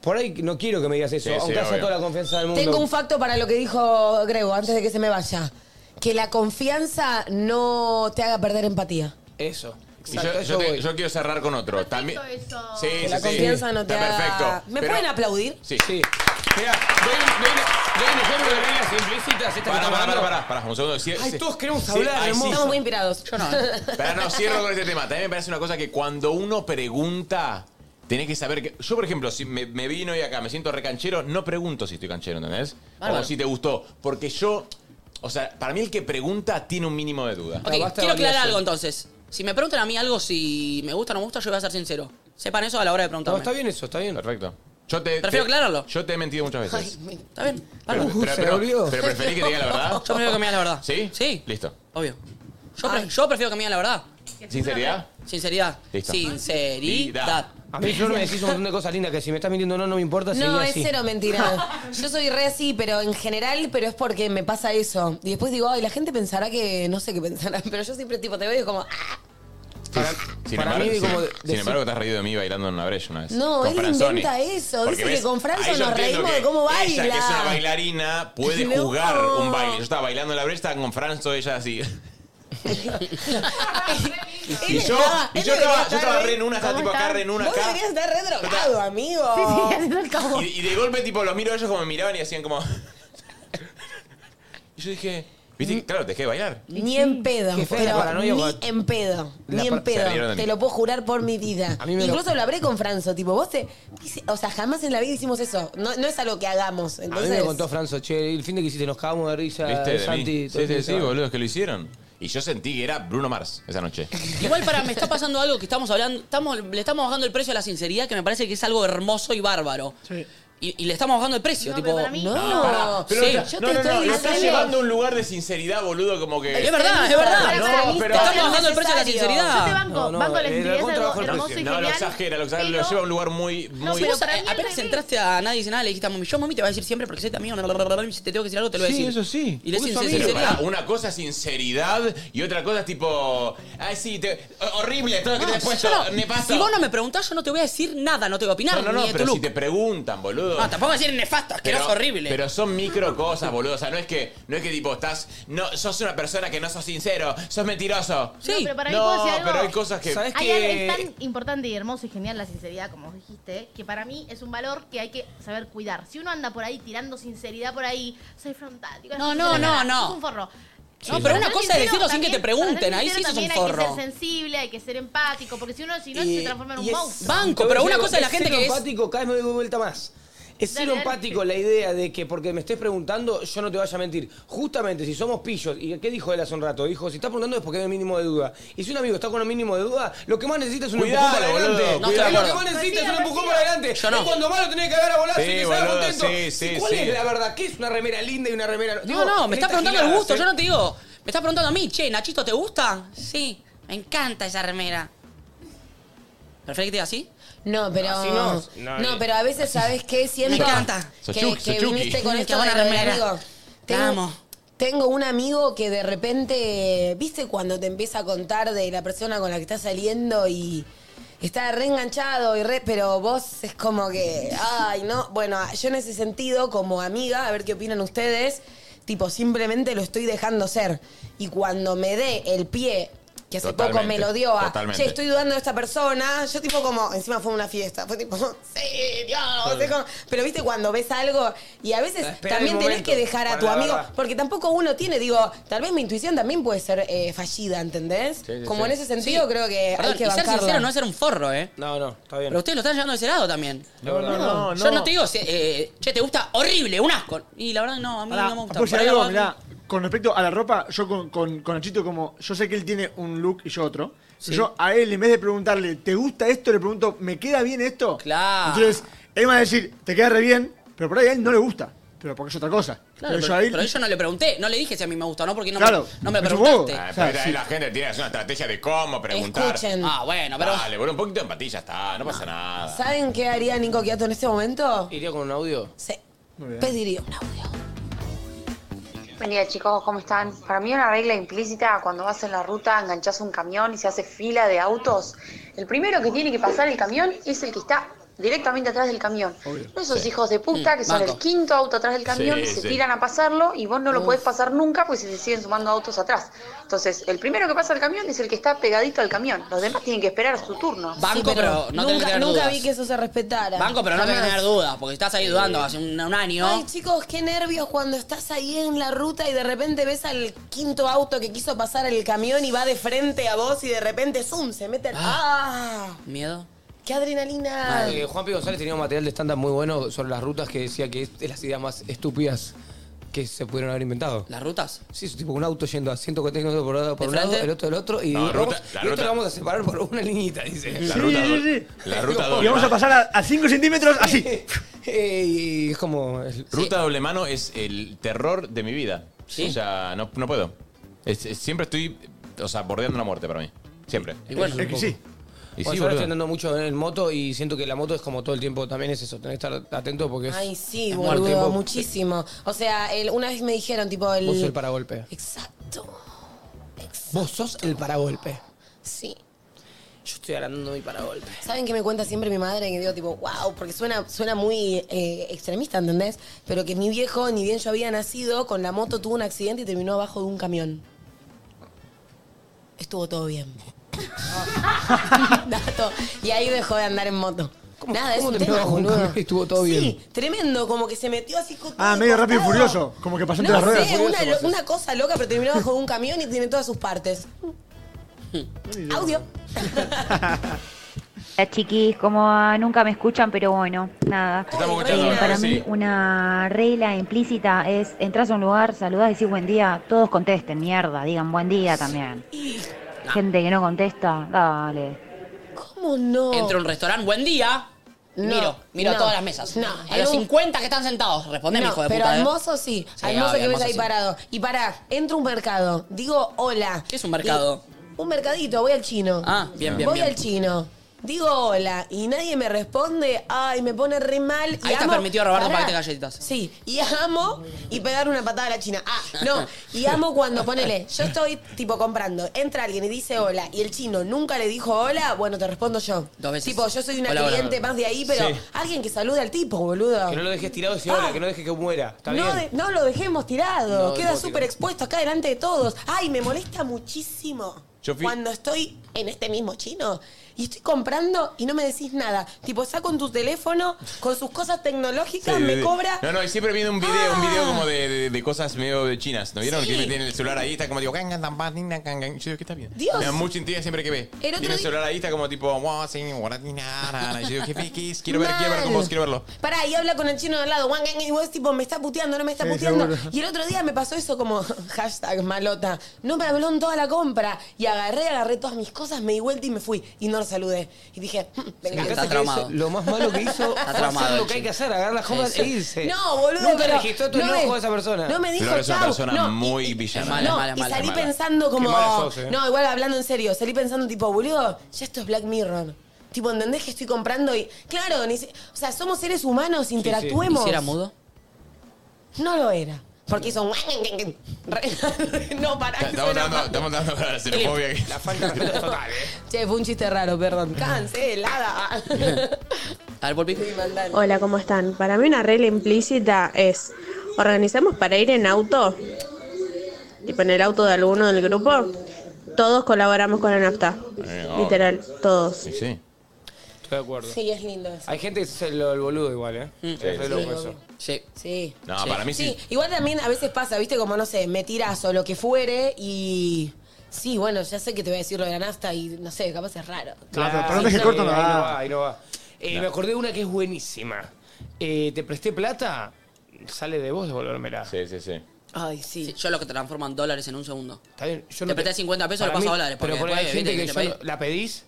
Por ahí no quiero que me digas eso, Sí, sí, aunque haya obvio. toda la confianza del mundo. Tengo un facto para lo que dijo Grego antes de que se me vaya. Que la confianza no te haga perder empatía. Eso. Y yo, yo te- yo quiero cerrar con otro. También. Sí, Que sí, la sí. confianza no te Está haga- perfecto. ¿Me Pero- pueden aplaudir? Sí. Mira, doy un, doy un- doy un ejemplo de reglas implícitas. Esta Pará, pará, pará, pará, pará, un segundo. Sí, Ay, sí. todos queremos Sí, hablar, ay, sí. Estamos muy inspirados. Yo no. Pero no, cierro con este tema. También me parece una cosa que cuando uno pregunta, tenés que saber que. Yo, por ejemplo, si me, me vino y acá me siento recanchero, no pregunto si estoy canchero, ¿entendés? Bárbaro. O si te gustó. Porque yo. O sea, para mí el que pregunta tiene un mínimo de duda. Ok, quiero aclarar algo entonces. Si me preguntan a mí algo, si me gusta o no me gusta, yo voy a ser sincero. Sepan eso a la hora de preguntarme. bien eso, está bien. Perfecto. Yo te, Prefiero te- aclararlo. Yo te he mentido muchas veces. Está bien. Pero, bárbaro. pero- pero- pero preferí que te diga la verdad. Yo prefiero que me diga la verdad. ¿Sí? Sí. Listo. Obvio. Yo, pre- yo prefiero que me diga la verdad. ¿Sinceridad? Sinceridad. Listo. Sinceridad. A mí yo me decís un montón de cosas lindas que si me estás mintiendo o no, no me importa. seguí No, es así. cero [LAUGHS] mentira. Yo soy re así, pero en general, pero es porque me pasa eso. Y después digo, ay, la gente pensará que, no sé qué pensará, [LAUGHS] pero yo siempre tipo te veo y es como, ah, Sin, para embargo, mí, sin- como de- sin decir- embargo, te has reído de mí bailando en una brecha una vez. No, Con él Franzoni. inventa eso. Porque Dice que ves, con Franzo ahí yo nos entiendo reíamos que de cómo Ella, baila. que es una bailarina, puede No. jugar un baile. Yo estaba bailando en la brecha, estaba con Franzo, ella así. y yo, y yo estaba, yo estaba re en una, estaba tipo acá, re en una Vos acá. deberías estar re drogado, amigo. [LAUGHS] Y, y de golpe, tipo, los miro a ellos como me miraban y hacían como. [LAUGHS] y yo dije, Mm. ¿viste? que, Claro, te dejé de bailar. Ni en pedo, Qué fea la pero paranoia ni cuando- en pedo, La ni en par- se rieron pedo. de Te mí. lo puedo jurar por mi vida. A mí me lo- Incluso lo... hablé con Franzo, tipo, vos te... O sea, jamás en la vida hicimos eso. No, no es algo que hagamos. A Entonces... mí me contó Franzo, che, el fin de que hiciste nos cagamos de risa. ¿Viste? De mí. Santi, todo Sí, sí, el fin de sí, semana. boludo, es que lo hicieron. Y yo sentí que era Bruno Mars esa noche. Igual para me está pasando algo que estamos hablando, estamos, le estamos bajando el precio a la sinceridad, que me parece que es algo hermoso y bárbaro. Y, y le estamos bajando el precio, tipo. pero para mí- No. pará. Pero Sí. no, no, no, no, lo estás llevando a un lugar de sinceridad, boludo, como que. Es verdad, es verdad. No, Para mí pero está Estamos bajando el precio a la necesario. sinceridad. Yo te banco, No, no, banco la eh, sinceridad, es recontra algo bajo el hermoso precio. y No, lo genial, exagera, lo exagera, lo pero- lleva a un lugar muy. muy No, pero para apenas entraste a nadie dice nada, le dijiste a mami, yo mami te va a decir siempre porque soy tu amigo, no, no, no, no, y si te tengo que decir algo te lo voy a Sí, decir. eso sí. Y le Porque sin son sinceridad. amigos. Pero pará, una cosa es sinceridad y otra cosa es tipo. Ay, sí, te- horrible todo lo que No, te has si puesto. yo no- me pasa. Si vos no me preguntás, yo no te voy a decir nada, no te voy a opinar, No, no, no, ni de tu pero si look. te preguntan, boludo. No, tampoco decir nefasto, asqueroso, horrible. Pero son micro cosas, boludo. O sea, no es que, no es que tipo, estás. No, sos una persona que no sos sincero, sos mentiroso. No, pero para mí No, puedo decir algo. pero hay cosas que. Hay algo- Es tan importante y hermoso y genial la sinceridad, como dijiste, que para mí es un valor que hay que saber cuidar. Si uno anda por ahí tirando sinceridad por ahí, soy frontal. digo las No, cosas no, de la no, nada, no. sos un forro. No, pero una ser cosa es sincero decirlo sin que también- te pregunten, para ser ahí sí sincero sos un también Hay forro. que ser sensible, hay que ser empático, porque si uno si no Y- se transforma en un Eh, y es- monstruo. Banco, Te voy pero a una decir cosa es la gente cero que es- empático, cada vez me doy vuelta más. Es Dale, cero dale. empático la idea de que porque me estés preguntando, yo no te vaya a mentir. Justamente, si somos pillos, ¿y qué dijo él hace un rato? Dijo, si estás preguntando es porque hay un mínimo de duda. Y si un amigo está con un mínimo de duda, lo que más necesita es un Cuidado, empujón para boludo, adelante. cuidado. Es lo que más necesita es un empujón para adelante. Yo no. Es cuando más lo tenés que agarrar a volar, Sí, sin que se haga boludo, contento. sí, sí, ¿Cuál sí. es la verdad? ¿Qué es una remera linda y una remera No, no, me estás preguntando el gusto, ¿eh? yo no te digo. Me estás preguntando a mí, che, Nachito, ¿te gusta? Sí, me encanta esa remera. ¿Preferís que te diga así? No, pero. Así no, no. pero a veces, ¿sabes qué? Siento Me encanta. Que, Sochuki, que sochuki. viniste con Qué esto buena de lo del remera. amigo. Te Tengo- amo. Tengo un amigo que de repente, ¿viste cuando te empieza a contar de la persona con la que estás saliendo y está re enganchado y re, pero vos es como que, ay, no. Bueno, yo en ese sentido, como amiga, a ver qué opinan ustedes, tipo, simplemente lo estoy dejando ser. Y cuando me dé el pie, que hace poco Totalmente, me lo dio a, totalmente. che, estoy dudando de esta persona, yo tipo como, encima fue una fiesta, fue tipo, sí, Dios, o sea, como- pero viste cuando ves algo y a Ah, veces Espera también el tenés momento que dejar a para tu la amigo, verdad. porque tampoco uno tiene, digo, tal vez mi intuición también puede ser eh, fallida, ¿entendés? sí, Como sí. en ese sentido Sí. creo que Perdón, hay que y ser bancarla. sincero no es ser un forro, ¿eh? No, no, está bien. Pero ustedes lo están llevando de ese lado también. No, no, no, Yo no. no te digo, eh, che, te gusta horrible, un asco. Y la verdad, no, a mí Pará, no me gusta. ¿puedo decir Por ahí algo? a vos- Mirá, con respecto a la ropa, yo con, con, con Nachito, como yo sé que él tiene un look y yo otro. Sí. Yo a él, en vez de preguntarle, ¿te gusta esto? Le pregunto, ¿me queda bien esto? Claro. Entonces, él va a decir, te queda re bien, pero por ahí a él no le gusta. Pero porque es otra cosa. Claro, pero, a él- pero yo no le pregunté, no le dije si a mí me gusta o no, porque no Claro, me, no me es un bobo. preguntaste. Ah, O sea, pero ahí sí. La gente tiene que hacer una estrategia de cómo preguntar. Escuchen. Ah, bueno, pero- Dale, boludo, un poquito de empatía ya está, no pasa nada. ¿Saben qué haría Nico Quiato en este momento? ¿Iría con un audio? Sí. Pediría un Buen día chicos, ¿cómo están? Para mí una regla implícita cuando vas en la ruta, enganchás un camión y se hace fila de autos, el primero que tiene que pasar el camión es el que está directamente atrás del camión. No esos hijos de puta Mm, que son banco. el quinto auto atrás del camión Sí, y se sí. tiran a pasarlo y vos no lo podés pasar nunca porque se te siguen sumando autos atrás. Entonces, el primero que pasa el camión es el que está pegadito al camión. Los demás tienen que esperar su turno. Sí, tenés que nunca, nunca tener dudas. vi que eso se respetara. Banco, pero no tenés que Jamás. tener dudas, porque estás ahí dudando hace un, un año. Ay, chicos, qué nervios cuando estás ahí en la ruta y de repente ves al quinto auto que quiso pasar el camión y va de frente a vos y de repente, ¡zum! se mete el... ¡Ah! Miedo. ¡Qué adrenalina! Eh, Juan P. González tenía un material de stand-up muy bueno sobre las rutas que decía que es de las ideas más estúpidas que se pudieron haber inventado. ¿Las rutas? Sí, es tipo un auto yendo a 140 kilómetros por hora por ¿De un lado, frente? el otro del otro, y, No, vamos- ruta- y la esto ruta- lo vamos a separar por una liñita, dice. [LAUGHS] La Sí, ruta sí, do- sí. la ruta Y vamos doble. a pasar a- a 5 centímetros así. Eh, y es como. el- Ruta doble mano es el terror de mi vida. O sea, no, no puedo. Es- es- siempre estoy, o sea, bordeando la muerte para mí. Siempre. Y bueno, Es que sí. Y Bueno, sí, yo ahora boludo. estoy andando mucho en moto y siento que la moto es como todo el tiempo también es eso, tenés que estar atento porque es. Ay, sí, es todo el boludo, tiempo- muchísimo. O sea, el- una vez me dijeron, tipo, Vos sos el el... paragolpe. Exacto, Vos sos el paragolpe. sí. Yo estoy agrandando mi paragolpe. ¿Saben qué me cuenta siempre mi madre? Que digo, tipo, wow, porque suena, suena muy eh, extremista, ¿entendés? Pero que mi viejo, ni bien yo había nacido, con la moto tuvo un accidente y terminó abajo de un camión. Estuvo todo [LAUGHS] bien. Dato. Y ahí dejó de andar en moto. Nada, es ¿Cómo un terminó tema, bajo un boludo. camión y estuvo todo bien? Tremendo, como que se metió así con Ah, medio rápido y furioso. Como que pasó entre No las ruedas. sé, una, lo- una cosa loca, pero terminó bajo de un camión y tiene todas sus partes. Audio. Hola chiquis, como ah, nunca me escuchan, pero bueno, nada. Estamos escuchando, Eh, ahora para sí. mí una regla implícita es entras a un lugar, saludás, decís buen día, todos contesten, mierda, digan buen día también. Gente que no contesta, dale. ¿Cómo no? Entro a un restaurante, buen día. No, miro, miro no, todas las mesas. no, a en los un- 50 que están sentados, respondeme, No, hijo de pero puta. al eh. mozo sí. Sí, al mozo obvio, que al ves mozo ahí sí. parado. Y pará, entro a un mercado. Digo hola. ¿Qué es un mercado? un mercadito, voy al chino. Ah, bien, bien, Voy bien. al chino. Digo hola y nadie me responde. Ay, me pone re mal. y Ahí está amo- permitido robar un Pará. paquete de galletitas. Sí, y amo y pegar una patada a la china. Ah, no, y amo cuando ponele, yo estoy tipo comprando, entra alguien y dice hola y el chino nunca le dijo hola, bueno, te respondo yo. Dos veces. Tipo, yo soy una Hola, hola. cliente más de ahí, pero Sí. alguien que salude al tipo, boludo. Que no lo dejes tirado ese hora, que no dejes que muera. ¿Está No, bien? de- no lo dejemos tirado. No, Queda no, súper expuesto acá delante de todos. Ay, me molesta muchísimo. Yo fui- Cuando estoy en este mismo chino y estoy comprando y no me decís nada. Tipo, saco en tu teléfono con sus cosas tecnológicas, Sí, me sí, sí. cobra. Ah. No, no, y siempre viene un video, un video como de, de- de cosas medio de chinas. ¿No vieron? Que tiene el celular ahí, está como digo, gangan, tan, pan, nin, gan, gan. Yo digo, ¿qué está bien? Dios. Me da mucha intriga siempre que ve. El otro Tiene el día- celular ahí, está como tipo, "Wow, sí, guarda, ni, na, na, na". Y yo digo, ¿qué qué es? Quiero ver, quiero ver con vos, quiero verlo. Pará, y habla con el chino de al lado, "Wang, gang", y vos tipo, me está puteando, no me está Sí, puteando. seguro. Y el otro día me pasó eso como, [LAUGHS] hashtag malota, no me habló en toda la compra. Y agarré, agarré todas mis cosas, me di vuelta y me fui. Y no lo saludé. Y dije, "Mm, Me venga, encanta que hizo- lo más malo [LAUGHS] que hizo fue hacer lo que hay que hacer, agarrar las compras Sí, sí. e irse. No, boludo, Nunca pero registró tu no enojo me- de esa persona. no me dijo Flor es una chau, persona no, muy villana. no, y salí pensando como. Qué mala sos, eh. No, igual hablando en serio, salí pensando tipo, boludo, ya esto es Black Mirror. Tipo, ¿entendés que estoy comprando y. Claro, ni si- o sea, somos seres humanos, interactuemos. ¿Y si era mudo? No lo era. Porque hizo un. [LAUGHS] Re- no, para. Estamos dando, estamos dando con la xenofobia. La falta [LAUGHS] de respeto total, Che, fue un chiste raro, perdón. [LAUGHS] Cancelada. A ver, por pico. Hola, ¿cómo están? Para mí una regla implícita es, organizamos para ir en auto, tipo en el auto de alguno del grupo, todos colaboramos con la nafta. Eh, oh. Literal, todos. Sí, sí. Estoy de acuerdo. Sí, es lindo eso. Hay gente que es el, el boludo igual, ¿eh? Es re Sí, loco obvio. eso. Sí. Sí. No, para mí sí. Igual también a veces pasa, viste, como no sé, me tiras o lo que fuere y. Sí, bueno, ya sé que te voy a decir lo de la nafta y no sé, capaz es raro. pero no dejes Ah, sí, corto, no ahí va. Ahí no va. Eh, Me acordé de una que es buenísima. Eh, te presté plata, sale de vos devolvérmela. Sí, sí, sí. Ay, sí. Yo lo que transformo en dólares en un segundo. Está bien, yo Te no presté 50 pesos, Para lo paso mí- a dólares, Pero porque por ahí hay después, gente que viste, yo que no- te la pedís,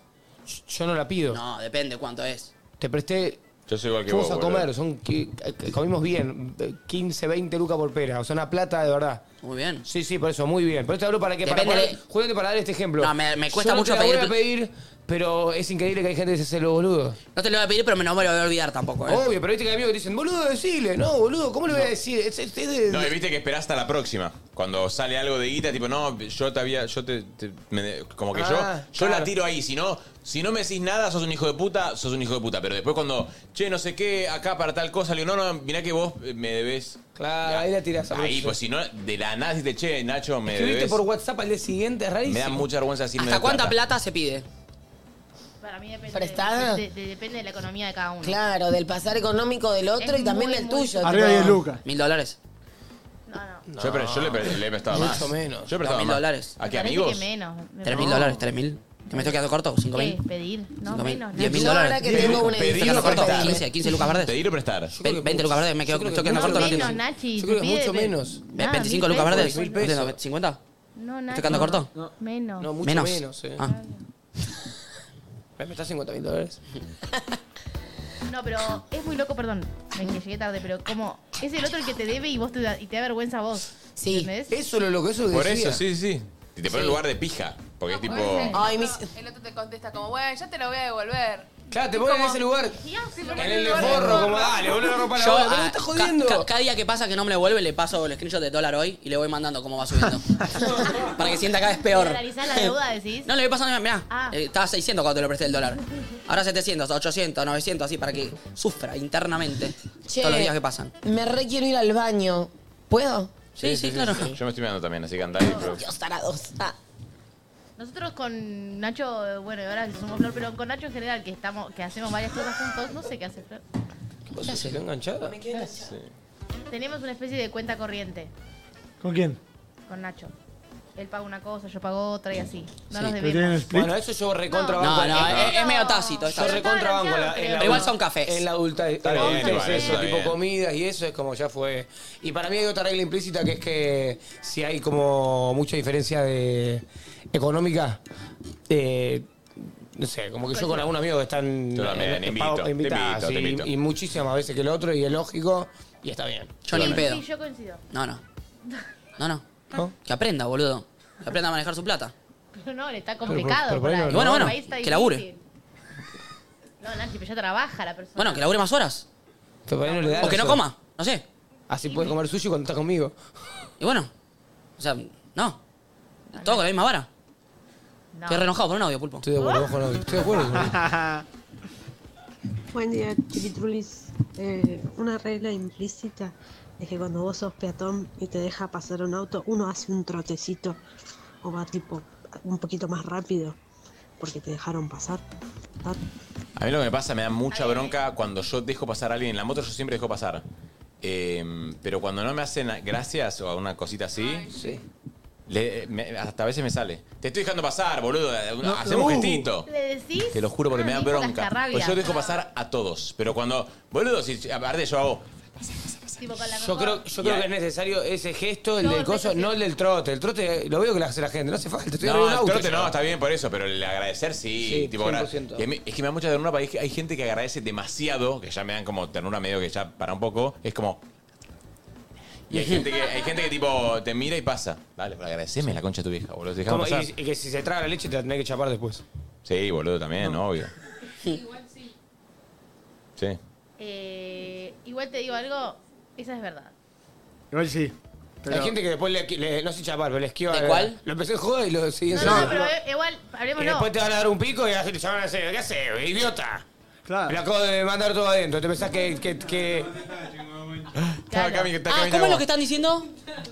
yo no la pido. No, depende cuánto es. Te presté. Yo soy igual que Fuimos vos, a boludo. comer, son, qui- eh, comimos bien, eh, 15, 20 lucas por pera, o sea, una plata de verdad. Muy bien. Sí, sí, por eso, muy bien. Pero te hablo para que para, Depende para- justamente para dar este ejemplo. No, me- me cuesta Yo no mucho te la voy pedir a pedir Pero es increíble que hay gente que se hace lo boludo. No te lo voy a pedir, pero me no me lo voy a olvidar tampoco. ¿eh? Obvio, pero viste que hay amigos que dicen, boludo, decile. No, boludo, ¿cómo le voy a decir? Es, es- es de- No, y viste que esperás hasta la próxima. Cuando sale algo de guita, tipo, no, yo te había. Yo te. te- me- como que Ah, yo. Yo claro. la tiro ahí. Si no, si no me decís nada, sos un hijo de puta, sos un hijo de puta. Pero después cuando, che, no sé qué, acá para tal cosa, le digo, no, no, mirá que vos eh, me debés. Claro, ahí la tirás a Ahí, próxima. pues si no, de la nada dices, che, Nacho, me Escribiste debes. por WhatsApp al día siguiente, es rarísimo. Me da mucha vergüenza decirme. ¿Hasta cuánta plata se pide? Para mí depende. ¿Prestada? de- de- depende de la economía de cada uno. Claro, del pasar económico del otro Es y también muy, del muy tuyo. Arriba tipo. de Lucas. Mil dólares. Yo, pre- yo le, pre- le he prestado Mucho más. menos. Yo he prestado Dos mil más. dólares. ¿A qué, Me parece amigos? que menos. Me ¿Tres parece- mil dólares? ¿Tres mil? ¿Que me estoy quedando corto? ¿Cinco ¿Qué? mil? ¿Pedir? No, Cinco mil. menos. ¿Diez no. mil Yo dólares? ahora que Pe- tengo un pe- pedí edificio lo corto, prestar. 15, 15 lucas verdes. Pedir o prestar. Ve- 20 lucas verdes, me quedo, me estoy quedando corto, no menos, entiendo. Nachi. Yo creo que pide- mucho menos. Nada, 25 mil lucas verdes, pesos. no entiendo, 50. No, Nachi. ¿Estoy quedando corto? No. Menos. No, mucho Menos. menos, eh. Ah. ¿Me prestás 50 mil dólares? No, pero es muy loco, perdón, me que llegué tarde, pero como es el otro el que te debe y vos te da, y te da vergüenza a vos. Sí. Eso es lo loco, eso es lo que Por decía. eso, sí, sí. Y te pone en Sí. lugar de pija. Porque es tipo. Ay, el, otro, el otro te contesta como, bueno, ya te lo voy a devolver. Claro, te Y ponen en como- ese lugar. Sí, ponen En en el de lugar de forro, como forro. dale, boludo, la ropa a la Yo, bola. ¿Pero ah, me estás ca- jodiendo? ca- cada día que pasa que no me lo vuelve, le paso el screenshot de dólar hoy y le voy mandando cómo va subiendo. Para que sienta cada vez peor. Analizar la [LAUGHS] deuda, decís. No, le voy pasando, mirá, Ah. eh, estaba a 600 cuando te lo presté el dólar. Ahora 700, 800, 900, así para que sufra internamente Che. todos los días que pasan. Me re quiero ir al baño. ¿Puedo? Sí, sí, claro. Yo me estoy mirando también, así que andá ahí, pero- Dios, tarados. Ah. Nosotros con Nacho, bueno, y ahora somos Flor, pero con Nacho en general, que estamos, que hacemos varias cosas juntos, no sé qué hace Flor. ¿Qué pasó? ¿Se quedó enganchada? Tenemos una especie de cuenta corriente ¿Con quién? con Nacho. Él paga una cosa, yo pago otra y así. No nos ¿Pero tienen debemos. split? Bueno, eso yo recontra No. banco. No, eh, no, es- es medio tácito, es Yo tácito. recontra banco. la- en la Pero igual adulta- son cafés. En la adulta. Está Está bien, bien, es está eso, bien. tipo comidas y eso es como ya fue. Y para mí hay otra regla implícita que es que si hay como mucha diferencia de económica, eh, no sé, como que yo con algún amigo que están. Yo también, eh, invito, pago- te invitás, invito, te y- invito. Y muchísimas veces que el otro, y es lógico, y está bien. Yo ni en pedo. Sí, yo coincido. No, no. No, no. ¿No? Que aprenda, boludo. Que aprenda a manejar su plata. Pero [LAUGHS] no, le está complicado. pero por ahí no, por ahí. no. Bueno, bueno, Por ahí está que labure. difícil. No, Nachi, pero ya trabaja la persona. Bueno, que labure más horas. Pero por ahí no le da O que no eso. coma, no sé. Así puedes comer sushi cuando estás conmigo. Y bueno, o sea, no. Todo con la misma vara. No. Estoy re enojado por un audio, pulpo. Estoy de acuerdo, ojo, no, estoy de acuerdo. con él. Buen día, chiquitrulis. Eh, una regla implícita es que cuando vos sos peatón y te deja pasar un auto, uno hace un trotecito o va tipo un poquito más rápido porque te dejaron pasar. Ah, A mí lo que me pasa, me da mucha bronca cuando yo dejo pasar a alguien en la moto, yo siempre dejo pasar. Eh, pero cuando no me hacen gracias o una cosita así, le- me- hasta a veces me sale. Te estoy dejando pasar, boludo. eh, Hacemos un no. gestito. ¿Le decís? Te lo juro porque Ah, me da dijo bronca. cascarrabia. Pues yo dejo pasar a todos. Pero cuando, boludo, si aparte yo hago. Ah, Tipo, con la Yo creo, yo creo que es necesario ese gesto, el del coso, no el del trote. El trote lo veo que lo hace la gente, no hace falta. Estoy arriba de No, un el auto, trote yo. no, está bien por eso, pero el agradecer sí. Sí, tipo, gra- 100%. y a mí- es que me da mucha ternura porque hay- hay gente que agradece demasiado, que ya me dan como ternura medio que ya para un poco, es como. Y hay gente que, hay gente que tipo te mira y pasa. Dale, pero agradeceme la concha de tu vieja, boludo. Dejame Como- pasar. y, y que si se traga la leche te la tenés que chapar después. Sí, boludo, también, obvio. Igual sí. Sí. Eh, igual te digo algo, esa es verdad. Igual sí. Hay Pero- gente que después le, le- no sé chapar, pero le esquiva. ¿De eh, cuál? Lo empecé a joder y lo seguí No, no, enseñando. no, pero eh, igual, Y hablemos no. después te van a dar un pico y la gente te van a decir, ¿qué haces, idiota? Ah. Claro. Me lo acabo de mandar todo adentro. Te pensás que. que, que... Claro. Cami, que está Ah, Cami, ¿cómo es lo que están diciendo?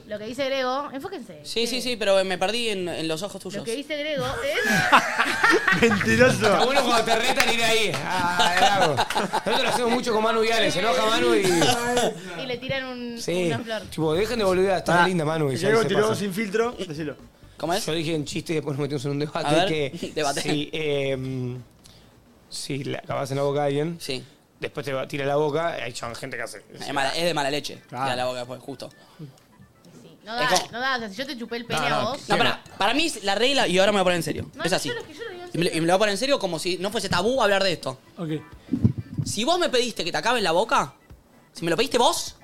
Lo que dice Grego, enfóquense. Sí, sí, sí, pero me perdí en, en los ojos Lo tuyos. que dice Grego es. [LAUGHS] [LAUGHS] Mentiroso. Está bueno cuando te retan ir ahí. Ah, el lago. Nosotros lo hacemos mucho con Manu Viales. Se enoja Manu y. y le tiran un, Sí. una flor. Tipo, dejen de boludear. Está Pará. linda Manu. y ya Diego se tiró pasa. sin filtro, decilo. ¿Cómo es? Yo dije en chiste y después nos metimos en un debate. A ver, que [LAUGHS] debate. Si, eh, si le acabas en la boca a alguien, sí. después te va- tira la boca, hay chan- gente que hace. Es, mala- es de mala leche. Tira la boca después, justo. No da, no da. O sea, si yo te chupé el pene No, a no, vos. no, para, para mí es la regla, y ahora me voy a poner en serio. No, es no, así. yo lo que- yo lo digo en y, me, lo- y me lo voy a poner en serio como si no fuese tabú hablar de esto. Ok. Si vos me pediste que te acabe en la boca, si me lo pediste vos,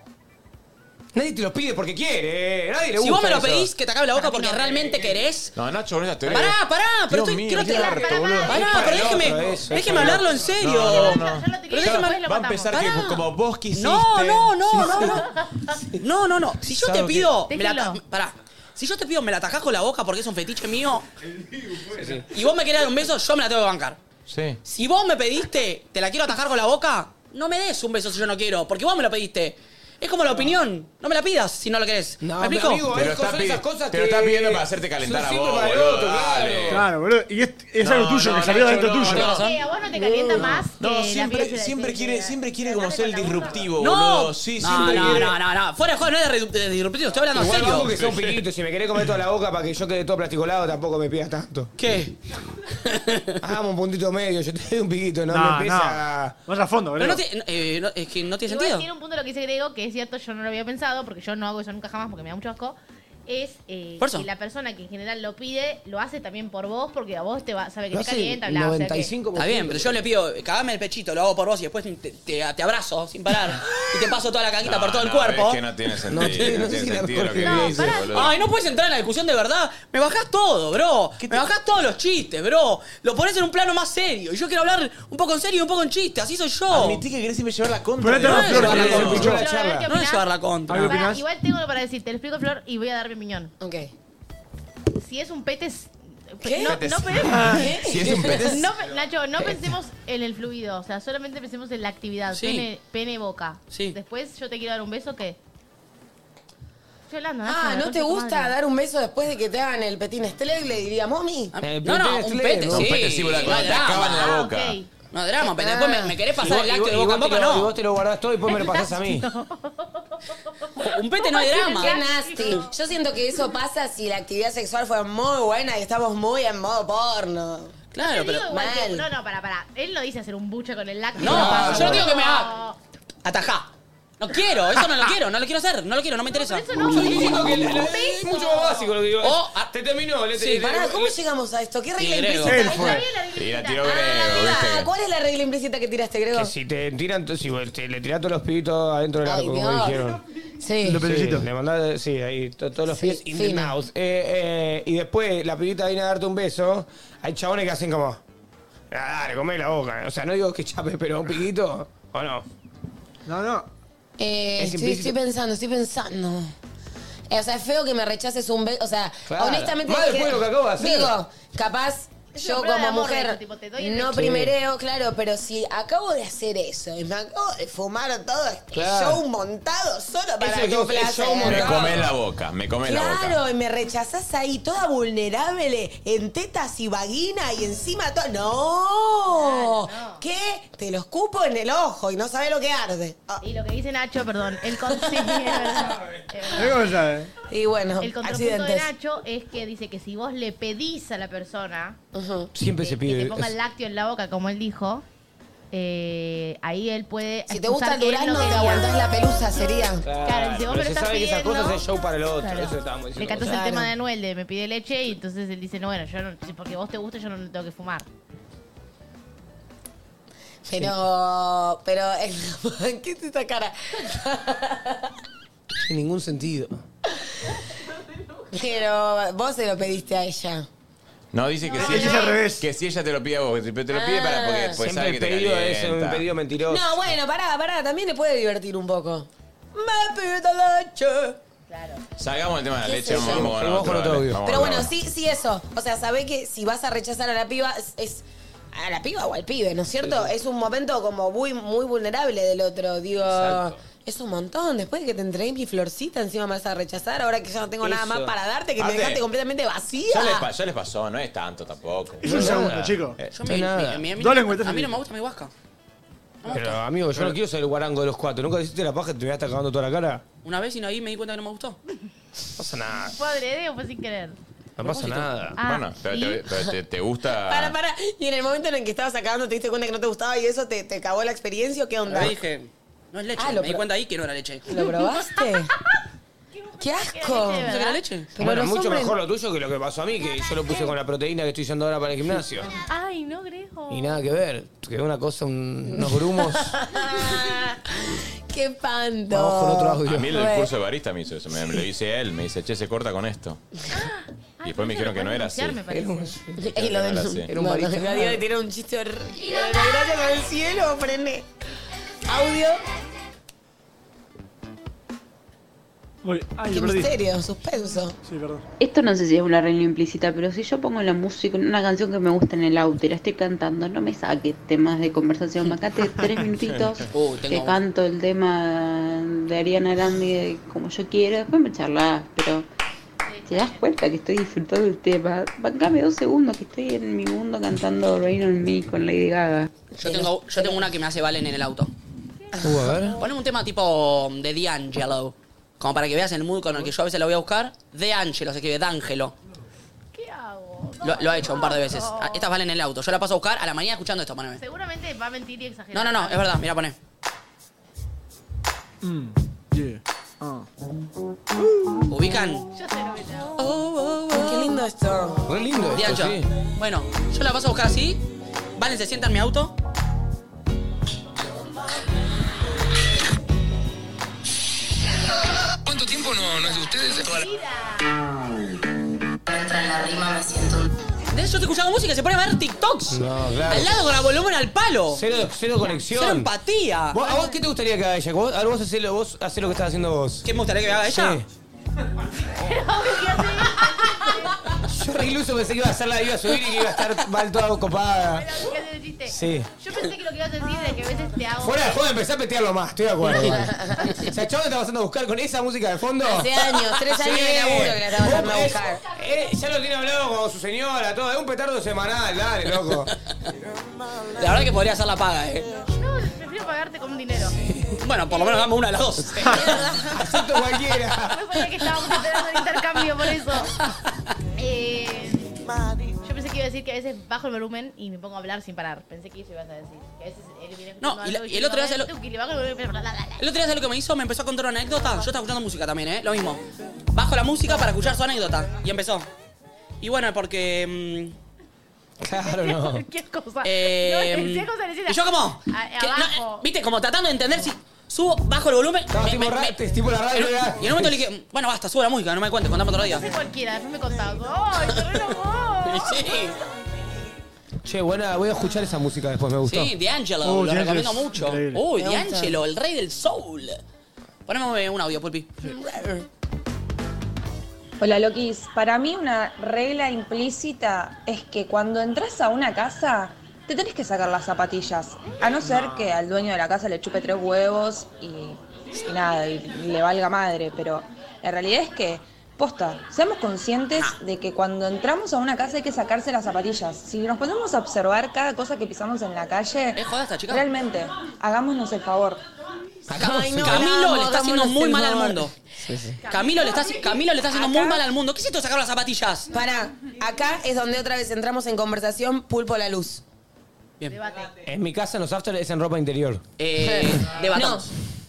Nadie te lo pide porque quiere. eh, Nadie le gusta Si vos me lo eso. pedís, que te acabe la boca porque realmente querés. No, Nacho, con esa teoría. Pará, pará, pero Dios estoy, mío, quiero qué tirar. harto, boludo. Pará, Es para pero el otro déjeme, eso, es déjeme para el hablarlo en otro. serio. No, no, no. Pero déjeme hablar- Va a empezar que como vos quisiste. No, no, no, no, no. No, no, no. Si yo te ¿Sabe pido. qué? Me la ata- pará. Si yo te pido, me la atajás con la boca porque es un [LAUGHS] fetiche mío. pues. Y vos me querés dar un beso, yo me la tengo que bancar. Sí. Si vos me pediste, te la quiero atajar con la boca, no me des un beso si yo no quiero, porque vos me lo pediste. Es como la opinión, no me la pidas si no lo querés. ¿Me pero explico? amigo, Te lo está pi- te lo está pidiendo para hacerte calentar a son vos, siempre para el boludo, otro, dale. Claro, boludo. Y es, es algo No, tuyo, no, que salió de Nacho, adentro no, tuyo. no. Sí, a vos no te calienta más No, que la siempre, piel se- siempre, quiere, siempre quiere como ser el disruptivo, No, boludo. Sí, no, siempre no, quiere. no, no, no. Fuera de juego, no es de redu- de disruptivo, estoy hablando en Igual serio. banco que sea un piquito. Si me querés comer toda la boca para que yo quede todo plasticolado, tampoco me pidas tanto. ¿Qué? Hagamos un puntito medio. Yo te doy un piquito, no, No, me empieza... Vas a fondo, Pero no te- eh, no, es que no tiene Igual sentido. tiene un punto lo que dice Grego, que es cierto, yo no lo había pensado, porque yo no hago eso nunca jamás porque me da mucho asco. Es eh, Por eso. que la persona que en general lo pide, lo hace también por vos, porque a vos te va, sabe que Lo te hace calienta, bla, o sea que- Está bien, pero yo le pido, eh, cagame el pechito, lo hago por vos y después te, te- te abrazo sin parar. y te paso toda la caquita No, por todo el no, cuerpo. Es que no tiene sentido. No No tiene- tiene, no sé si la sentido lo que mejor dice, Pará. boludo. Ay, no puedes entrar en la discusión de verdad. Me bajás todo, bro. Me bajás todos los chistes, bro. Lo pones en un plano más serio. Y yo quiero hablar un poco en serio y un poco en chiste. Así soy yo. Admití que querés siempre llevar la contra. Ponete de- la flor, No, ponete no, la no. flor. No, A ver, ¿qué No es opinás? llevar la contra. Pará, igual tengo algo para decir, te lo explico Flor y voy a dar mi opinión. Ok. Si es un pete... es- ¿Qué? No, Petes. no pe- Ah, ¿Eh? ¿Qué? Ah, Si es eh, un petes. No pe- Nacho, no pensemos en el fluido, o sea, solamente pensemos en la actividad, Sí. pene, pene boca. Sí. Después yo te quiero dar un beso que... Yolanda, Ah, ¿no Nacho, la te concha de tu gusta madre. dar un beso después de que te hagan el petín Estelé? Le diría, mami. Eh, No, no, un pete, sí. Un pete sí, boludo, No cuando te drama. acaban en la Ah. Ah, boca. ok. No drama, pero después me, me querés pasar Y vos- el y acto vos- de y boca vos en te boca, lo- Y no. vos te lo guardás todo y después me lo pasás a mí. Un pete no es drama. Qué nasty. Yo siento que eso pasa si la actividad sexual fue muy buena y estamos muy en modo porno. Claro, Te digo igual que- Mal. no, no, para, para. Él no dice hacer un buche con el lácteo. No, yo no digo que me haga. Atajá. No quiero, eso no lo quiero, no lo quiero hacer, no lo quiero, no me interesa. Yo estoy diciendo que la- la- es mucho más básico lo que digo. Oh, te terminó. le- sí, le- Pará, le- ¿cómo llegamos a esto? ¿Qué regla Sí, Grego. implícita? Él fue. Está bien la regla Y la implícita. tiró Grego, Ah, viste. ¿Cuál es la regla implícita que tiraste, Grego? Que si te tiran, si vos te- le tirás todos los pibitos adentro del Ay, arco, como Dios. dijeron. Sí. Sí, le mandás, sí, ahí, to- todos los pies in the fino. mouth. Eh, eh, y después la pibita viene a darte un beso. Hay chabones que hacen como. "Ah, Dale, comé la boca. O sea, no digo que chape, pero un piquito, ¿o no? No, no. Eh, Es estoy, implícito. estoy pensando, estoy pensando. Eh, o sea, es feo que me rechaces un beso. O sea, Claro. honestamente. Más después de lo que acabo de hacer. Digo, capaz Es una yo prueba de como amor, mujer eso, tipo, te doy el no beso. primereo, claro, pero si acabo de hacer eso y me acabo de fumar todo este Claro. show montado solo para Eso tu digo, es placer. show Me comé la boca, me comé la boca. Claro, y me rechazás ahí toda vulnerable, en tetas y vagina y encima todo. ¡No! ¿Qué? Te lo escupo en el ojo y no sabés lo que arde. Ah. Y lo que dice Nacho, perdón, el concepto. [LAUGHS] ¿Cómo eh. sabes? Y bueno, El contrapunto de accidentes. Nacho es que dice que si vos le pedís a la persona Siempre se que pide. te ponga el lácteo en la boca, como él dijo, eh, ahí él puede. Si te gusta el excusar que durazno, él no te quería. aguantás la pelusa, sería. Claro, si pero vos me lo se estás sabe que esas pidiendo- cosas es show para el otro. Claro. Eso estábamos Le diciendo. cantas el Claro. tema de Anuel de me pide leche y entonces él dice, no, bueno, yo no, si porque vos te gusta yo no lo tengo que fumar. Pero, pero, eh, [LAUGHS] ¿qué es esta cara? Sin ningún sentido. Pero vos se lo pediste a ella. No, dice que, No, si es ella, que si ella te lo pide a vos, que te te lo pide para porque después sabe que Siempre el te pedido es un calienta. pedido mentiroso. No, bueno, pará, pará, también le puede divertir un poco. Me pido leche. Salgamos del tema de la ¿Qué leche, sé yo? vamos, vamos, Vamos con otro dale, audio. vamos Pero con bueno, otro. sí, sí eso. O sea, sabés que si vas a rechazar a la piba, es, es a la piba o al pibe, ¿no es cierto? Es un momento como muy, muy vulnerable del otro. Digo, Exacto. es un montón. Después de que te entregué mi florcita, encima me vas a rechazar. Ahora que ya no tengo nada Eso. más para darte, que me Ate. dejaste completamente vacía. Ya les, pa- ya les pasó, no es tanto tampoco. Es un segundo, chico. Eh, Yo me- No, nada. me- a mí- a mí- Dos lengüetas A mí no seguidas. me gusta mi guasca. Pero amigo, yo no quiero ser el guarango de los cuatro. ¿Nunca hiciste la paja que te me estar cagando toda la cara? Una vez y no ahí me di cuenta que no me gustó. No pasa nada. Fue adrede o fue sin querer. No pasa nada. Ah, bueno, pero, te, pero te- te [LAUGHS] gusta. Para, para. Y en el momento en el que estabas acabando, te diste cuenta que no te gustaba y eso te, te acabó la experiencia o qué onda. Le dije, no es leche. Ah, lo me di pro- cuenta ahí que no era leche. ¿Lo probaste? ¡Qué asco! ¿Pensás que era leche? Pero bueno, los mucho hombres- mejor lo tuyo que lo que pasó a mí, que yo lo puse con la proteína que estoy usando ahora para el gimnasio. Ay, no, Grego. [LAUGHS] Y nada que ver. Quedó una cosa, un- unos grumos. Ah, qué espanto. Vamos con otro audio. A mí el del Bueno. curso de barista me hizo eso. Me, me lo dice él. Me dice, che, se corta con esto. Y después me dijeron que no era así. Y lo Era del- así. no, no, no, Diego tiene un chiste horrible. Gracias por el cielo, frené. Audio. Voy. Ay, Qué lo perdí. misterio, suspenso. Sí, perdón. Esto no sé si es una regla implícita, pero si yo pongo la música, una canción que me gusta en el auto y la estoy cantando, no me saque temas de [LAUGHS] conversación. Macate tres minutitos Uh, que tengo- canto el tema de Ariana Grande de como yo quiero, después me charlas, pero te das cuenta que estoy disfrutando el tema. Bancame dos segundos que estoy en mi mundo cantando Rain on Me con Lady Gaga. Yo tengo, yo tengo una que me hace Valen en el auto. Uh, a ver. Poneme un tema tipo um, de D'Angelo. Como para que veas el mood con el que yo a veces la voy a buscar. D'Angelo, se escribe D'Angelo. ¿Qué hago? Lo, lo ha hecho un par de veces. Ah, Estas valen en el auto. Yo la paso a buscar a la mañana escuchando esto, poneme. Seguramente va a mentir y exagerar. No, no, no, es verdad, mira, poné. Mm, ah. ¿Ubican? Oh, Qué lindo esto. Re lindo esto, D'Angelo. sí. Bueno, yo la paso a buscar así. Valen se sienta en mi auto. ¿Cuánto tiempo no, no es de ustedes? la rima me siento. De hecho, yo te escuchaba música y se pone a ver TikToks. No, claro. Al lado con la volumen al palo. Cero, cero conexión. Cero empatía. ¿Vos- ¿A vos qué te gustaría que haga ella? Vos, a ver, vos, hacé lo, vos hacé lo que estás haciendo vos. ¿Qué me gustaría que haga ella? [LAUGHS] Yo re iluso pensé que iba a hacer la iba a subir y que iba a estar mal toda copada. Pero, ¿qué haces el chiste? eh, Sí. Yo pensé que lo que ibas a decir es que a veces te hago. Fuera de juego, empecé a petearlo más, estoy de acuerdo. igual. o sea, chabón está pasando a buscar con esa música de fondo. Hace años, tres años de laburo que la está pasando a Es- buscar. eh, ya lo tiene hablado con su señora, todo. Es un petardo semanal, dale, loco. La verdad que podría hacer la paga, eh. No, prefiero pagarte con dinero. Bueno, por lo menos dame una de las dos. [LAUGHS] Acepto cualquiera. No sabía que estábamos esperando el intercambio por eso. Eh, yo pensé que iba a decir que a veces bajo el volumen y me pongo a hablar sin parar. Pensé que eso ibas a decir. Que a veces él viene escuchando No, y la- algo y el otro día se lo- "Tuki, le bajo el volumen", bla, bla, bla, bla. El otro día, ¿sabes lo que me hizo? Me empezó a contar una anécdota. Yo estaba escuchando música también, ¿eh? Lo mismo. Bajo la música para escuchar su anécdota. Y empezó. Y bueno, porque... mm, Claro, Ah, no. ¿Qué cosa? Eh, no, decía cosas, decía- ¿Y yo cómo? A- Que no- eh, abajo. ¿Viste? Como tratando de entender si subo, bajo el volumen. me- me- me- tipo la radio, en un- ya. Y en un momento le dije, bueno, basta, subo la música, no me cuentes, contame otro día. No sé cualquiera, después me contás. ¡Ay, qué re Sí. Che, buena, voy a escuchar esa música después, me gustó. Sí, D'Angelo, Oh, lo D'Angelo recomiendo es mucho. increíble. Uy, Me gusta. D'Angelo, el rey del soul. Poneme un audio, Pulpi. Hola Lokis, para mí una regla implícita es que cuando entras a una casa te tenés que sacar las zapatillas, a no ser que al dueño de la casa le chupe tres huevos y, y nada, y le valga madre, pero la realidad es que, posta, seamos conscientes Ah. de que cuando entramos a una casa hay que sacarse las zapatillas. Si nos ponemos a observar cada cosa que pisamos en la calle, realmente, hagámonos el favor. Ay, no, Camilo no, le está haciendo hagámonos muy el mal al favor. mundo. Camilo le está, Camilo le está haciendo muy mal al mundo. ¿Qué es esto de sacar las zapatillas? Pará, acá es donde otra vez entramos en conversación Pulpo la Luz. En mi casa los after es en ropa interior. Eh, [LAUGHS] no,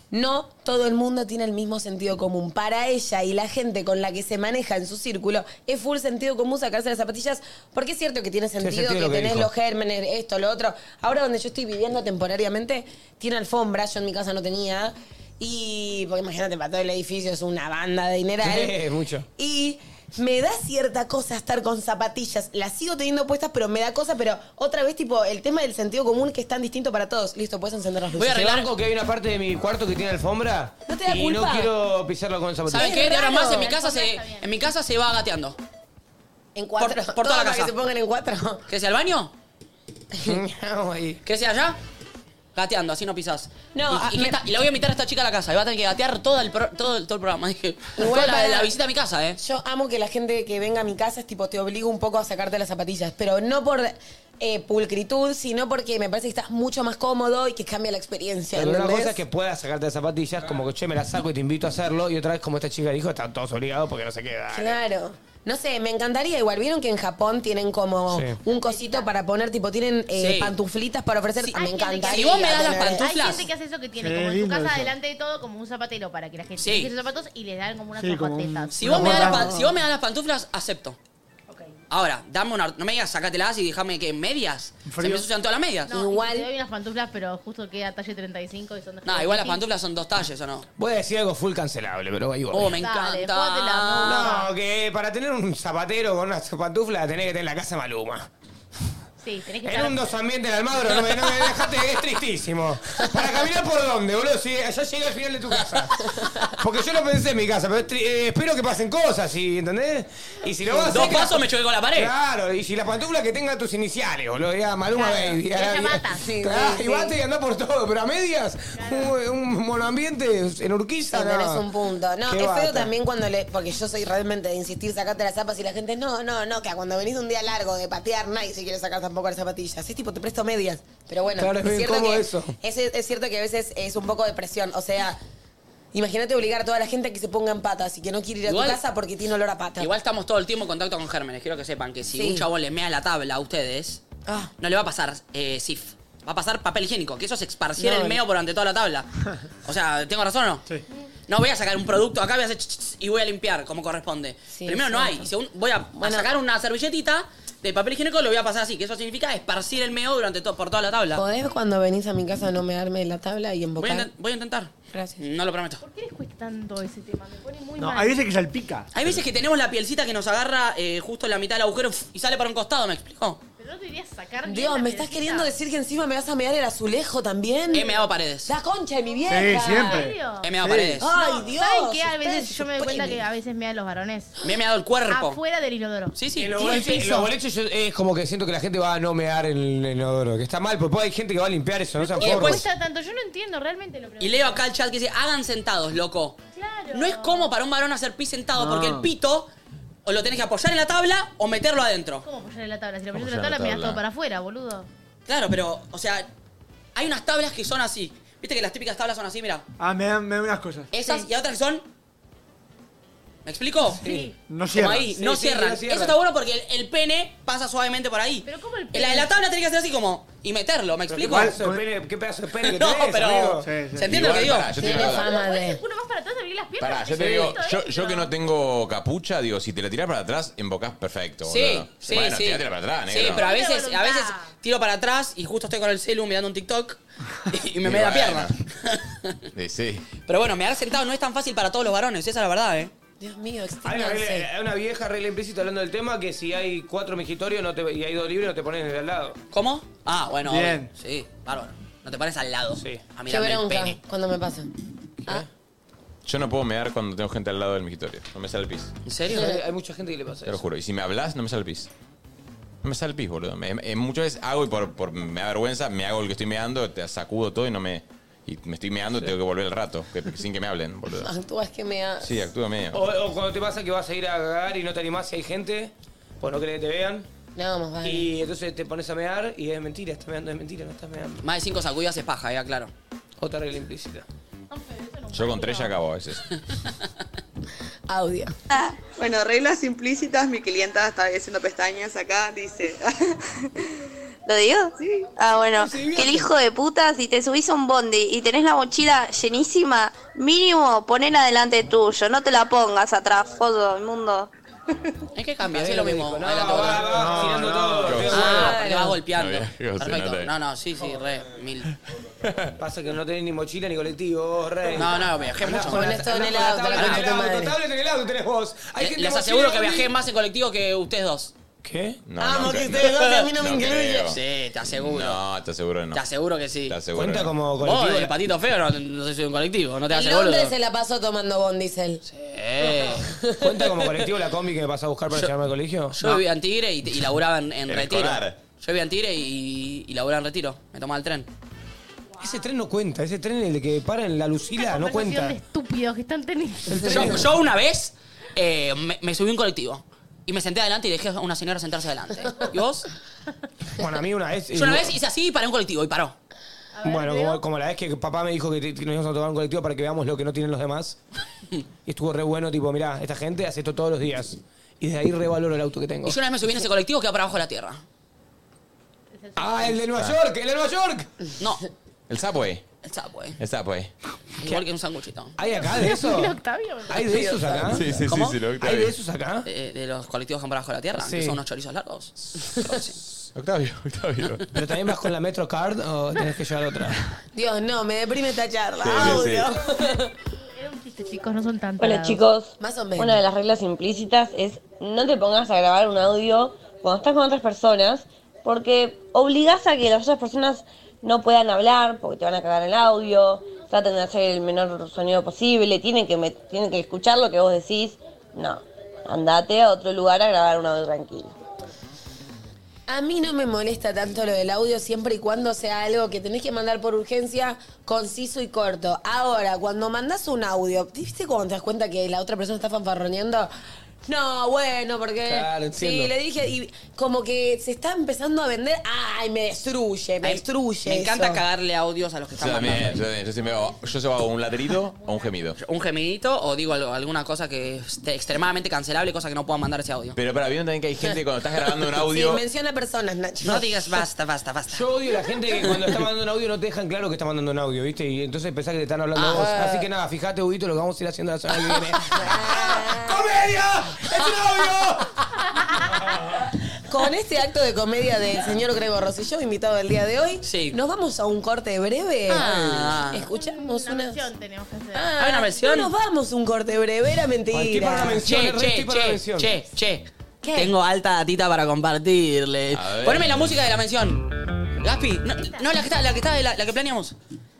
no todo el mundo tiene el mismo sentido común. Para ella y la gente con la que se maneja en su círculo, es full sentido común sacarse las zapatillas, porque es cierto que tiene sentido sentido que lo que tenés dijo. los gérmenes, esto, lo otro. Ahora donde yo estoy viviendo temporariamente, tiene alfombra, yo en mi casa no tenía. Y, porque imagínate, para todo el edificio es una banda de dineral. Sí, mucho. Y me da cierta cosa estar con zapatillas. Las sigo teniendo puestas, pero me da cosa. Pero otra vez, tipo, el tema del sentido común que es tan distinto para todos. Listo, puedes encender las luces. Voy a arreglar que hay una parte de mi cuarto que tiene alfombra. ¿No te da y culpa? no quiero pisarlo con zapatillas. ¿Saben qué? De ahora más en mi casa se, en mi casa se va gateando. En cuatro. Por, por toda la Todo para casa. que se pongan en cuatro. [LAUGHS] ¿Querés ir al baño? [LAUGHS] ¿Querés ir allá? Gateando, así no pisás. No, y, ah, y que me- esta- y la voy a invitar a esta chica a la casa. Y va a tener que gatear todo el, pro- todo el, todo el programa. [LAUGHS] Dije, Igual toda la, para- la visita a mi casa, ¿eh? Yo amo que la gente que venga a mi casa es tipo, te obligo un poco a sacarte las zapatillas, pero no por eh, pulcritud, sino porque me parece que estás mucho más cómodo y que cambia la experiencia. Pero una ¿entendés? cosa es que puedas sacarte las zapatillas, como que che, me las saco y te invito a hacerlo. Y otra vez, como esta chica dijo, están todos obligados porque no se queda. Claro. No sé, me encantaría igual. ¿Vieron que en Japón tienen como Sí. un cosito para poner, tipo, tienen eh, Sí. pantuflitas para ofrecer? Ah, me encantaría. Si vos me das las tener. pantuflas. Hay gente que hace eso que tiene Qué como en su lindo casa eso. delante de todo como un zapatero para que la gente Sí. deje sus zapatos y le dan como unas Sí, como zapatetas. Si vos, me das las, pan- si vos me das las pantuflas, acepto. Ahora, dame una. No me digas, sacátelas y déjame que medias. Se Frío. me ensucian todas las medias. No, y te doy unas pantuflas, pero justo queda talle 35 y son de Nah, igual las pantuflas son dos talles, ¿o no? Voy a decir algo full cancelable, pero ahí voy. Oh, me Dale, encanta. jugátela, No, que para tener un zapatero con unas pantuflas tenés que tener la casa Maluma. Sí, tenés que En estar- un dos ambientes de Almagro, no me, no me dejaste, es tristísimo. ¿Para caminar por dónde, boludo? Si allá llegué al final de tu casa. Porque yo no pensé en mi casa, pero es tri- eh, espero que pasen cosas, ¿sí? ¿entendés? Y si lo vas a Dos hacer, que- pasos me choqué con la pared. Claro, y si las pantuflas que tengan tus iniciales, boludo, ya Maluma Claro, Baby. ya- ella ya- mata. Sí, Claro, sí, y bate sí. y anda por todo, pero a medias, un, un monoambiente en Urquiza, no. Tenés un punto. No, Qué es feo bata. también cuando le. Porque yo soy realmente de insistir, sacate las zapas y la gente, no, no, no, que cuando venís de un día largo de patear, nadie se quiere sacar tampoco las zapatillas. Es tipo, te presto medias. Pero bueno, Claro, es es, bien cierto cómodo que, eso. Es, es cierto que a veces es un poco de presión. O sea, imagínate obligar a toda la gente a que se ponga en patas y que no quiere ir a Igual- tu casa porque tiene olor a pata. Igual estamos todo el tiempo en contacto con gérmenes. Quiero que sepan que si Sí. un chabón les mea la tabla a ustedes, Ah, no le va a pasar eh, SIF. Va a pasar papel higiénico, que eso es esparcir No, el no. meo por ante toda [LAUGHS] la tabla. O sea, ¿tengo razón o no? Sí. No voy a sacar un producto acá, voy a hacer ch, ch, ch, y voy a limpiar como corresponde. Primero no sí. hay. Y segundo, voy a, a sacar una servilletita de papel higiénico lo voy a pasar así, que eso significa esparcir el meo durante to- por toda la tabla. ¿Podés cuando venís a mi casa no me darme la tabla y Voy a, embocar? inten- voy a intentar. Gracias. No lo prometo. ¿Por qué les cuesta tanto ese tema? Me pone muy No, mal. hay veces que salpica. Hay veces que tenemos la pielcita que nos agarra eh, justo en la mitad del agujero uf, y sale para un costado, ¿me explico? Pero no te dirías sacar ni Dios, una ¿me estás piedrecita. queriendo decir que encima me vas a mear el azulejo Mm. también? He meado paredes. La concha de mi vieja. ¿En serio? He meado paredes. Ay, No, Dios. ¿Saben qué? A veces ustedes yo me doy cuenta supreme. que a veces me dan los varones. Me he meado el cuerpo. Afuera del inodoro. Sí, sí. En los boliches, en los boliches yo- es como que siento que la gente va a no mear en el inodoro, que está mal, porque hay gente que va a limpiar eso, no sean ¿Qué forros. cuesta tanto? Yo no entiendo, realmente lo pregunto. Y leo acá el chat que dice, hagan sentados, loco. No es como para un varón hacer pis sentado, No. porque el pito o lo tenés que apoyar en la tabla o meterlo adentro. ¿Cómo apoyar en la tabla? Si lo apoyas en Apoyar la en la tabla, me das tabla. todo para afuera, boludo. Claro, pero, o sea, hay unas tablas que son así. Viste que las típicas tablas son así, mira. Ah, me dan, me dan unas cosas. Esas y otras que son. ¿Me explico? Sí. No Como cierran. ahí, Sí, no, sí, cierran. no cierran. Eso está bueno porque el, el pene pasa suavemente por ahí. Pero ¿cómo el La de la tabla tenés que hacer así como y meterlo, ¿me ¿Qué explico? [LAUGHS] pedazo, de pene, qué pedazo de pene que No, tenés, pero- amigo? Sí, sí. ¿Se entiende lo que digo? pará, yo te digo Tiene algo. fama de. Uno más para atrás, abrir las piernas. Pará, yo te Sí. digo, ¿eh? yo, ¿eh? yo que no tengo capucha, digo, si te la tirás para atrás, embocás perfecto. Sí, boludo. sí, bueno, sí. tirátela para atrás, Sí, negro. pero a veces, a veces tiro para atrás y justo estoy con el celu mirando un TikTok y, y me me da pierna. [LAUGHS] Sí, sí. Pero bueno, mear sentado no es tan fácil para todos los varones, esa es la verdad, ¿eh? Dios mío, Hay una, extiéndanse. regla- hay una vieja regla implícita hablando del tema que si hay cuatro mijitorios no te- y hay dos libres no te pones del al lado. ¿Cómo? Ah, bueno. Bien. Sí, bárbaro. No te pones al lado. Sí. A Qué mirarme el bronca pene. cuando me pasa. Yo no puedo mear cuando tengo gente al lado del migitorio. No me sale el pis. ¿En serio? Hay, hay mucha gente que le pasa Te lo eso. juro. Y si me hablas, no me sale el pis. No me sale el pis, boludo. Me- me- muchas veces hago y por, por me da vergüenza, me hago el que estoy meando, te sacudo todo y no me. Y me estoy meando y tengo que volver el rato, que- sin que me hablen, boludo. Actúas que me ha... Sí, actúa medio. Oh. O, o cuando te pasa que vas a ir a cagar y no te animás si hay gente, pues no querés que te vean. No, más vale. Y entonces te pones a mear y es mentira, estás meando, es mentira, no estás meando. Más de cinco sacudidas es paja, ya claro. Otra regla implícita. Yo con tres ya acabo a veces. Audio. Bueno, reglas implícitas, mi clienta está haciendo pestañas acá, dice. [LAUGHS] ¿Lo digo? Ah, bueno. que el hijo de puta, si te subís a un bondi y tenés la mochila llenísima, mínimo ponela delante tuyo, no te la pongas atrás, jodo, el mundo. Es que cambia, sí, es lo mismo. No, Adelante, Ah, va, boludo. va, va, girando todo. Ah, porque vas golpeando. No, viejo, se Perfecto. nota. No, no, sí, sí, re, mil. Pasa que no tenés ni mochila ni colectivo, rey. Ah. No, no, viajé Andás mucho. con la- Ponés todo en andás el auto, con la la tablet concha de tu en el madre. auto, tablet en el auto tenés vos. Hay Le- gente Les mochila aseguro que en el viajé más en colectivo que ustedes dos. ¿Qué? No, Vamos, no creo, que Ah, ustedes dos a mí no me creo. incluyen. Sí, te aseguro. No, te aseguro que no. Te aseguro que sí. Te aseguro que no. Vos, el patito feo, no, no sé si un colectivo, no te En hace boludo. Londres se la pasó tomando Bondi Cell. [LAUGHS] Eh. ¿Cuenta como colectivo la combi que me pasás a buscar para llevarme al colegio? Yo No. vivía en Tigre y, y laburaba en, en El Retiro. escolar. Yo vivía en Tigre y, y laburaba en Retiro. Me tomaba el tren. Ese tren no cuenta, ese tren el que para en la Lucila no Conversación cuenta. de estúpidos que están teniendo. Yo, yo una vez eh, me, me subí a un colectivo. Y me senté adelante y dejé a una señora sentarse adelante. ¿Y vos? Bueno, a mí una [LAUGHS] vez. Yo una vez hice así y paré un colectivo y paró. Bueno, como, como la vez que papá me dijo que, te- que nos íbamos a tomar un colectivo para que veamos lo que no tienen los demás. Y estuvo re bueno, tipo, mirá, esta gente hace esto todos los días. Y desde ahí revaloro el auto que tengo. Y yo una vez me subí en ese colectivo que va para abajo de la tierra. Ah, el de Nueva York, el de Nueva York. No, El Subway. el Subway. pues. El Subway. Igual que un sanguchito. ¿Hay acá de [LAUGHS] eso? ¿Hay de esos acá? Sí, sí, sí, sí, lo ¿Hay Octavio. de esos acá? De, de los colectivos cambrados con la tierra, Sí. que son unos chorizos largos. [LAUGHS] Octavio, Octavio. ¿Pero también vas con la MetroCard o tenés que llevar otra? Dios, no, me deprime esta charla. Sí, sí, Audio. [LAUGHS] Chicos, no son tan Hola, tarados. chicos. Más o menos. Una de las reglas implícitas es no te pongas a grabar un audio cuando estás con otras personas porque obligás a que las otras personas no puedan hablar porque te van a cagar el audio, traten de hacer el menor sonido posible, tienen que, me- tienen que escuchar lo que vos decís. No, andate a otro lugar a grabar un audio tranquilo. A mí no me molesta tanto lo del audio siempre y cuando sea algo que tenés que mandar por urgencia, conciso y corto. Ahora, cuando mandás un audio, ¿viste cuando te das cuenta que la otra persona está fanfarroneando? No, bueno, porque Claro, entiendo. sí, le dije y como que se está empezando a vender, ay, me destruye, me destruye. Me encanta eso. cagarle audios a los que Yo están también, mandando. yo también. Yo, sí me hago- yo solo hago un ladrido o un gemido. Un gemidito o digo algo- alguna cosa que es te- extremadamente cancelable, cosa que no puedan mandar ese audio. Pero para, vieron también que hay gente cuando estás grabando un audio. Sí, menciona personas, Nacho. No digas basta, basta, basta. Yo odio a la gente que cuando está mandando un audio no te dejan claro que está mandando un audio, ¿viste? Y entonces pensás que te están hablando a vos. Ajá. Así que nada, fíjate, Huguito, lo que vamos a ir haciendo la semana que viene. ¡Comedia! ¡Es un audio! Con este acto de comedia del señor Grego Rosselló, invitado el día de hoy, nos vamos a un corte breve. Ah. Escuchamos una. tenemos que hacer. Ah, ¿Hay una versión? No nos vamos un corte breve, era Che, mentira. che, che, che, che, che. ¿Qué? Tengo alta datita para compartirles. ver. Poneme la música de la mención. Gaspi, no, no, la que está, la que está, de la, la que planeamos.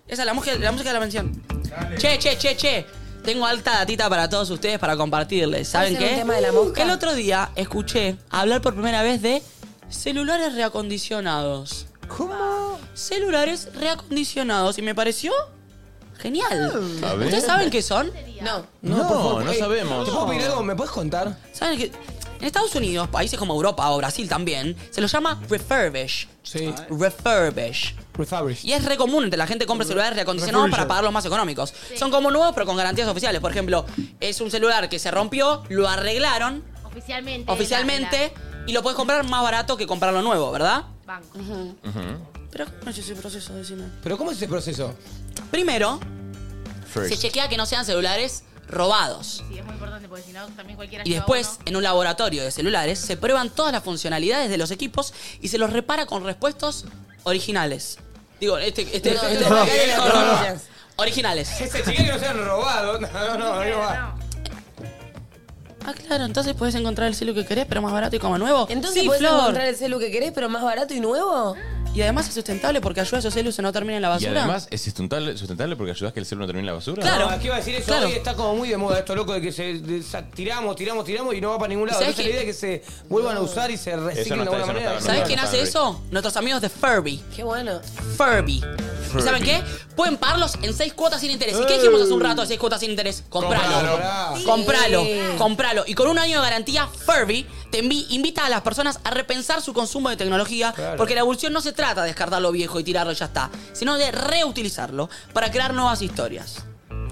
Esa, la, música- la música de la mención. Che, che, che, che. Tengo alta datita para todos ustedes para compartirles. ¿Saben ¿Hacen un qué? tema de la mosca? El otro día escuché hablar por primera vez de celulares reacondicionados. ¿Cómo? Celulares reacondicionados. Y me pareció genial. A ver. ¿Ustedes saben qué son? No. No, por favor, eh, ¿Te puedo pedir algo? ¿Me puedes contar? ¿Saben que En Estados Unidos, países como Europa o Brasil también, se lo llama refurbish. Sí. Refurbish. Refurbish. Y es re común entre la gente compra celulares reacondicionados para Refurbished. pagarlos más económicos. Son como nuevos pero con garantías oficiales. Por ejemplo, es un celular que se rompió, lo arreglaron Oficialmente. oficialmente y lo puedes comprar más barato que comprarlo nuevo, ¿verdad? Banco. Pero ¿cómo es ese proceso? Decime. ¿Pero cómo es ese proceso? Primero, se chequea que no sean celulares robados. Sí, es muy importante porque si no, también cualquiera Y lleva después, en un laboratorio de celulares, se prueban todas las funcionalidades de los equipos y se los repara con respuestos originales. Digo, este... este, No, este- no, no, no, no. Originales. Ese chiquillo que no se han robado. [LAUGHS] No, no, no, no. va. Ah, claro, entonces puedes encontrar el celu que querés, pero más barato y como nuevo. Entonces Sí, puedes Flor. encontrar el celu que querés, pero más barato y nuevo. Y además es sustentable porque ayuda a esos celus a no terminar en la Y basura. además es sustentable, sustentable porque ayudas que el celular no termine en la basura. No, es que iba a decir eso. Claro. Hoy está como muy de moda esto, loco, de que se, de- sa- tiramos, tiramos, tiramos y no va para ningún lado. ¿Sabes Entonces qué? la idea es que se vuelvan a usar y se reciclen de alguna manera. ¿Sabes quién hace eso? Nuestros amigos de Furby. Qué bueno. Furby. ¿Y Furby. saben qué? Pueden pagarlos en seis cuotas sin interés. ¿Y qué dijimos hace un rato de seis cuotas sin interés? Compralo. Compralo. Compralo. Sí. Compralo. Y con un año de garantía, Furby te envi- invita a las personas a repensar su consumo de tecnología. Claro. Porque la evolución no se trata de descartar lo viejo y tirarlo y ya está. Sino de reutilizarlo para crear nuevas historias.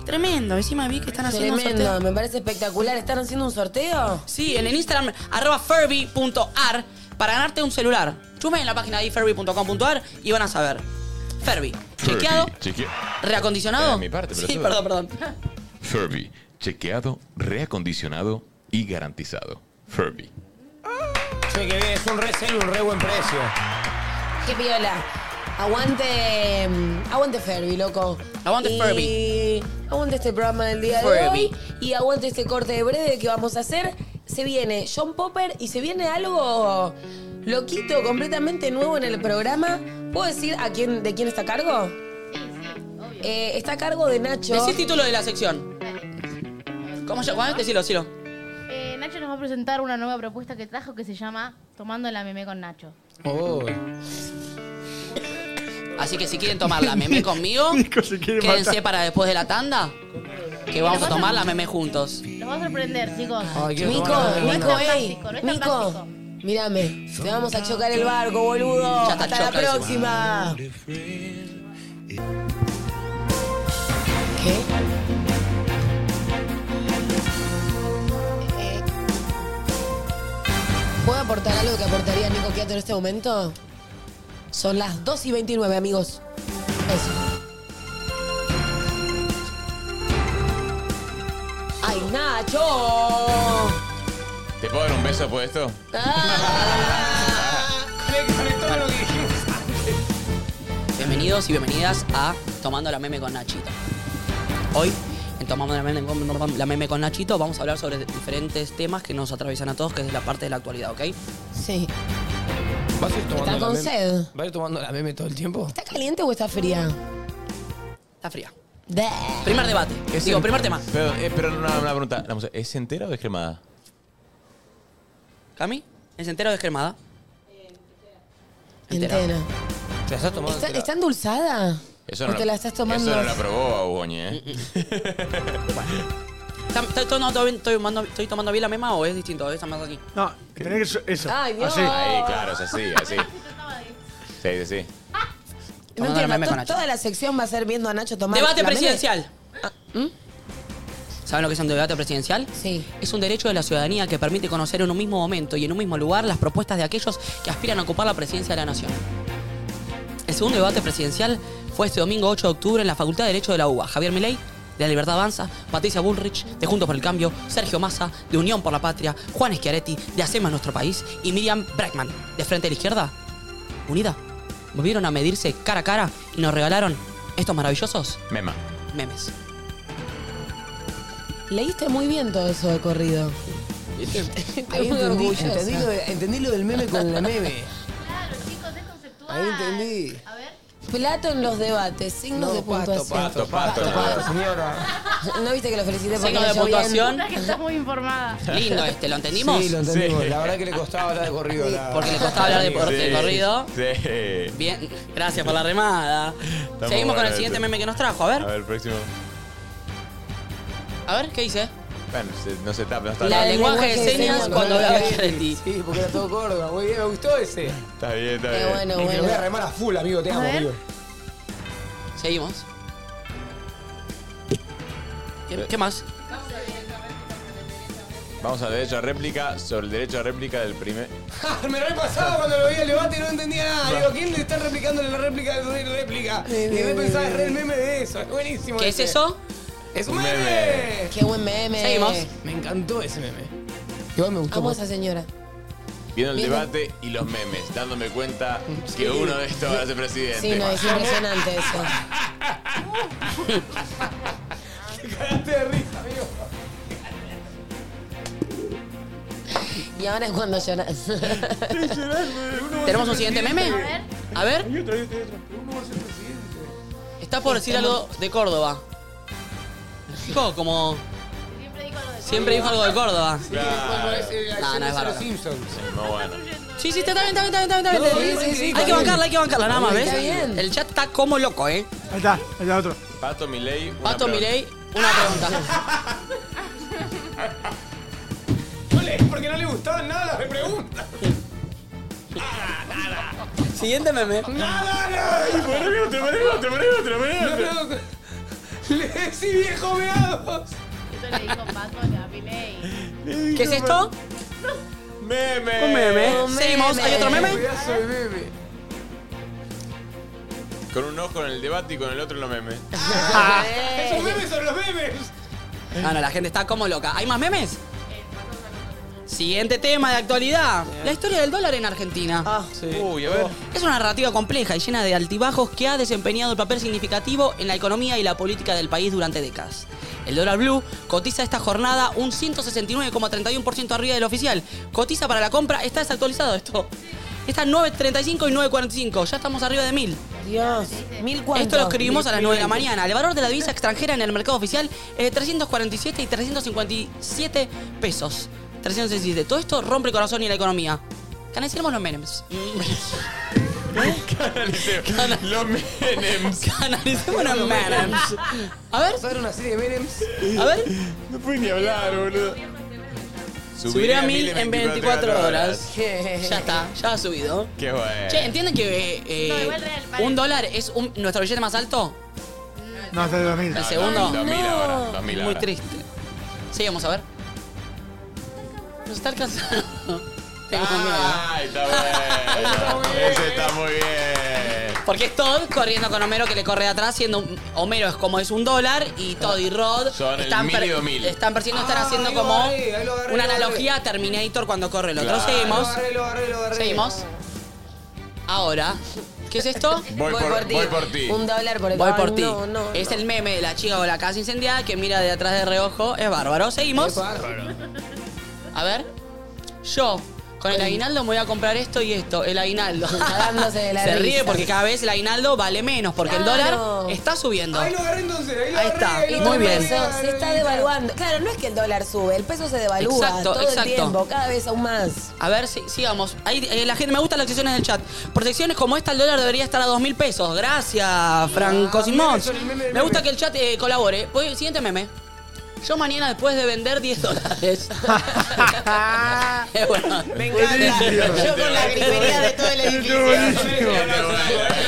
Tremendo. Encima vi que están haciendo un Tremendo, sorteo. me parece espectacular. ¿Están haciendo un sorteo? Sí, en el Instagram, arroba furby.ar para ganarte un celular. Chumen en la página de furby.com.ar y van a saber. Furby, chequeado, Chequeado. reacondicionado. Era Eh, mi parte, pero sí, tú- perdón, perdón. Furby, chequeado, reacondicionado y garantizado. Furby. Che, que bien, es un re celu, un re buen precio. Qué piola. Aguante. mm, Aguante Ferby, loco. Aguante Y Ferbi. Aguante este programa del día de Ferbi. hoy. Y aguante este corte de breve que vamos a hacer. Se viene John Popper y se viene algo loquito, completamente nuevo en el programa. ¿Puedo decir a quién, de quién está a cargo? Eh, está a cargo de Nacho. Decí el título de la sección. ¿Cómo se llama? Decilo, decilo. Eh, Nacho nos va a presentar una nueva propuesta que trajo que se llama Tomando la meme con Nacho. Así que si quieren tomar [LAUGHS] la meme conmigo, quédense matar. para después de la tanda. Que vamos a tomar la meme juntos. Los va a sorprender, chicos. Ay, quiero Nico, tomar algo, Nico, no. ey, Nico, mírame, te vamos a chocar el barco, boludo. Ya está Hasta la choca ese próxima. ¿Qué? Eh, ¿Puedo aportar algo que aportaría Nico Quiato en este momento? Son las 2 y 29, amigos. Eso. ¡Ay, Nacho! ¿Te puedo dar un beso por esto? Ah. Bienvenidos y bienvenidas a Tomando la Meme con Nachito. Hoy, en Tomando la Meme, la Meme con Nachito, vamos a hablar sobre diferentes temas que nos atraviesan a todos, que es la parte de la actualidad, ¿ok? Sí. ¿Vas a ir tomando Está la con meme? sed. ¿Vas a ir tomando la meme todo el tiempo? ¿Está caliente o está fría? Está fría. Primer debate. en- Pero, eh, pero una, una pregunta. La música, ¿Es entera o es cremada? ¿Cami? ¿Es entera o descremada? Entera. ¿Te la estás tomando? ¿Está, entera? ¿Está endulzada? Eso ¿O te la estás tomando? Eso no la probó a ¿eh? ¿Está- está- está- no, estoy, estoy tomando, ¿Estoy tomando bien la mema o es distinto? ¿Está más aquí? No, que tenés que eso. eso, Ay, Ah, Dios. Así. Ahí, claro, es así, así. [LAUGHS] Sí, sí, sí. No Tomando la entiendo, meme to- con Nacho. toda la sección va a ser viendo a Nacho tomar. Debate la meme. Ah, ¿Mm? presidencial. ¿Saben lo que es un debate presidencial? Sí. Es un derecho de la ciudadanía que permite conocer en un mismo momento y en un mismo lugar las propuestas de aquellos que aspiran a ocupar la presidencia de la nación. El segundo debate presidencial fue este domingo 8 de octubre en la Facultad de Derecho de la UBA. Javier Milei, de La Libertad Avanza, Patricia Bullrich, de Juntos por el Cambio, Sergio Massa, de Unión por la Patria, Juan Schiaretti, de Hacemos Nuestro País y Miriam Breckman, de Frente a la Izquierda. Unida, volvieron a medirse cara a cara y nos regalaron estos maravillosos Mema. memes. Leíste muy bien todo eso de corrido. [LAUGHS] Ahí muy entendí, orgullosa. entendí lo de- entendí lo del meme con [LAUGHS] la meme. Ahí entendí. [LAUGHS] Plato en los debates, signos No, de pato, puntuación. Ah, pato, pato, pato, señora. ¿No viste que lo felicité porque Signos de leyó bien? puntuación. que estás muy informada. Lindo este, ¿lo entendimos? Sí, lo entendimos. Sí. La verdad que le costaba hablar de corrido. la- Porque le costaba hablar de, por- de Sí. corrido. Sí. Bien, gracias por la remada. Seguimos con el buenos, siguiente sí. meme que nos trajo. A A ver, ver, el próximo. a ver, ¿qué dice? Bueno, se- no se tapa, no está bien. La del lenguaje de señas cuando [LAUGHS] veo a Schiaretti. Sí, porque era todo Córdoba. Muy bien, me gustó ese. Está bien, está Qué bien. bueno, Y que bueno. lo voy a remar a full, amigo, te A amo, ver. amigo. [LAUGHS] Seguimos. ¿Qué, qué más? Vamos al derecho a réplica sobre el derecho a réplica del primer. ¡Ja! Me lo he pasado cuando lo vi al debate y no entendía nada. Digo, ¿quién le está replicando la réplica del rey réplica? Y me pensaba, es re el meme de eso. Es buenísimo. ¿Qué es ese. eso? ¡Es un Un meme! meme. Qué buen meme. Me encantó ese meme. [LAUGHS] Igual me gustó. Amo a más. esa señora. Viendo el Viendo- debate y los memes, dándome cuenta que uno de estos va a ser presidente. Sí, no, es impresionante eso. Y ahora es cuando lloras. [LAUGHS] ¿Tenemos un siguiente meme? A ver. Está por decir algo de Córdoba. Dijo como. Siempre dijo algo de Córdoba. No, no es verdad. No, bueno. Sí, sí, está bien, está bien, está bien, está bien. No, sí, sí, sí, hay está que bien. bancarla, hay que bancarla, nada más, ¿ves? Está bien. El chat está como loco, ¿eh? Ahí está, ahí está otro. Pato Milei. una Pato pregunta. Milei, una [LAUGHS] pregunta. No leí porque no le gustaban nada las preguntas. Siguiente meme. ¡Nada, nada! Y pregunte, pregunte, pregunte, pregunte. No, no, ¡Le decí viejo meados! Esto le dijo Pato a la Milei. ¿Qué es esto? Meme. Un meme. Seguimos, ¿hay otro meme? Pedazo de meme. Con un ojo en el debate y con el otro en los memes. ¡Esos memes son los memes! Ah, No, no, la gente está como loca. ¿Hay más memes? Siguiente tema de actualidad. La historia del dólar en Argentina. Ah, Uy, a ver. [LAUGHS] Es una narrativa compleja y llena de altibajos que ha desempeñado el papel significativo en la economía y la política del país durante décadas. El dólar blue cotiza esta jornada un 169,31% arriba del oficial. Cotiza para la compra, está desactualizado esto. Está 9.35 y 9.45, ya estamos arriba de 1000. Dios, mil cuantos. Esto lo escribimos a las 9 de la mañana. El valor de la divisa extranjera en el mercado oficial es de 347 y 357 pesos. 367. Todo esto rompe el corazón y la economía. Canalicemos los memes. Los memes. [LAUGHS] Canalicemos los memes. A ver. Pasar una serie de memes. A ver. No pude ni hablar, boludo. Subiré a 1000 en 24 horas. ¿Qué? Ya está, ya ha subido. Qué bueno. Che, ¿entienden que eh, eh, No, igual real, vale. un dólar es un- nuestro billete más alto? No, hasta el 2000. El segundo. no, 2000 ahora, 2000 Muy ahora. Ah, triste. Sí, vamos a ver. Nos está [LAUGHS] alcanzando. Tengo miedo. [LAUGHS] Ay, está bueno. Ese está muy bien. Porque es Todd corriendo con Homero que le corre atrás, siendo un- Homero es como es un dólar y Todd y Rod Son el están, mil y dos mil. están persiguiendo, están Ah, haciendo ahí lo como agarré, ahí lo agarré, una lo agarré. analogía a Terminator cuando corre el otro. Claro. Seguimos. Lo agarré, lo agarré, lo agarré. Seguimos. Ahora, ¿qué es [LAUGHS] esto? Voy Voy por- por ti. voy por ti. Un dólar por el- Voy Ay, por ti. no, no, es el meme de la chica o la casa incendiada que mira de atrás de reojo. Es bárbaro. Seguimos. A ver. Yo, con el aguinaldo me voy a comprar esto y esto. El [LAUGHS] aguinaldo. Cagándose de la Se risa. ríe porque cada vez el aguinaldo vale menos porque el Claro. dólar está subiendo. Ahí lo agarré entonces, ahí, está. Y Muy el bien. peso se está devaluando. Claro, no es que el dólar sube, el peso se devalúa Exacto, todo exacto. el tiempo, cada vez aún más. A ver, si- sigamos. Ahí, eh, la gente, me gustan las secciones del chat. Por secciones como esta, el dólar debería estar a dos mil pesos. Gracias, Franco Ah, Simón. meme, son el meme del Me gusta que el chat eh, colabore. Voy, siguiente meme. Yo mañana después de vender [LAUGHS] 10 dólares. Eh, bueno. Este Me encanta. Yo con la grifería de todo el edificio.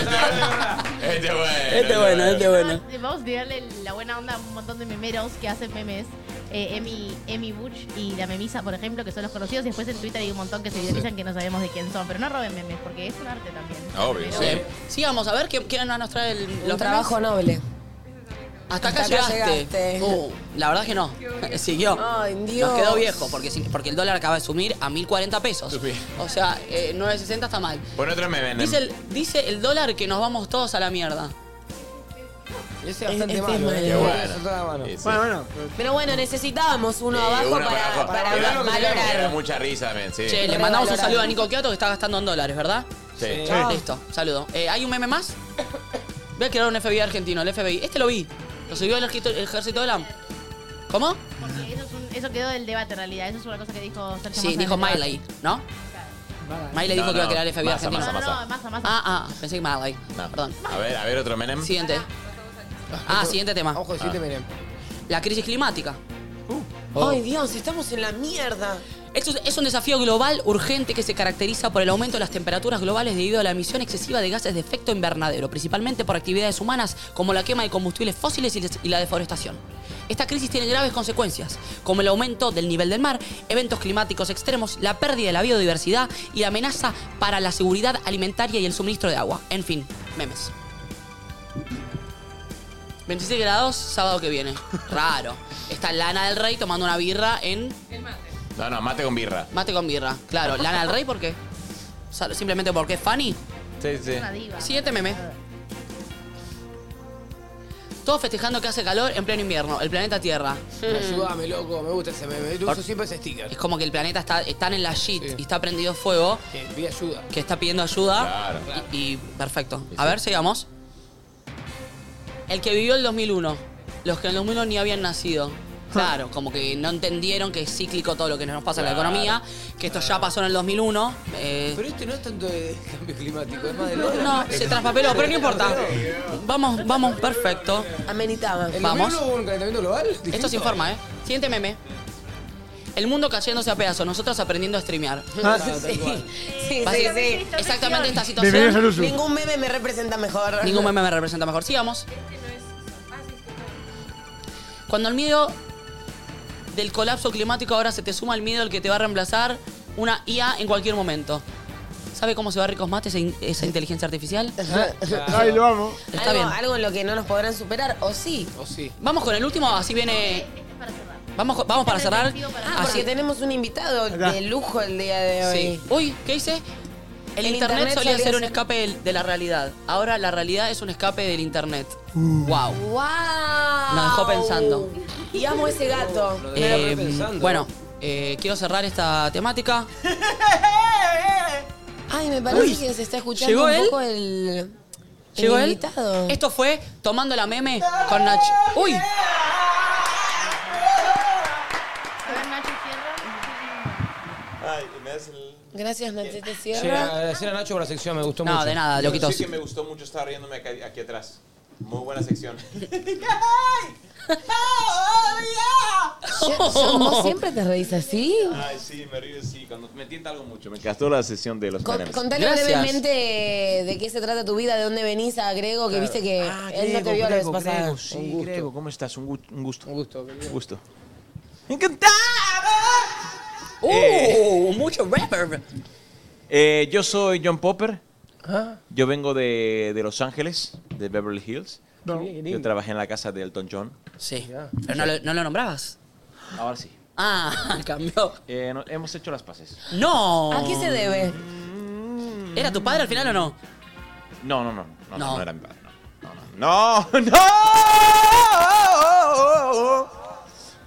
Este bueno. Este bueno, este bueno. Vamos a tirarle la buena onda a un montón de memeros que hacen memes. Eh, Emi, Emi Butch y la memisa, por ejemplo, que son los conocidos. Y después en Twitter hay un montón que se viralizan que no sabemos de quién son. Pero no roben memes, porque es un arte también. Obvio, sí. Bien. Sigamos, a ver qué, qué nos trae el, los Un trabajo memes. noble. Hasta acá, Hasta acá llegaste. llegaste. Uh, la verdad es que no. [LAUGHS] Siguió. Ay, Dios. Nos quedó viejo porque, sin- porque el dólar acaba de sumir a 1040 pesos. O sea, eh, 960 está mal. Bueno, otra me venden. Dice el, dice el dólar que nos vamos todos a la mierda. Ese es bastante Este es malo. malo. eh. Qué bueno. Ese está malo. Ese. Bueno, Pero bueno, necesitábamos uno abajo Eh, Una para, abajo. para Era lo que valorar. teníamos, era mucha risa también, sí. Che, le mandamos un saludo a Nico Quiato que está gastando en dólares, ¿verdad? Sí. Sí. Listo, saludo. Eh, ¿Hay un meme más? Voy a crear un FBI argentino, el FBI. Este lo vi. Lo subió el ejército, el ejército de la... ¿Cómo? Porque eso, es un- eso quedó del debate en realidad. Eso es una cosa que dijo Sergio Sí, Massa dijo en el debate. Miley, ¿no? Miley No, dijo que iba a no, crear el FBI Massa, argentino. Massa, Massa. No, masa, masa. Ah, ah, pensé que Miley. Perdón. A ver, a ver otro Menem. Siguiente. Ah, siguiente tema. Ojo, siguiente Ah. Menem. La crisis climática. Ay, Dios, estamos en la mierda. Esto es- es un desafío global urgente que se caracteriza por el aumento de las temperaturas globales debido a la emisión excesiva de gases de efecto invernadero, principalmente por actividades humanas como la quema de combustibles fósiles y les- y la deforestación. Esta crisis tiene graves consecuencias, como el aumento del nivel del mar, eventos climáticos extremos, la pérdida de la biodiversidad y la amenaza para la seguridad alimentaria y el suministro de agua. En fin, memes. 26 grados, sábado que viene. Raro. Está Lana del Rey tomando una birra en No, no, mate con birra. Mate con birra, claro. Lana del Rey, ¿por qué? O sea, Simplemente porque es Fanny. Sí, sí. Siguiente meme. Todos festejando que hace calor en pleno invierno. El planeta Tierra. Ayúdame, loco. Me gusta ese meme. Yo uso siempre ese sticker. Es como que el planeta está están en la shit y está prendido fuego, Que pide Eh, ayuda. que está pidiendo ayuda. Claro. Y, y perfecto. A ver, sigamos. El que vivió el 2001. Los que en el 2001 ni habían nacido. Claro, como que no entendieron que es cíclico todo lo que nos pasa en la Claro. economía, que esto ya pasó en el 2001. eh, Pero este no es tanto de [LAUGHS] cambio climático, es más de No, se traspapeló, pero no importa. Vamos, vamos, perfecto. Amenitaba. ¿El Vamos. domingo hubo un calentamiento global? Esto se informa, ¿eh? Siguiente meme. El mundo cayéndose a pedazos, nosotros aprendiendo a streamear. Ah, sí. Sí, Vas a sí, decir, sí. Exactamente esta Bienvenidos al situación. uso. Ningún meme me representa mejor. Ningún meme me representa mejor. Sigamos. Cuando el miedo del colapso climático ahora se te suma el miedo al que te va a reemplazar una IA en cualquier momento. ¿Sabe cómo se va a ricos mate esa, in- esa inteligencia artificial? Ahí lo vamos. Está algo, bien. algo en lo que no nos podrán superar, o sí. O sí. Vamos con el último, así viene. Este Vamos, co- vamos para cerrar. Ah, porque Así. tenemos un invitado de lujo el día de hoy. Sí. Uy, ¿qué hice? El, internet, solía ser un escape del- de la realidad. Ahora la realidad es un escape del internet. Wow. ¡Wow! Nos dejó pensando. Y amo ese gato. Eh, bueno, eh, quiero cerrar esta [LAUGHS] temática. Ay, me parece Uy. que se está escuchando ¿Llegó un él? poco el. el ¿Llegó él? invitado. Esto fue Tomando la Meme con Nach. ¡Uy! A ver, Nacho, cierra. Ay, me das el. Gracias, Nachete Che, Sierra. agradecer a Nacho por la sección, me gustó No, mucho. de nada, Yo loquitos. sé que me gustó mucho estar riéndome acá- aquí, atrás. Muy buena sección. Yo- yo- Oh. ¿Vos siempre te reís así? Ay, sí, me río, sí. Cuando me tienta algo mucho. Me castó la sesión de los Con- memes. contale brevemente de qué se trata tu vida, de dónde venís a Grego, que Claro. viste que él no te vio la vez pasada. un gusto. ¿cómo estás? Un, gu- un gusto. Un gusto. Un gusto. ¡Uh! Mucho rapper. Eh, yo soy John Popper. Yo vengo de, de Los Ángeles, de Beverly Hills. No. Yo trabajé en la casa de Elton John. Sí. Pero no lo, no lo nombrabas. Ahora sí. Ah, [LAUGHS] cambió. Eh, hemos hecho las paces. ¡No! ¿A qué se debe? ¿Era tu padre al final o no? No, no, no. No, no, No. no era mi padre. No, no. [LAUGHS] ¡No! ¡No!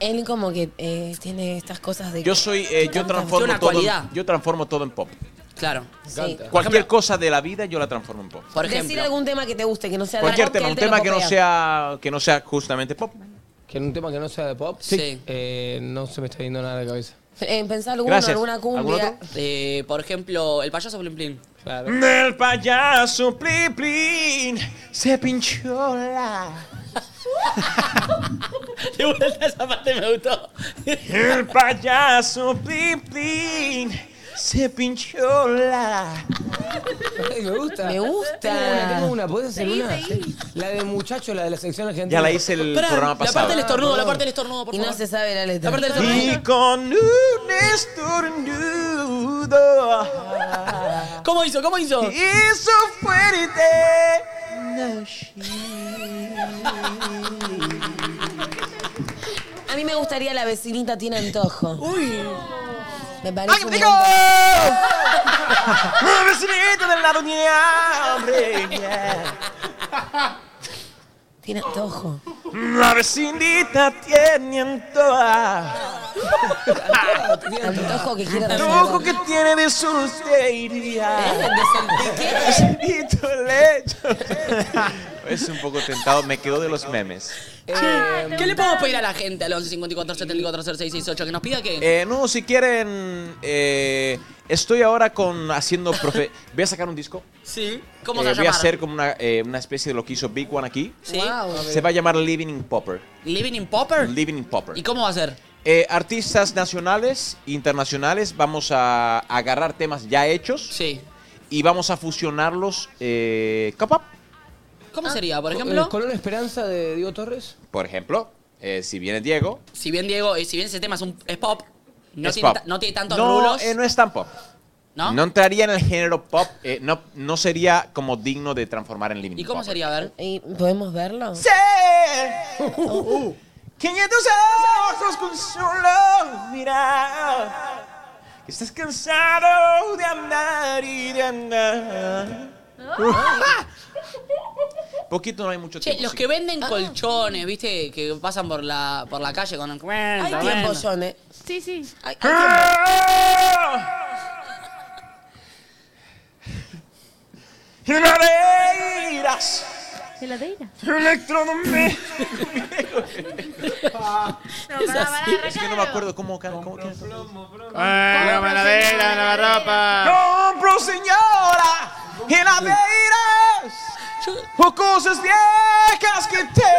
Él como que eh, tiene estas cosas de... Yo soy, eh, yo transformo Una todo. en- cualidad. yo transformo todo en pop. Claro. Sí. Cualquier cosa de la vida yo la transformo en pop. Decir algún tema que te guste, que no sea Cualquier rock, tema, él un te lo tema que no copia. sea que no sea justamente pop. Que en un tema que no sea de pop, eh, no se me está yendo nada a la [LAUGHS] cabeza. Eh, pensá alguno, alguna cumbia. Eh, por ejemplo, el payaso Plin Plin. Claro. El payaso Plin Plin se pinchó la. [LAUGHS] De vuelta esa parte me gustó. El payaso Plin Plin se pinchó la. me gusta. Me gusta. Tengo una, tengo una, ¿podés hacer Seguí, una? La de muchacho, la de la sección argentina. Ya la hice el Pará, programa la pasado. parte del estornudo, la parte del estornudo, por Y no favor. se sabe la letra. La parte del Y con un estornudo ¿Cómo hizo? ¿Cómo hizo? hizo fuerte. A mí me gustaría la vecinita tiene antojo. Uy. Me parece ¡Ay, un digo! [LAUGHS] ¡La vecinita del lado tiene hambre! Tiene antojo. La vecinita tiene antojo. Antojo que quiere Antojo resolver. que tiene de soltería. Ah, ¿Eh? Soltito lecho. Es un poco tentado, me quedo de los memes. Che, ¿Qué le podemos pedir a la gente al 11 54 74 06 68? Que nos pida que. Eh, no, si quieren, eh, estoy ahora con haciendo profe. Voy a sacar un disco. Sí. ¿Cómo Eh, se va a Voy a llamar? hacer como una, eh, una especie de lo que hizo Big One aquí. Sí. Wow. Se va a llamar Living in Popper. ¿Living in Popper? Living in Popper. ¿Y cómo va a ser? Eh, artistas nacionales, internacionales, vamos a agarrar temas ya hechos. Sí. Y vamos a fusionarlos. Eh, capaz, ¿Cómo Ah, sería, por Co- ejemplo? eh, Color Esperanza de Diego Torres. por ejemplo, eh, si viene Diego. Si bien Diego, eh, si bien ese tema es, un, es pop, no, es tiene, pop. ta- no tiene tantos no, rulos. eh, no es tan pop. ¿No? entraría en el género pop. eh, no, no sería como digno de transformar en Living ¿Y in cómo Popper. sería? A ver. ¿Y ¿Podemos verlo? Sí. Que ya tus ojos con solo mirar que estás cansado de andar y de andar. [LAUGHS] Poquito no hay mucho Che, tiempo. los sí. que venden Ah. colchones, viste, que pasan por la, por la calle con un. Hay tiempo, John, eh. Sí, sí. Hay, hay Heladeras. [LAUGHS] Heladeras. Electrodomésticos. No, pará, pará, Es que no me acuerdo cómo can- cómo que la panadera, la ropa. Compro señora heladeras o cosas viejas que tengas.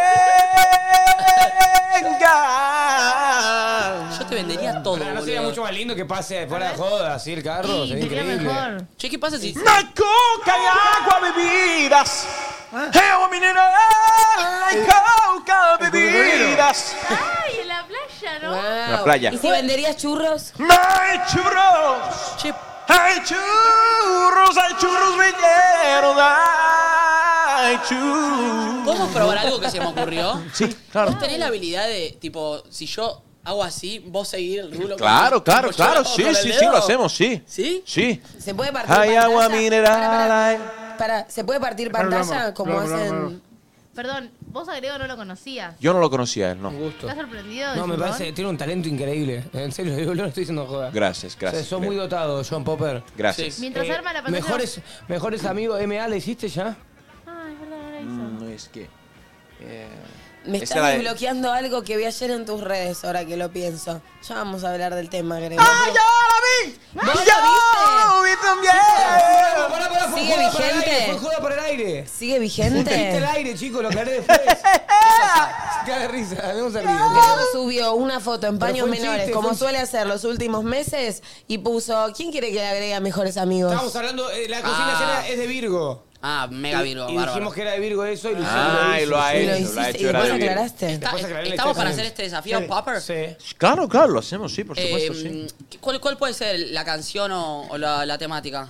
Yo te vendería todo. Pero Ah, no sería boludo. mucho más lindo que pase fuera de joda, así el carro. Sí, sería sería increíble. mejor. Che, ¿qué pasa si.? No hay coca y agua bebidas. Agua mineral y coca bebidas. Ay, en la playa, ¿no? La playa. ¿Y si venderías churros? Hay churros. Hay churros, hay churros rellenos. Hay churros. ¿Podemos probar algo que se me ocurrió? Sí, claro. ¿Vos tenés la habilidad de, tipo, si yo hago así, vos seguir el rulo? con- Claro, claro, con- claro. con Sí, el sí, dedo? sí, lo hacemos, sí. ¿Sí? Sí. ¿Se puede partir Hay pantalla? agua mineral. hay- Para, ¿Se puede partir Claro, pantalla hablamos, como hablamos, hacen...? hablamos. Perdón, vos a Grego no lo conocías. Yo no lo conocía él, no. ¿Estás sorprendido? de No, me Simón? parece, tiene un talento increíble. En serio, [LAUGHS] digo, no estoy diciendo joda. Gracias, O sea, gracias. sos muy dotado, John Popper. Gracias. Sí. Mientras arma la pantalla- Mejores, mejores amigos, MA, ¿le hiciste ya? Ay, verdad, no lo hizo. Mm, No es que. eh, Me esa estás era de- desbloqueando algo que vi ayer en tus redes, ahora que lo pienso. Ya vamos a hablar del tema, Grego. ¡Ah, ya ¿Vos lo la vi! viste? ¡Ya lo vi también! Pará, pará, pará, fue ¿Sigue joda para el vigente? aire, Fue joda para el aire. ¿Sigue Viste vigente? el aire, chicos, lo aclaré después. Te da risa, no se ríe. Grego subió una foto en Ah. Pero paños fue un menores, chiste, fue como un- suele hacer los últimos meses, y puso, ¿quién quiere que le agregue a mejores amigos? Estábamos hablando, eh, la cocina Ah. llena es de Virgo. Ah, mega Y- Virgo, Y, bárbaro. dijimos que era de Virgo eso y lo hicimos. Ah, y lo ha sí. hecho, lo ha hecho. era de Virgo. Está- este, Después aclaré ¿Estamos la historia para también. hacer este desafío, Sí. Popper? Sí. Claro, claro, lo hacemos, sí, por Eh, supuesto, sí. ¿cuál, cuál puede ser la canción o, o la, la temática?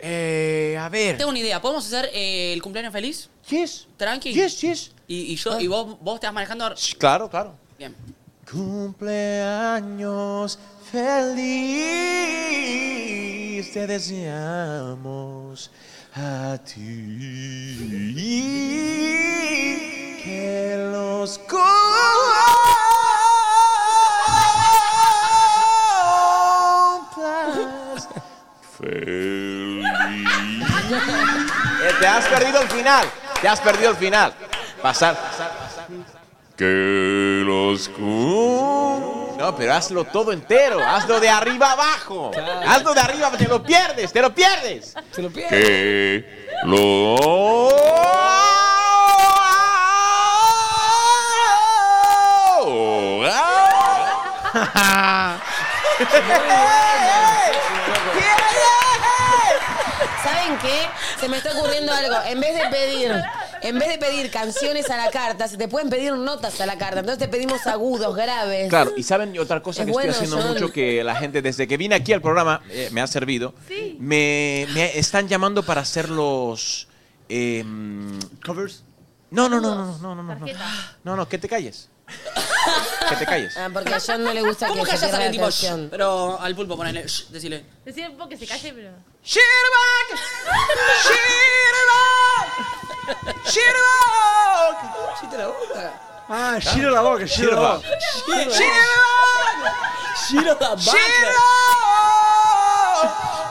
Eh, a ver. Tengo una idea. ¿Podemos hacer eh, el cumpleaños feliz? Yes. Tranqui. Yes, yes. Y, y yo, Ah. y vos, vos te vas manejando. ahora. Claro, claro. Bien. Cumpleaños feliz te deseamos a ti. Que los cumplas Eh, te has perdido el final. Te has perdido el final. Pasar. Que los No, pero hazlo todo entero. Hazlo de arriba abajo. Hazlo de arriba, te lo pierdes, te lo pierdes. Se lo pierdes. Que los ¿Saben qué? Se me está ocurriendo algo. En vez de pedir, en vez de pedir canciones a la carta, se te pueden pedir notas a la carta. Entonces te pedimos agudos, graves. Claro, y saben otra cosa Es que bueno, estoy haciendo son- mucho que la gente desde que vine aquí al programa eh, me ha servido. Me, me están llamando para hacer los covers. No, no, no, no, no, no, no, no. No, no, que te [LAUGHS] calles. que te calles. Ah, porque a John no le gusta ¿Cómo que se callas a pierda la alguien tipo shh? atención. Pero al pulpo ponele shh, decirle. Decía un poco que se calle, pero. Shitterbug! Shitterbug! Shitterbug! Ah, giro la boca, giro la boca. Giro la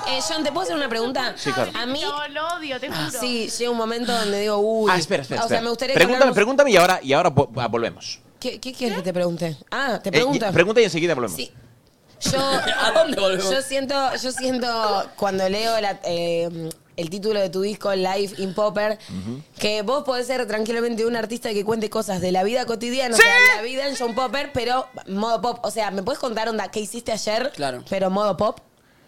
Eh, John, ¿te puedo hacer una pregunta? Sí, claro. A mí. No, lo odio, te juro. Ah, Sí, llega un momento donde digo, uy. Ah, espera, espera. O sea, espera. me gustaría que pregúntame, hablamos- pregúntame y ahora, y ahora vo- ah, volvemos. ¿Qué, qué quieres que te pregunte? Ah, te Eh, pregunto. y- pregunta y enseguida volvemos. Sí. Yo, ¿A dónde volvemos? Yo siento, yo siento cuando leo la- eh, el título de tu disco, Life in Popper, que vos podés ser tranquilamente un artista que cuente cosas de la vida cotidiana, o sea, la vida en John Popper, pero modo pop. O sea, ¿me puedes contar, onda, qué hiciste ayer? Claro. Pero modo pop.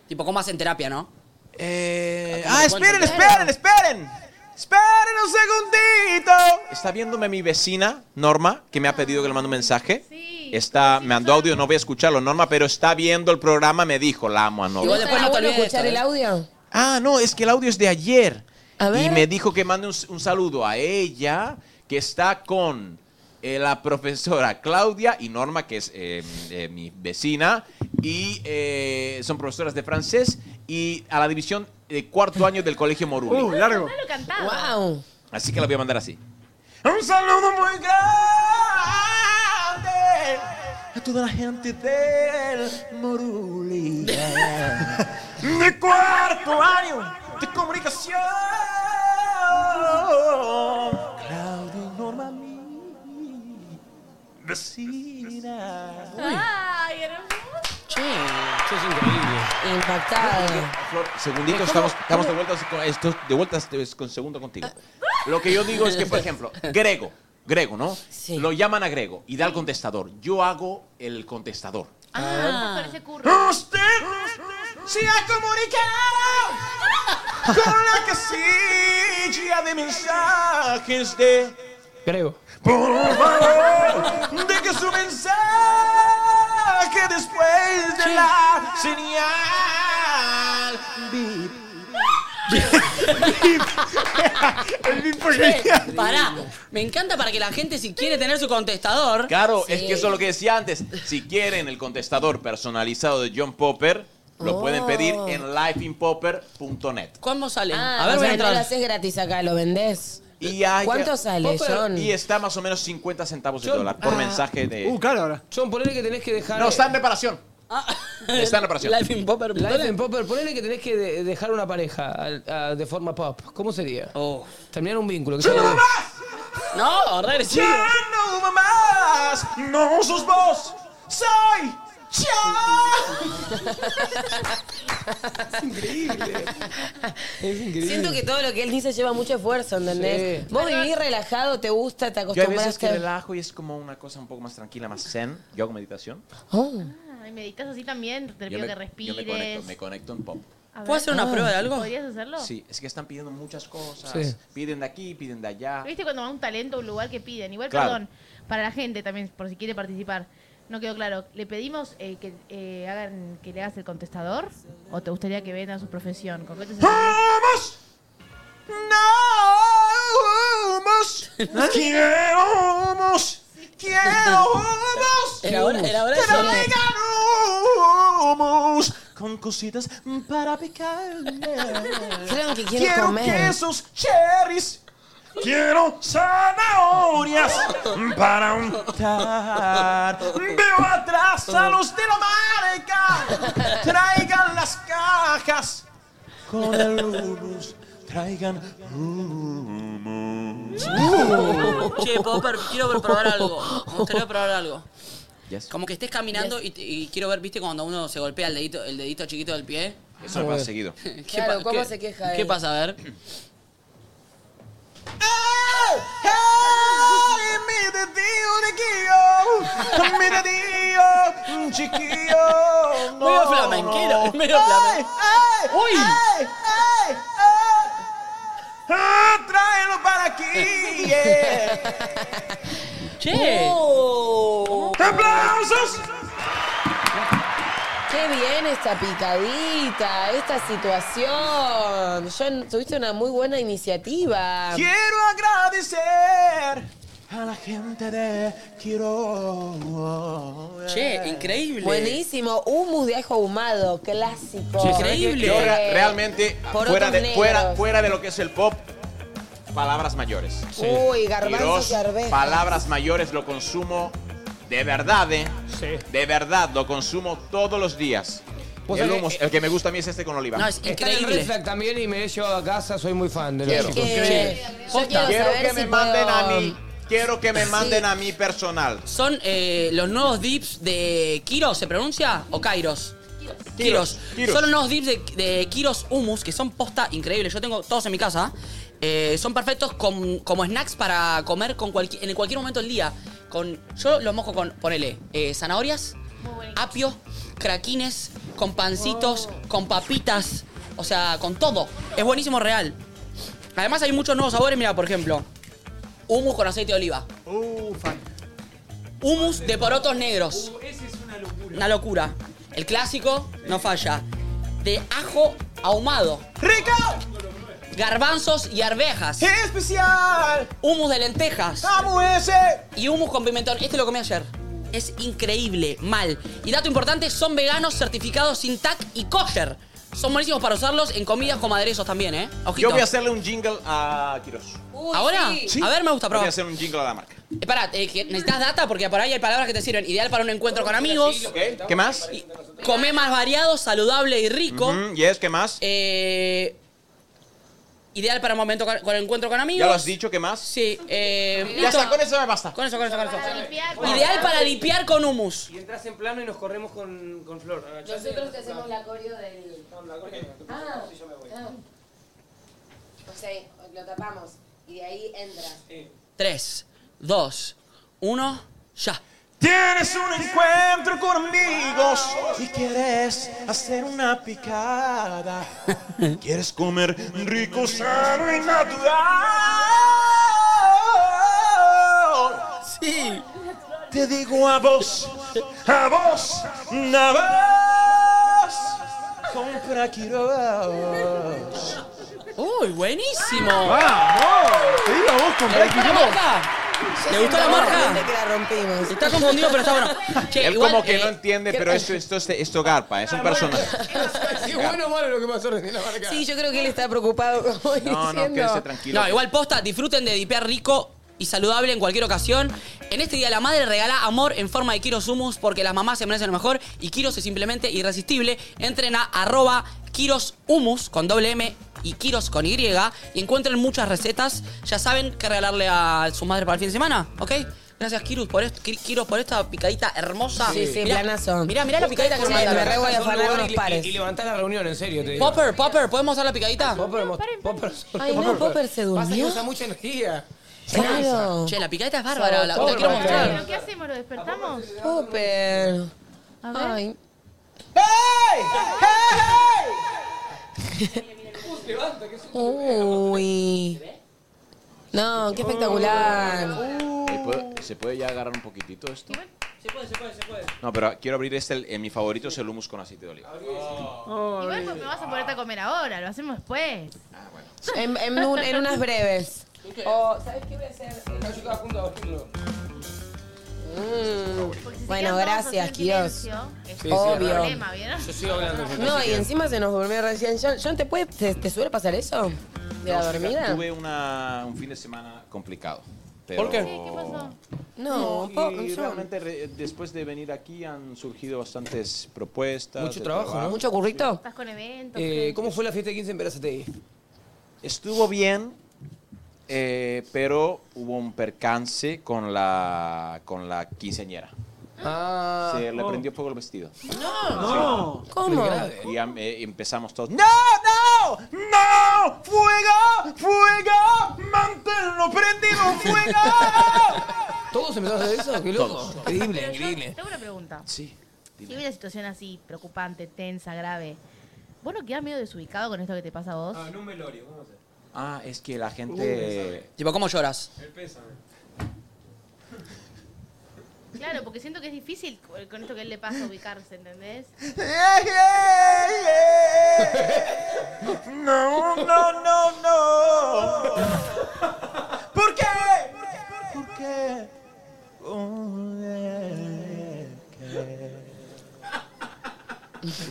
Tipo, ¿cómo hacen terapia, no? Eh, ¿cómo ah, cuentan? esperen, esperen, esperen. Esperen un segundito. Está viéndome mi vecina, Norma, que me ha pedido que le mande un mensaje. Está, me mandó audio, no voy a escucharlo, Norma, pero está viendo el programa, me dijo, la amo a Norma. ¿Estaría después no te bueno olvides escuchar esto, el ¿eh? audio? Ah, no, es que el audio es de ayer. A ver. Y me dijo que mande un, un saludo a ella, que está con eh, la profesora Claudia y Norma, que es eh, eh, mi vecina, y eh, son profesoras de francés, y a la división de cuarto año del Colegio Moruli. Uh, largo. Wow. Así que la voy a mandar así. Un saludo muy grande a toda la gente del Moruli. De cuarto año de comunicación. Claudio y Norma, mi vecina. Ay, hermoso. Che, eso es increíble. Impactado. Flor, segundito, estamos, estamos de vuelta con esto, de vuelta es con segundo contigo. Lo que yo digo es que, por ejemplo, Grego, Grego, ¿no? Lo llaman a Grego y da el contestador. Yo hago el contestador. Ah, Ah. Usted se ha comunicado con la casilla de mensajes de. Grego. Por favor, deje su mensaje después de la señal. Bip. El mismo Che, pará. Me encanta para que la gente, si quiere tener su contestador. Claro, es que eso es lo que decía antes. Si quieren el contestador personalizado de John Popper, lo Oh. pueden pedir en lifeinpopper.net. ¿Cómo sale? Ah, A ver, o voy a sea, no entrar. lo haces gratis acá, lo vendés. Y hay- Eh, ¿Cuánto sale, Popper, John? Y está más o menos 50 centavos de John, dólar por ah. mensaje de... Uh, claro, ahora. John, ponele que tenés que dejar. No, está en reparación. Está en reparación. Life in Popper. Life in Popper, ponele que tenés que de- dejar una pareja al- a- de forma pop. ¿Cómo sería? Oh. Terminar un vínculo. Que sea- No, regresivo. Ya Ah, no hubo más. No sos vos. Soy yo. es increíble. Siento que todo lo que él dice lleva mucho esfuerzo, ¿entendés? Sí. Vos vivís relajado, te gusta, te Yo hay veces que acostumbraste. relajo y es como una cosa un poco más tranquila, más zen. Yo hago meditación. Ay, meditas así también, te Yo pido me, que yo respires. me conecto, me conecto en pop. A ver. ¿Puedo hacer una Ah. prueba de algo? ¿Podrías hacerlo? Sí, es que están pidiendo muchas cosas. Sí. Piden de aquí, piden de allá. ¿Viste cuando va un talento a un lugar que piden? Igual, Claro. perdón, para la gente también, por si quiere participar. No quedó claro. ¿Le pedimos eh, que, eh, hagan, que le hagas el contestador? ¿O te gustaría que vendan su profesión? ¿Con qué te ¡Ah! ¡Vamos! [LAUGHS] ¡No! ¡Vamos! ¡Quiero humos! [LAUGHS] ¡Quiero humos! Era hora- era hora de ¡Que no llorar. vengan humos! Con cositas para picar. Creo que quiero quiero comer. quesos cherries. Quiero zanahorias para untar. Veo atrás a los de la marca. Traigan las cajas con el humus. Traigan humus. Che, ¿puedo per- quiero probar algo. Me gustaría probar algo. Como que estés caminando y, te- y quiero ver, ¿viste? Cuando uno se golpea el dedito, el dedito chiquito del pie. Eso me pasa seguido. ¿Qué Claro, pa- ¿cómo qué- se queja ¿Qué él? pasa? A ver. ¡Ay, mi dedillo de guío! ¡Mi dedillo chiquillo! No, Medio flamenquero, no. medio flamen- ¡Ay, ay, ay, ay, ay! ¡Ah, tráelo para aquí! yeah. Che. ¡Aplausos! Qué bien esta picadita, esta situación. John, tuviste una muy buena iniciativa. Quiero agradecer a la gente de Quiroga. Che, increíble. Buenísimo, humus de ajo ahumado, clásico. Yo Eh, re- realmente, porotos fuera de, negros. fuera, fuera de lo que es el pop, palabras mayores. Sí. Uy, garbanzos Quirós, y arvejas. Palabras mayores lo consumo de verdad, ¿eh? De verdad, lo consumo todos los días. Pues Vos el, sabés- eh, hummus, el que me gusta a mí es este con oliva. Está en el Red Flag también y me he llevado a casa, soy muy fan de los Quiero. chicos. Che, Posta. Quiero que me manden a mí. Quiero que me Sí. manden a mí personal. Son eh, los nuevos dips de Kiros, ¿se pronuncia? ¿O Kairos? Kiros. Kiros. Son los nuevos dips de, de Kiros Humus, que son posta increíbles. Yo tengo todos en mi casa. Eh, son perfectos com- como snacks para comer con cualqui- en cualquier momento del día. Con, yo los mojo con, ponele, eh, zanahorias, apio, craquines, con pancitos, con papitas. O sea, con todo. Es buenísimo real. Además hay muchos nuevos sabores. Mira, por ejemplo, humus con aceite de oliva. Humus de porotos negros. Oh, Una locura. El clásico no falla. De ajo ahumado. ¡Rico! Garbanzos y arvejas. ¡Especial! Humus de lentejas. ¡Amo ese! Y humus con pimentón. Este lo comí ayer. Es increíble, mal. Y dato importante, son veganos certificados sin TAC y kosher. Son buenísimos para usarlos en comidas con aderezos también, ¿eh? Ojito. Yo voy a hacerle un jingle a Quiroz. ¿Ahora? Sí. A ver, me gusta, Voy a probar. hacer un jingle a la marca. Pará, eh, que necesitas data porque por ahí hay palabras que te sirven. Ideal para un encuentro con amigos. ¿Qué más? Come más variado, saludable y rico. Ujú, ¿Y es qué más? Eh, ideal para un momento con, con el encuentro con amigos. ¿Ya lo has dicho? ¿Qué más? Sí. Eh, Ya está, con eso me basta. Con eso, con eso, con eso. Bueno, ideal para limpiar con humus. Y entras en plano y nos corremos con, con Flor. Agachate. Nosotros te hacemos la coreo del. No, la coreo no. Ah, Sí, yo me voy. ah. O sea, lo tapamos y de ahí entras. Tres, dos, uno, ya. Tienes un encuentro con amigos y quieres hacer una [LAUGHS] picada. Quieres comer rico, sano y natural. Sí. Te digo a vos, a vos, a vos. Compra Quiroz. Uy, buenísimo. Ah, ¡Vamos! Te digo a vos, ¿Le compra gustó la Quiroz. marca? ¿Le gustó la marca? Que la rompimos. Está confundido, pero está bueno. Che, Él igual, como que eh, no entiende, ¿qué- pero esto, esto, esto, esto garpa, es un personaje. Sí, bueno o malo lo que pasó recién la marca. Sí, yo creo que él está preocupado, [LAUGHS] como diciendo. No, igual posta, disfruten de dipear rico y saludable en cualquier ocasión. En este día la madre regala amor en forma de Kiros Humus porque las mamás se merecen lo mejor y Kiros es simplemente irresistible. Entren a arroba Kiros Humus con doble M y Kiros con Y y encuentren muchas recetas. Ya saben qué regalarle a su madre para el fin de semana, ¿ok? Gracias, Kiros, por, esto, Ki- Kiros, por esta picadita hermosa. Sí, sí, planazo. Mirá, mirá la picadita que Sí, me mandaron. me re voy a Son afanar lugar unos y- pares. Y, y levantar la reunión, en serio, te digo. Popper, Popper, ¿podemos hacer la picadita? Popper, Popper, Ay, no, Popper se Pasa que durmió. usa mucha energía. Claro. Che, la picadita es bárbara, la, la Popper, quiero Popper. mostrar. ¿Pero qué hacemos? ¿Lo despertamos? Popper. Ay. Uy. No, qué espectacular. Eh, ¿puedo- ¿Se puede ya agarrar un poquitito esto? Se puede, se puede, se puede. No, pero quiero abrir este. el- eh, mi favorito es el hummus con aceite de oliva. Igual pues me vas a ponerte a comer ahora, lo hacemos después. En, en un- en unas breves. Oh. O, ¿sabes qué voy a hacer? Porque si se Mm. Bueno, quedan todos gracias, en Kios. silencio, es Sí, sí, un es raro. problema, ¿vieron? Yo sigo hablando. No, y encima se nos durmió recién. John, John, ¿te, puede, te, te suele pasar eso? ¿De la No, dormida? Tuve una- un fin de semana complicado. ¿Por qué? ¿Qué pasó? No, y poco, yo- realmente re- después de venir aquí han surgido bastantes propuestas. Mucho de trabajo, ¿no? currito? Estás con eventos. Eh, ¿Cómo fue la fiesta de 15 en Verazategui? Estuvo bien, eh, pero hubo un percance con la, con la quinceañera. Ah, Se le oh. prendió fuego el vestido. No. Sí. ¿Cómo? Y am- eh, empezamos todos. ¡No, no! ¡No! ¡Fuego! ¡Fuego! ¡Manténlo prendido! [LAUGHS] ¡Fuego! ¿Todos empezaron a hacer eso? ¡Qué loco! Increíble, increíble. Tengo una pregunta. Sí. Si hubiera una situación así, preocupante, tensa, grave, ¿vos no quedás medio desubicado con esto que te pasa a vos? en un velorio, ¿cómo hacer? Ah, es que la gente. Tipo, ¿cómo lloras? El pésame. Claro, porque siento que es difícil co- con esto que a él le pasa ubicarse, ¿entendés? No, no, no, no. ¿Por qué? ¿Por qué?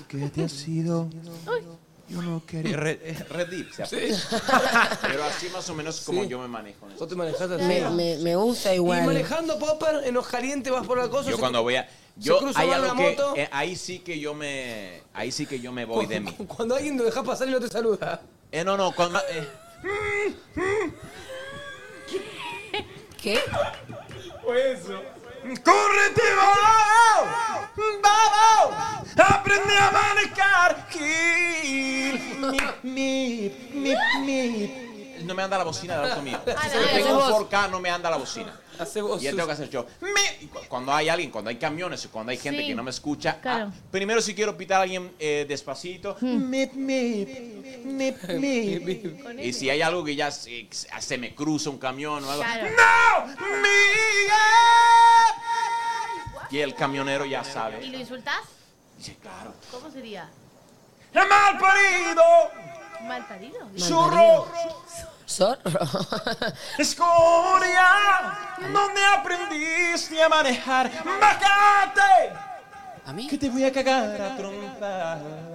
¿Qué te ha sido? Yo no quería. Red, eh, Red Deep, se Sí. llama. Pero así más o menos como yo me manejo. en eso. ¿Vos te manejás así? Me, me, me gusta Y igual. manejando Popper, en los calientes vas por la cosa. Yo se- cuando voy a. se Yo cruza hay mal algo la que. moto. eh, ahí sí que yo me. Ahí sí que yo me voy de mí. [LAUGHS] Cuando alguien lo dejas pasar y no te saluda. Eh, no, no, cuando. eh, ¿Qué? Fue eso. ¡Córrete, vamos! ¡Vamos! ¡Aprende a manejar! ¡Gil! ¡Mip, mip, mip, mip! no me anda la bocina del auto mío. Ah, Si no, haces tengo vos. un 4K, no me anda la bocina. vos Y ya sus- tengo que hacer yo. me- y cu- Cuando hay alguien, cuando hay camiones, o cuando hay gente Sí. que no me escucha. Claro. Mm. ah, primero, si quiero pitar a alguien eh, despacito. Mip, mip, mip, [LAUGHS] mip. Y si hay algo que ya se, se me cruza un camión o algo. ¡No! ¡Miguel! Y el camionero ya ¿Y sabe. lo insultás? Sí, claro. ¿Cómo sería? ¡Mal parido! ¿Mal parido? ¡Zorro! Zorro. ¡Escoria! ¿Dónde aprendiste a manejar? ¡Bájate! ¿A mí? Que te voy a cagar a trompar. [LAUGHS]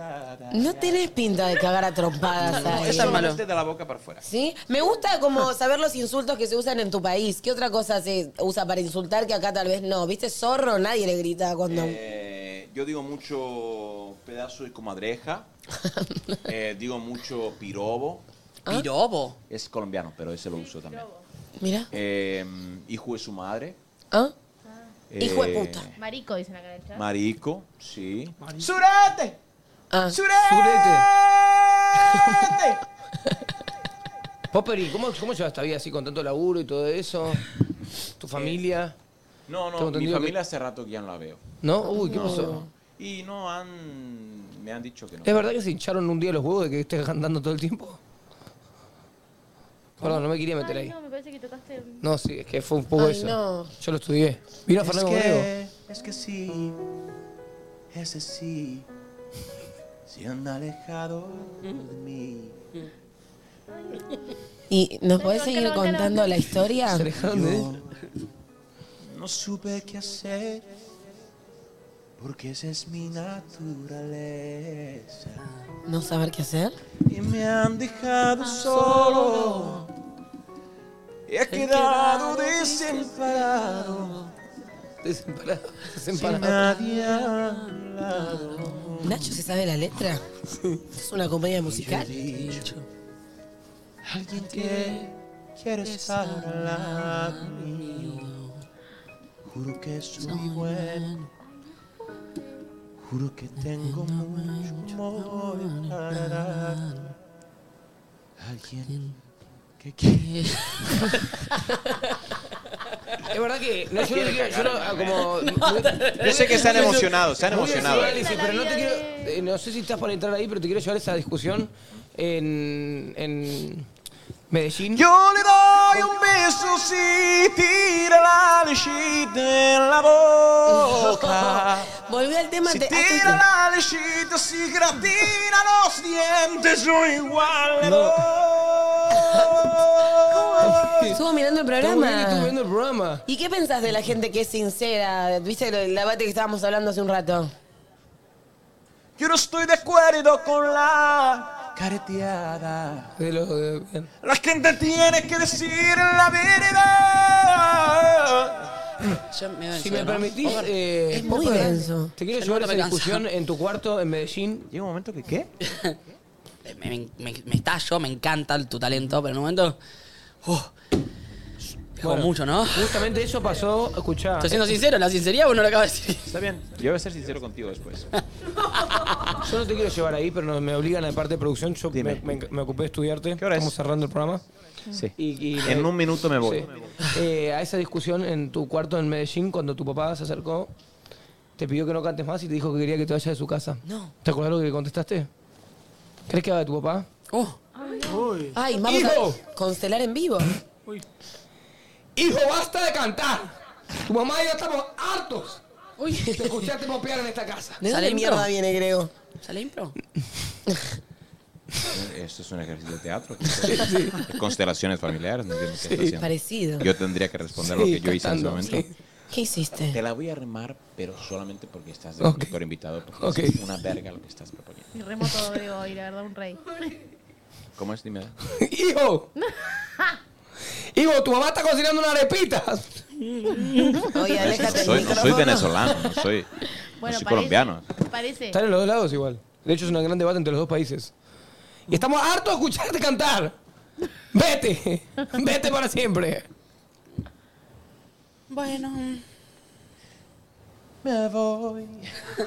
No tenés pinta de cagar a trompadas ahí. Eso no es de la boca para afuera. ¿Sí? Me gusta como saber los insultos que se usan en tu país. ¿Qué otra cosa se usa para insultar que acá tal vez no? ¿Viste? Zorro, nadie le grita cuando... Eh, yo digo mucho pedazo de comadreja. Eh, digo mucho pirobo. ¿Ah? ¿Pirobo? Es colombiano, pero ese lo uso también. Mira. Eh, hijo de su madre. ¿Ah? Eh, Hijo de puta. Marico, dicen acá en el chat. Marico, sí. ¡Surete! Ah. Surete. Popperi, ¿cómo, ¿cómo llevas esta vida así con tanto laburo y todo eso? Eh. ¿Tu familia? No, no, Tengo mi entendido familia hace rato que ya no la veo. ¿No? Uy, ¿qué No. pasó? Y no han. Me han dicho que no. ¿Es verdad que se hincharon un día los huevos de que estés cantando todo el tiempo? Perdón, no me quería meter Ay, ahí. no, me parece que tocaste... No, sí, es que fue un poco Ay, eso. no. Yo lo estudié. Vino a Fernando Borrego. es que sí, ese sí, se han alejado de mí. ¿Y nos podés Bancalo, seguir bancalo, contando bancalo. la historia? No supe qué hacer, porque esa es mi naturaleza. ¿No saber qué hacer? Y me han dejado solo, he quedado desamparado. Desemparado. Sin nadie a mi lado. Nacho, ¿se sabe la letra? Es una comedia musical. [LAUGHS] Alguien que quiere estar al lado mío. Juro que soy bueno. Juro que tengo mucho amor para dar. Alguien que quiere. Es verdad que. No, yo no te quiero. Yo no, ah, como, Yo sé que están emocionados, están Muy emocionados. análisis, pero no te quiero. eh, no sé si estás para entrar ahí, pero te quiero llevar esa discusión en. en Medellín. Yo le doy un beso si tira la lechita en la boca. boca. Volví al tema. Si te- ah, tira la lechita, si gratina los dientes, yo igual. Estuvo mirando el Estuvo estuvo programa. viendo el programa. ¿Y qué pensás de la gente que es sincera? ¿Viste lo- el debate que estábamos hablando hace un rato? Yo no estoy de acuerdo con la careteada. De lo- de- bien. La gente tiene que decir la verdad. Si me permitís, eh, Es muy Popa, denso. te quiero Ya llevar no a me esa canso. discusión en tu cuarto en Medellín. Llega un momento que, ¿qué? me, me, me, me estallo, me encanta tu talento, pero en un momento. Uh, dejó Bueno, mucho, ¿no? Justamente eso pasó, escuchá. Estoy siendo sincero, la sinceridad vos no lo acabas de [LAUGHS] decir. Está bien. Yo voy a ser sincero contigo después. Yo no te quiero llevar ahí, pero no- me obligan a la parte de producción. Yo me, me- me ocupé de estudiarte. Estamos cerrando el programa. Sí. Y- y- En un minuto me voy. Sí. Eh, a esa discusión en tu cuarto en Medellín, cuando tu papá se acercó, te pidió que no cantes más y te dijo que quería que te vayas de su casa. No. ¿Te acordás lo que le contestaste? ¿Crees que haga de tu papá? Uh. Ay, vamos ¡Hijo! a constelar en vivo. ¡Hijo, basta de cantar! Tu mamá y yo estamos hartos Uy. de escucharte popear en esta casa. ¿De dónde mierda viene, Grego? ¿Sale impro? Eh, Esto es un ejercicio de teatro. Es Constelaciones familiares. No entiendo qué está haciendo. Parecido. Yo tendría que responder lo Sí, que yo hice en ese cantando, momento. sí. ¿Qué hiciste? Te la voy a remar, pero solamente porque estás de Ok. conductor invitado. Porque Ok. es una verga lo que estás proponiendo. Y remo todo Grego hoy, la verdad, un rey. ¿Cómo es? Dime. [LAUGHS] ¡Hijo! ¡Hijo, tu mamá está cocinando unas arepitas! Oye, aléjate del Soy- no soy micrófono. venezolano, no soy, no Bueno, soy parece- colombiano. Parece. Están en los dos lados igual. De hecho, es un gran debate entre los dos países. Y estamos hartos de escucharte cantar. Vete, [LAUGHS] vete para siempre. Bueno. Me voy.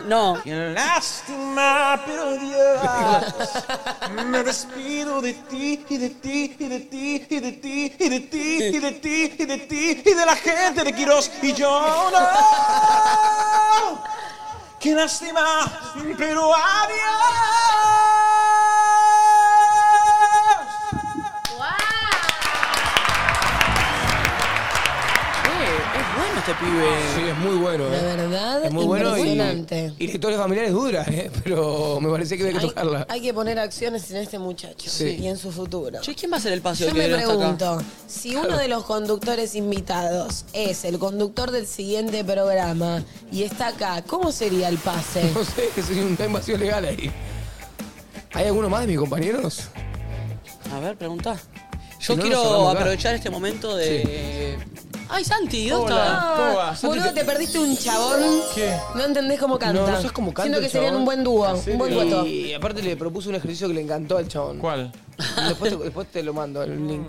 No. Qué lástima, pero Dios. Me despido de ti, y de ti, y de ti, y de ti, y de ti, y de ti, y de ti, y de la gente de Quirós. Y yo no. Qué lástima, pero adiós. es bueno este pibe. Sí, es muy bueno. La ¿eh? verdad, es muy bueno y, impresionante. y historia familiar es dura, ¿eh? pero me parece que había que tocarla. Hay que poner acciones en este muchacho Sí. y en su futuro. Che, ¿quién va a ser el paseo Yo que me viene hasta pregunto, acá? si uno de los conductores invitados es el conductor del siguiente programa y está acá, ¿cómo sería el [LAUGHS] pase? No sé, es una invasión legal ahí. ¿Hay alguno más de mis compañeros? A ver, pregunta. Si Yo no, nos quiero cerramos acá. aprovechar este momento de. ¡Ay, Santi! ¿Dónde Hola, está? ¿cómo va? Ah, Boludo, te perdiste un chabón. ¿Qué? No entendés cómo canta. No, no sabes cómo canta Siento el que serían chabón. un buen dúo, un buen dueto. Y aparte le propuse un ejercicio que le encantó al chabón. ¿Cuál? Después te, después te lo mando, el link.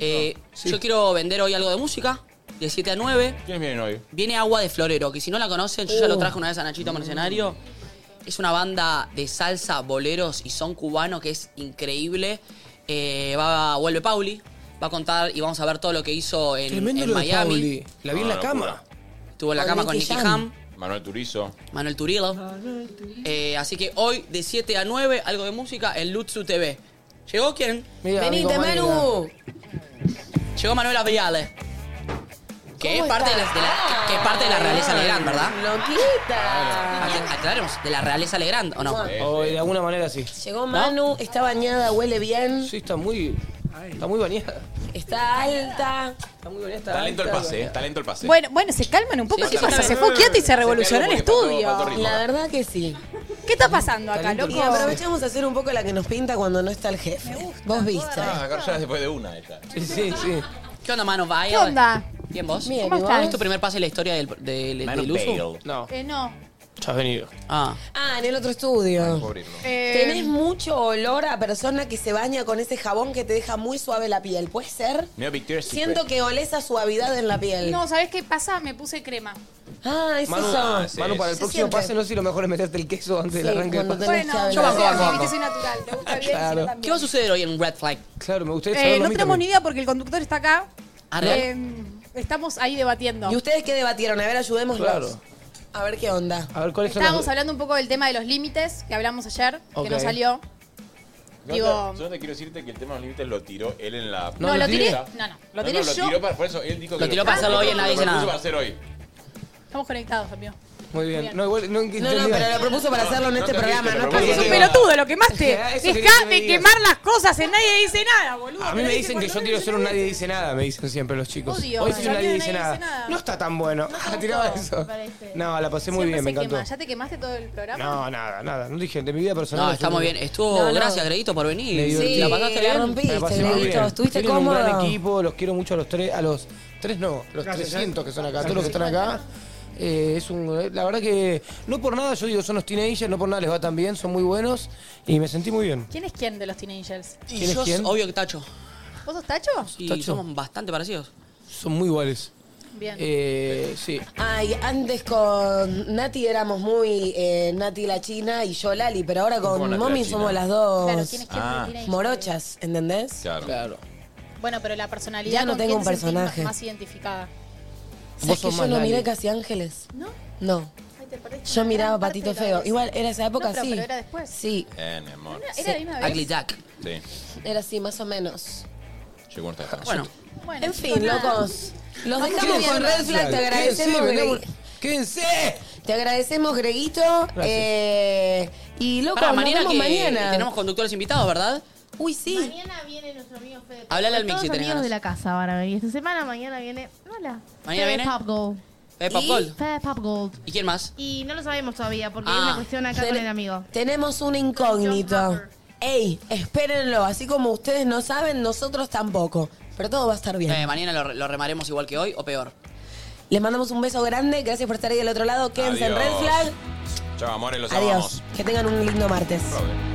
Eh, Yo quiero vender hoy algo de música, de 7 a 9. ¿Quiénes vienen hoy? Viene Agua de Florero, que si no la conocen, yo ya Uh. lo traje una vez a Nachito Mercenario. Es una banda de salsa, boleros y son cubano que es increíble. Eh, va, vuelve Pauli, va a contar y vamos a ver todo lo que hizo en, Tremendo en lo de Miami. Pauli. La vi en No, la no, cama. Estuvo en la cama con Nicky Jam, Manuel Turizo. Manuel Turilo. Eh, así que hoy de 7 a 9, algo de música en Lutsu TV. ¿Llegó quién? Mira, Venite, Manu. Llegó Manuela Viale. Que es, parte de la, de la- que es parte de la realeza Legrand, ¿verdad? Loquita. Acla- Aclaremos, de la realeza Legrand, ¿o no? O Oh, de alguna manera sí. Llegó Manu, está bañada, huele bien, Sí, está muy. Está muy bañada. está alta. Está muy bañada. Está lento el pase, eh, está lento el pase. Bueno, bueno, se calman un poco. Sí, ¿Qué sí, pasa? sí. Se fue quieto y se Se revolucionó el pegó porque faltó- estudio. faltó ritmo. La verdad que sí. ¿Qué está pasando acá, loco? Y aprovechamos a hacer un poco la que nos pinta cuando no está el jefe. Vos viste. Ah, acá ya después de una. esta. Sí, sí, sí. ¿Qué onda, Mano Baile? ¿Qué onda? Bien, vos. Bien, ¿Cómo ¿y estás? vos? ¿Es tu primer pase en la historia del, del, Manu del uso? Baile. No. Eh, no. Ya has venido. Ah. Ah, en el otro estudio. Eh, Tenés mucho olor a persona que se baña con ese jabón que te deja muy suave la piel. ¿Puede ser? Neo Victoria's Siento Secret. que olés a suavidad en la piel. No, ¿sabes qué pasa? Me puse crema. Ah, es Manu, eso. Ah, sí, Manu, para el sí. próximo Se siente. pase, no sé si lo mejor es meterte el queso antes del Sí, arranque del cuando pase. tenés que hablar. yo banco, banco, banco. soy natural, me gusta bien, Claro. sino también. ¿Qué va a suceder hoy en Red Flag? Claro, me gustaría Eh, saberlo a no mí tenemos ni también. idea porque el conductor está acá. Ah, ¿no? Eh, estamos ahí debatiendo. ¿Y ustedes qué debatieron? A ver, ayudémoslos. Claro. Ah, A ver qué onda. A ver, ¿cuáles son Estábamos las... hablando un poco del tema de los límites que hablamos ayer, Ok. que no salió. Yo Digo- te- Solo te quiero decirte que el tema de los límites lo tiró él en la. No, lo tiré. mesa. No, no. Lo tiré lo yo. tiró para, por eso él dijo que Lo tiró para hacerlo hoy en la lo dice nada. propuso para hacer hoy. Estamos conectados, amigo. Muy bien. No, igual, no, No, no, pero lo propuso para hacerlo en este programa, ¿no? Es un pelotudo, lo quemaste. Ah, [LAUGHS] eso quería Dejá que me de digas. quemar las cosas, en nadie dice nada, boludo. A mí me dicen que yo quiero ser un nadie dice nada, me dicen siempre los chicos. Odio, Hoy soy un yo nadie quiero dice nadie nada. dice nada. No está tan bueno. Ah, [LAUGHS] tiraba eso. No, la pasé muy Siempre bien, me se encantó. quema. ¿Ya te quemaste todo el programa? No, nada, nada. No dije de mi vida personal. No, está yo muy creo- bien. Estuvo- gracias, Gredito, por venir. Me divertí. Sí, ¿La pasaste la bien? rompiste, Me pasé Gredito, muy bien. estuviste Tienen un gran cómodo. equipo, los quiero mucho a los tres, a los tres no, a los Gracias, ¿eh? 300 que son acá, gracias. todos los que están acá. Eh, es un, eh, la verdad que no por nada yo digo son los teenagers, no por nada les va tan bien, son muy buenos y me sentí muy bien. ¿Quién es quién de los Teen Angels? Y yo, obvio que Tacho. ¿Vos sos Tacho? Y Tacho. somos bastante parecidos. Son muy iguales. Bien. Eh, sí. Ay, antes con Nati éramos muy eh, Nati la China y yo Lali, pero ahora ¿Cómo con Nati la Mommy China? somos las dos Claro, ¿quién es quién? Ah. morochas, ¿entendés? Claro. Bueno, pero la personalidad. Ya no ¿con tengo quién un te sentís personaje. Más, más identificada. ¿Sabés que sos yo más no Lali. miré Casi Ángeles? ¿No? No. Yo miraba Patito Feo. Igual era esa época, No, pero- sí. pero era después. Sí. Eh, mi amor. Era- era la Ah, misma vez. Ugly Jack. Sí. Era así, más o menos. Llegó nuestra Bueno. en chicos, fin, nada. locos. Los Vamos dejamos bien, con Red Flag. Te Quédense, agradecemos. vendamos- Gre- ¡Quédense! Te agradecemos, Greguito. Eh, y loco, Para nos mañana vemos que mañana. tenemos conductores invitados, ¿verdad? Uy, sí. Mañana viene nuestro amigo Fede. Háblale al Todos Mixi, tenés amigos ganas. de la casa van a venir. Esta semana, mañana viene. Hola. Mañana Fede viene. Pop Gold. Fede Eh, Pop Y Gold. Fede Pop Gold. ¿Y quién más? Y no lo sabemos todavía porque hay Ah. una cuestión acá Ten- con el amigo. Tenemos un incógnito. Ey, espérenlo. Así como ustedes no saben, nosotros tampoco. Pero todo va a estar bien. Eh, mañana lo, lo remaremos igual que hoy o peor. Les mandamos un beso grande. Gracias por estar ahí del otro lado. Quédense en Red Adiós. Flag. Chao, amores, los Adiós. amamos. Que tengan un lindo martes. Probe.